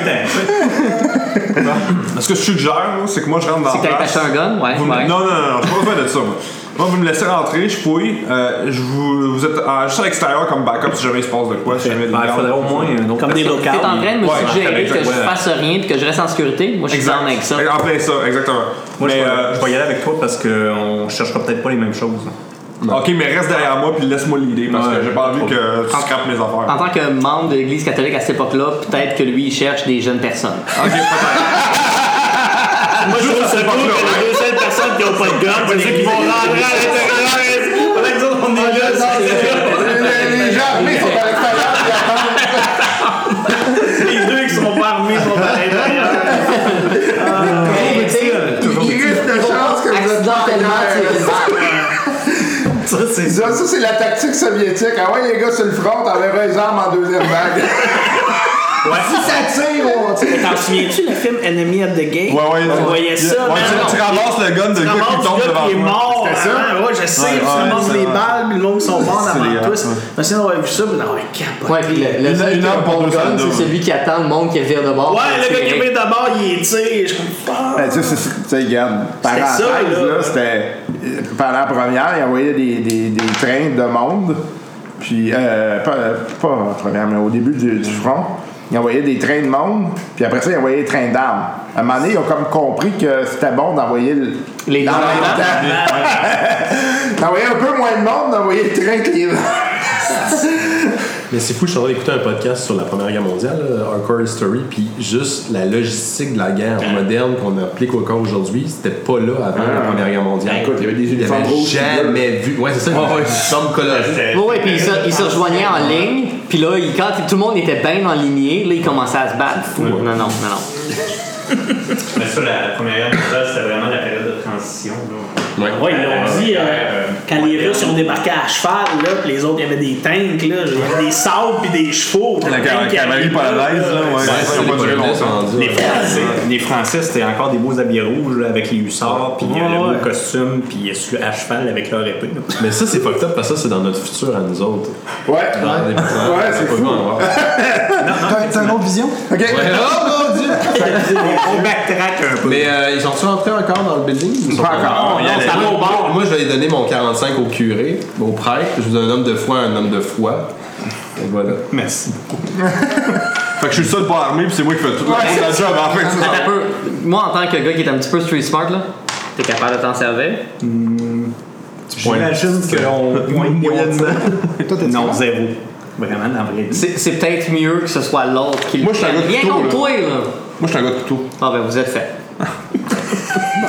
[SPEAKER 9] temps.
[SPEAKER 7] Ce que je suggère, moi, c'est que moi, je rentre dans
[SPEAKER 4] C'est que
[SPEAKER 7] la
[SPEAKER 4] t'as acheté
[SPEAKER 7] place.
[SPEAKER 4] un gun, ouais.
[SPEAKER 7] Vous me-
[SPEAKER 4] ouais.
[SPEAKER 7] Non, non, non, je suis pas fan de ça, moi.
[SPEAKER 6] Moi, vous me laissez rentrer, je fouille. Euh, je vous, vous êtes euh, juste à l'extérieur comme backup si jamais il se passe de quoi. Si jamais il y a
[SPEAKER 14] Ben,
[SPEAKER 6] des
[SPEAKER 14] il faudrait
[SPEAKER 6] gardes.
[SPEAKER 14] au moins un autre.
[SPEAKER 5] Comme des
[SPEAKER 4] T'es
[SPEAKER 5] locales.
[SPEAKER 4] en train de me
[SPEAKER 6] Ouais,
[SPEAKER 4] suggérer
[SPEAKER 14] correct,
[SPEAKER 4] que je
[SPEAKER 14] ouais.
[SPEAKER 4] fasse rien et que je reste en sécurité. Moi, je suis
[SPEAKER 6] Exact.
[SPEAKER 4] down avec ça.
[SPEAKER 6] En plein ça, exactement.
[SPEAKER 14] Moi, je
[SPEAKER 6] mais,
[SPEAKER 14] vais-
[SPEAKER 6] euh,
[SPEAKER 14] je vais y aller avec toi parce qu'on cherchera peut-être pas les mêmes choses.
[SPEAKER 6] ok, mais reste derrière moi puis laisse-moi l'idée parce
[SPEAKER 14] Ouais,
[SPEAKER 6] que j'ai pas
[SPEAKER 14] pas
[SPEAKER 6] envie
[SPEAKER 14] trop.
[SPEAKER 6] que tu scrapes mes affaires.
[SPEAKER 4] En tant que membre de l'Église catholique à cette époque-là, peut-être que lui, il cherche des jeunes personnes.
[SPEAKER 5] Moi, je trouve que c'est cool qu'il y a deux seules personnes qui n'ont pas de gun, c'est qu'ils vont rentrer à l'intérieur. Pendant que nous autres, on est là.
[SPEAKER 1] Les gens armés sont à l'extérieur. puis ils attendent.
[SPEAKER 5] Les deux qui sont pas armés sont à l'intérieur.
[SPEAKER 4] Mais, tu sais,
[SPEAKER 1] Il risque de chance que vous êtes pas
[SPEAKER 4] accidentellement,
[SPEAKER 1] derrière.
[SPEAKER 4] tu-
[SPEAKER 1] Ça, ça, c'est la tactique soviétique. Ah ouais, les gars sur le front, t'enverras les armes en deuxième vague. Si ça tire, on tire.
[SPEAKER 5] T'en souviens-tu le film Enemy at the Game?
[SPEAKER 6] Ouais, ouais,
[SPEAKER 5] On
[SPEAKER 6] ouais.
[SPEAKER 5] voyait ça,
[SPEAKER 6] Ouais,
[SPEAKER 5] man.
[SPEAKER 6] tu, tu ramasses le gun de
[SPEAKER 5] Tu
[SPEAKER 6] gars
[SPEAKER 5] ramasses
[SPEAKER 6] qui
[SPEAKER 5] du
[SPEAKER 6] tombe
[SPEAKER 5] gars
[SPEAKER 6] devant
[SPEAKER 5] qui est
[SPEAKER 6] toi.
[SPEAKER 5] mort.
[SPEAKER 6] C'était ça?
[SPEAKER 5] avant, Ouais, je sais,
[SPEAKER 6] Ouais,
[SPEAKER 5] puis tu
[SPEAKER 6] ouais,
[SPEAKER 5] ramasses
[SPEAKER 6] c'est
[SPEAKER 5] des
[SPEAKER 6] vrai.
[SPEAKER 5] balles, puis le monde qui sont morts
[SPEAKER 6] C'est
[SPEAKER 5] avant
[SPEAKER 6] dégueulasse,
[SPEAKER 5] toi.
[SPEAKER 6] ouais.
[SPEAKER 5] Mais sinon, on avait vu ça, mais on avait capoté.
[SPEAKER 4] Ouais, puis le, le
[SPEAKER 6] Une-
[SPEAKER 4] seul
[SPEAKER 6] une
[SPEAKER 4] qui a
[SPEAKER 6] heure
[SPEAKER 4] pas
[SPEAKER 6] pour
[SPEAKER 4] de
[SPEAKER 6] deux
[SPEAKER 4] gun,
[SPEAKER 6] soldats,
[SPEAKER 4] c'est
[SPEAKER 6] ouais.
[SPEAKER 4] celui qui attend le monde qui vire de bord.
[SPEAKER 5] Ouais, le gars qui
[SPEAKER 4] C'est
[SPEAKER 5] est
[SPEAKER 4] vrai.
[SPEAKER 5] pris d'abord, il est, tu sais, je comprends.
[SPEAKER 2] Ben, tu sais, c'est- tu sais, regarde, parenthèse,
[SPEAKER 5] ça, là.
[SPEAKER 2] là, c'était. euh, Pendant la première, il envoyait des, des, des trains de monde. Puis, euh, pas, pas en première, mais au début du, du front, il envoyait des trains de monde. Puis après ça, il envoyait des trains d'armes. À un moment donné, ils ont comme compris que c'était bon d'envoyer le-
[SPEAKER 4] Les
[SPEAKER 2] dans
[SPEAKER 4] trains
[SPEAKER 2] le même temps. D'envoyer un peu moins de monde, d'envoyer le train que les.
[SPEAKER 7] Mais c'est fou, je suis en train d'écouter un podcast sur la Première Guerre mondiale, là, Hardcore History, puis juste la logistique de la guerre moderne qu'on applique encore aujourd'hui, c'était pas là avant
[SPEAKER 6] Ah.
[SPEAKER 7] la Première Guerre mondiale.
[SPEAKER 6] Ben,
[SPEAKER 2] écoute, il y avait des
[SPEAKER 7] J'avais
[SPEAKER 2] uniformes rouges,
[SPEAKER 7] jamais vu. Ouais, c'est ça, une forme colorée.
[SPEAKER 4] Ouais, ouais, puis ils se, ils se rejoignaient en ligne, puis là, ils- quand tout le monde était bien en lignée, là, ils commençaient à se battre. Non, non, non, non.
[SPEAKER 9] Mais Ben, ça, la première guerre mondiale, c'était vraiment la période de transition. là.
[SPEAKER 7] Ouais.
[SPEAKER 5] Ouais, ils l'ont dit, euh,
[SPEAKER 9] Euh,
[SPEAKER 5] quand les Russes ont débarqué à cheval, là, pis les autres, il y avait des tanks, là, il y avait des sabres pis des chevaux. pis
[SPEAKER 6] La
[SPEAKER 5] le tank
[SPEAKER 6] ca-
[SPEAKER 5] qui
[SPEAKER 6] cavalerie
[SPEAKER 5] arrive,
[SPEAKER 6] polonaise, là, ouais.
[SPEAKER 7] Ouais,
[SPEAKER 6] Ça,
[SPEAKER 7] c'est
[SPEAKER 6] ils ont pas duré longtemps.
[SPEAKER 9] Les Français, les Français, c'était encore des beaux habits rouges là, avec les hussards, puis euh, le beau costume, puis euh, sur- à cheval avec leur épée. là.
[SPEAKER 7] Mais ça, c'est fucked up parce que ça, c'est dans notre futur à nous autres.
[SPEAKER 2] Ouais.
[SPEAKER 6] Ah,
[SPEAKER 7] Dans les- dans-
[SPEAKER 2] Ouais, c'est
[SPEAKER 7] pas vu
[SPEAKER 2] fou.
[SPEAKER 7] en
[SPEAKER 6] hein.
[SPEAKER 7] noir.
[SPEAKER 3] T'as t'as une autre vision?
[SPEAKER 2] OK.
[SPEAKER 7] Ouais. Oh mon dieu!
[SPEAKER 9] On backtrack un peu.
[SPEAKER 7] Mais euh, ils sont-tu rentrés encore dans le building? Ils sont
[SPEAKER 2] Pas encore.
[SPEAKER 7] Non, c'est allé au bar. Moi, je vais donner mon 45 au curé, au prêtre. Je vous donne un homme de foi, un homme de foi. Et voilà.
[SPEAKER 9] Merci.
[SPEAKER 6] Fait que je suis le seul pas armé puis c'est moi qui fais tout le job en fait.
[SPEAKER 4] Attends un peu. Moi, en tant que gars qui est un petit peu street smart, là, t'es capable de t'en servir.
[SPEAKER 9] J'imagine qu'on pointe moyennement.
[SPEAKER 3] Toi, t'es
[SPEAKER 9] Non, zéro. Vraiment, dans la vraie vie.
[SPEAKER 4] C'est c'est peut-être mieux que ce soit l'autre qui le
[SPEAKER 6] Moi, je suis un
[SPEAKER 4] prenne.
[SPEAKER 6] gars de
[SPEAKER 4] Rien
[SPEAKER 6] couteau,
[SPEAKER 4] contre
[SPEAKER 6] là.
[SPEAKER 4] toi, là.
[SPEAKER 6] Moi, je suis un gars de couteau.
[SPEAKER 4] Ah, ben, vous êtes fait.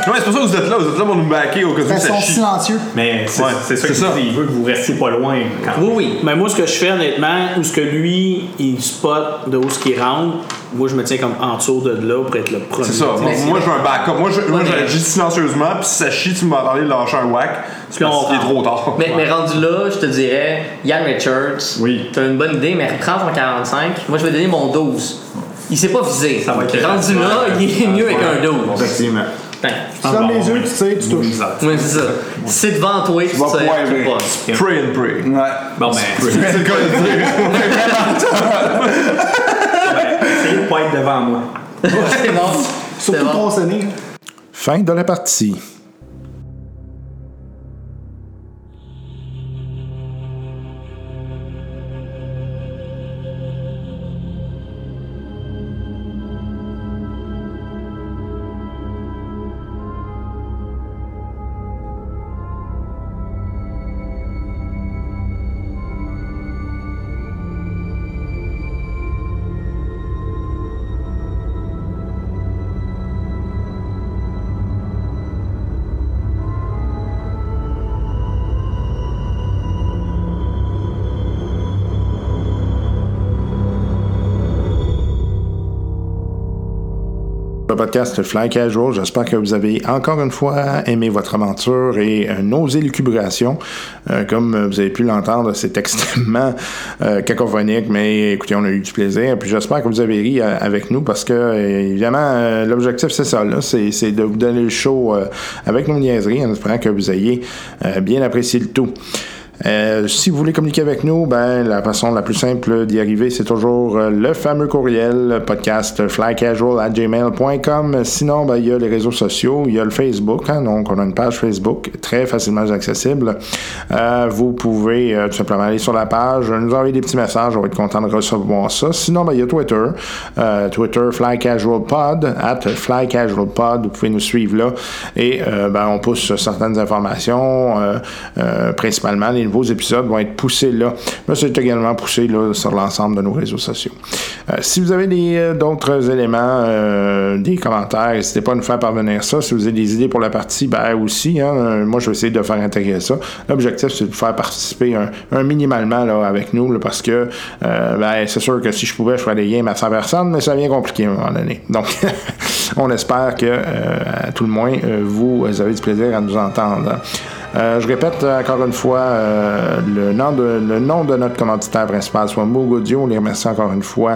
[SPEAKER 6] Non, mais c'est pour ça que vous êtes là. Vous êtes là pour nous backer au cas où
[SPEAKER 3] Ils
[SPEAKER 6] ça
[SPEAKER 3] sont
[SPEAKER 6] chie.
[SPEAKER 3] silencieux.
[SPEAKER 9] Mais c'est
[SPEAKER 6] Ouais,
[SPEAKER 9] c'est ça
[SPEAKER 6] c'est
[SPEAKER 9] qu'il
[SPEAKER 6] ça.
[SPEAKER 9] dit, il veut que vous restiez pas loin. Quand
[SPEAKER 4] Oui, oui.
[SPEAKER 5] Mais moi, ce que je fais honnêtement, ou ce que lui, il spot de où ce qu'il rentre, moi, je me tiens comme en dessous de là pour être le premier.
[SPEAKER 6] C'est ça. Moi, moi, je veux un backup. Moi, je- moi,
[SPEAKER 4] Ouais, mais-
[SPEAKER 6] j'agis silencieusement puis si ça chie, tu m'entendais lâcher un whack. C'est
[SPEAKER 5] Puis on
[SPEAKER 6] parce qu'il est
[SPEAKER 5] rentre.
[SPEAKER 6] trop tard.
[SPEAKER 4] Mais, mais rendu là, je te dirais, Yann Richards,
[SPEAKER 6] Oui.
[SPEAKER 4] t'as une bonne idée, mais reprends ton 45. Moi, je vais donner mon 12. Il s'est pas visé.
[SPEAKER 9] Ça va être-
[SPEAKER 4] rendu là, il est mieux avec un 12.
[SPEAKER 2] Effectivement.
[SPEAKER 4] Putain.
[SPEAKER 9] Ah,
[SPEAKER 3] Tu fermes
[SPEAKER 9] bon,
[SPEAKER 3] les yeux,
[SPEAKER 9] ouais.
[SPEAKER 3] tu tires, tu touches.
[SPEAKER 4] Oui, c'est ça. C'est devant toi, tu
[SPEAKER 2] vas
[SPEAKER 4] sais,
[SPEAKER 2] poirer.
[SPEAKER 4] tu passes.
[SPEAKER 6] Pray and pray.
[SPEAKER 2] Ouais.
[SPEAKER 9] Bon, ben,
[SPEAKER 6] C'est le cas de le dire.
[SPEAKER 9] essayez de pas être devant moi.
[SPEAKER 4] C'est bon. C'est
[SPEAKER 3] Surtout
[SPEAKER 4] bon.
[SPEAKER 3] tronçonner.
[SPEAKER 1] Fin de la partie. Le podcast Fly Casual, j'espère que vous avez encore une fois aimé votre aventure et euh, nos élucubrations. Euh, comme vous avez pu l'entendre, c'est extrêmement euh, cacophonique, mais écoutez, on a eu du plaisir. Puis j'espère que vous avez ri euh, avec nous parce que, euh, évidemment, euh, l'objectif, c'est ça, là, c'est c'est de vous donner le show euh, avec nos niaiseries en espérant que vous ayez euh, bien apprécié le tout. Euh, si vous voulez communiquer avec nous, ben, la façon la plus simple d'y arriver, c'est toujours euh, le fameux courriel podcast flycasual@gmail.com. Sinon, ben, il y a les réseaux sociaux, il y a le Facebook. hein, donc, on a une page Facebook très facilement accessible. Euh, vous pouvez euh, tout simplement aller sur la page, nous envoyer des petits messages. On va être content de recevoir ça. Sinon, ben, il y a Twitter. euh, Twitter Fly Casual Pod, at Fly Casual Pod. Vous pouvez nous suivre là. Et euh, ben, on pousse certaines informations. euh, euh, principalement, les nouveaux épisodes vont être poussés là. Mais c'est également poussé là, sur l'ensemble de nos réseaux sociaux. Euh, si vous avez des, euh, d'autres éléments, euh, des commentaires, n'hésitez pas à nous faire parvenir ça. Si vous avez des idées pour la partie, ben aussi. hein, euh, moi, je vais essayer de faire intégrer ça. L'objectif, c'est de vous faire participer un, un minimalement là, avec nous, là, parce que euh, ben, c'est sûr que si je pouvais, je ferais des games à 100 personnes, mais ça devient compliqué à un moment donné. Donc, on espère que, euh, à tout le moins, euh, vous avez du plaisir à nous entendre. Euh, je répète euh, encore une fois euh, le, nom de, le nom de notre commanditaire principal, soit Moog Audio. On les remercie encore une fois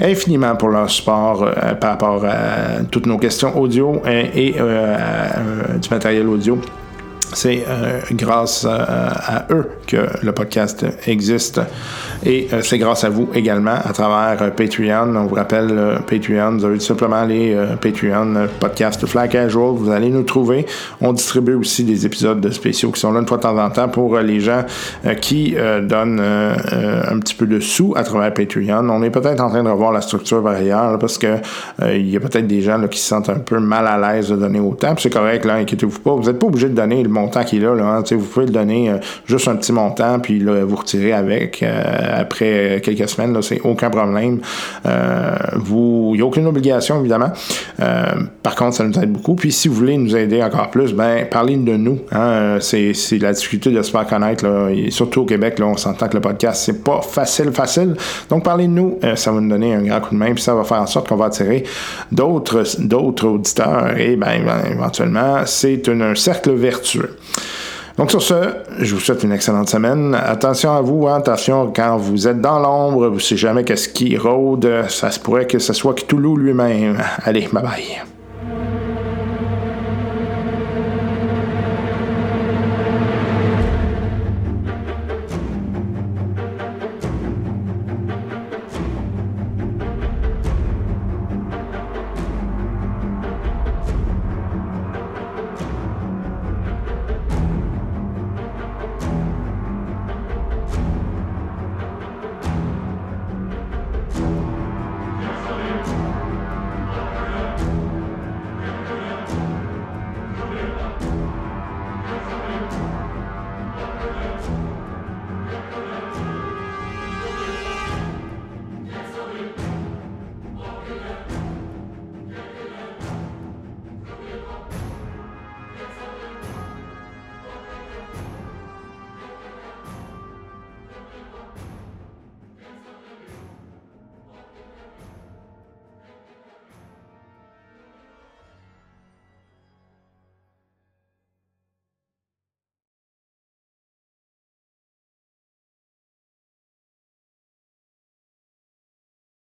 [SPEAKER 1] infiniment pour leur support euh, par rapport à toutes nos questions audio euh, et euh, à, euh, du matériel audio. C'est euh, grâce euh, à eux que le podcast existe et euh, c'est grâce à vous également à travers euh, Patreon. On vous rappelle euh, Patreon, vous avez tout simplement les euh, Patreon euh, podcast Fly Casual, vous allez nous trouver. On distribue aussi des épisodes spéciaux qui sont là une fois de temps en temps pour euh, les gens euh, qui euh, donnent euh, euh, un petit peu de sous à travers Patreon. On est peut-être en train de revoir la structure par ailleurs là, parce que euh, il y a peut-être des gens là, qui se sentent un peu mal à l'aise de donner autant. Puis c'est correct, là, inquiétez-vous pas. Vous n'êtes pas obligé de donner le montant qui est là. là, hein. Tu sais, Vous pouvez le donner euh, juste un petit montant, puis là, vous retirez avec euh, après euh, quelques semaines. là, C'est aucun problème. Euh, vous- Il n'y a aucune obligation, évidemment. Euh, par contre, ça nous aide beaucoup. Puis si vous voulez nous aider encore plus, ben parlez de nous. hein. Euh, C'est c'est la difficulté de se faire connaître. là. Et surtout au Québec, là, on s'entend que le podcast, c'est pas facile, facile. Donc parlez de nous. Euh, ça va nous donner un grand coup de main. Puis ça va faire en sorte qu'on va attirer d'autres d'autres auditeurs. Et ben, ben, éventuellement, c'est une- un cercle vertueux. Donc sur ce, je vous souhaite une excellente semaine. Attention à vous, hein, attention quand vous êtes dans l'ombre, vous ne savez jamais qu'est-ce qui rôde. Ça se pourrait que ce soit Cthulhu lui-même. Allez, bye bye.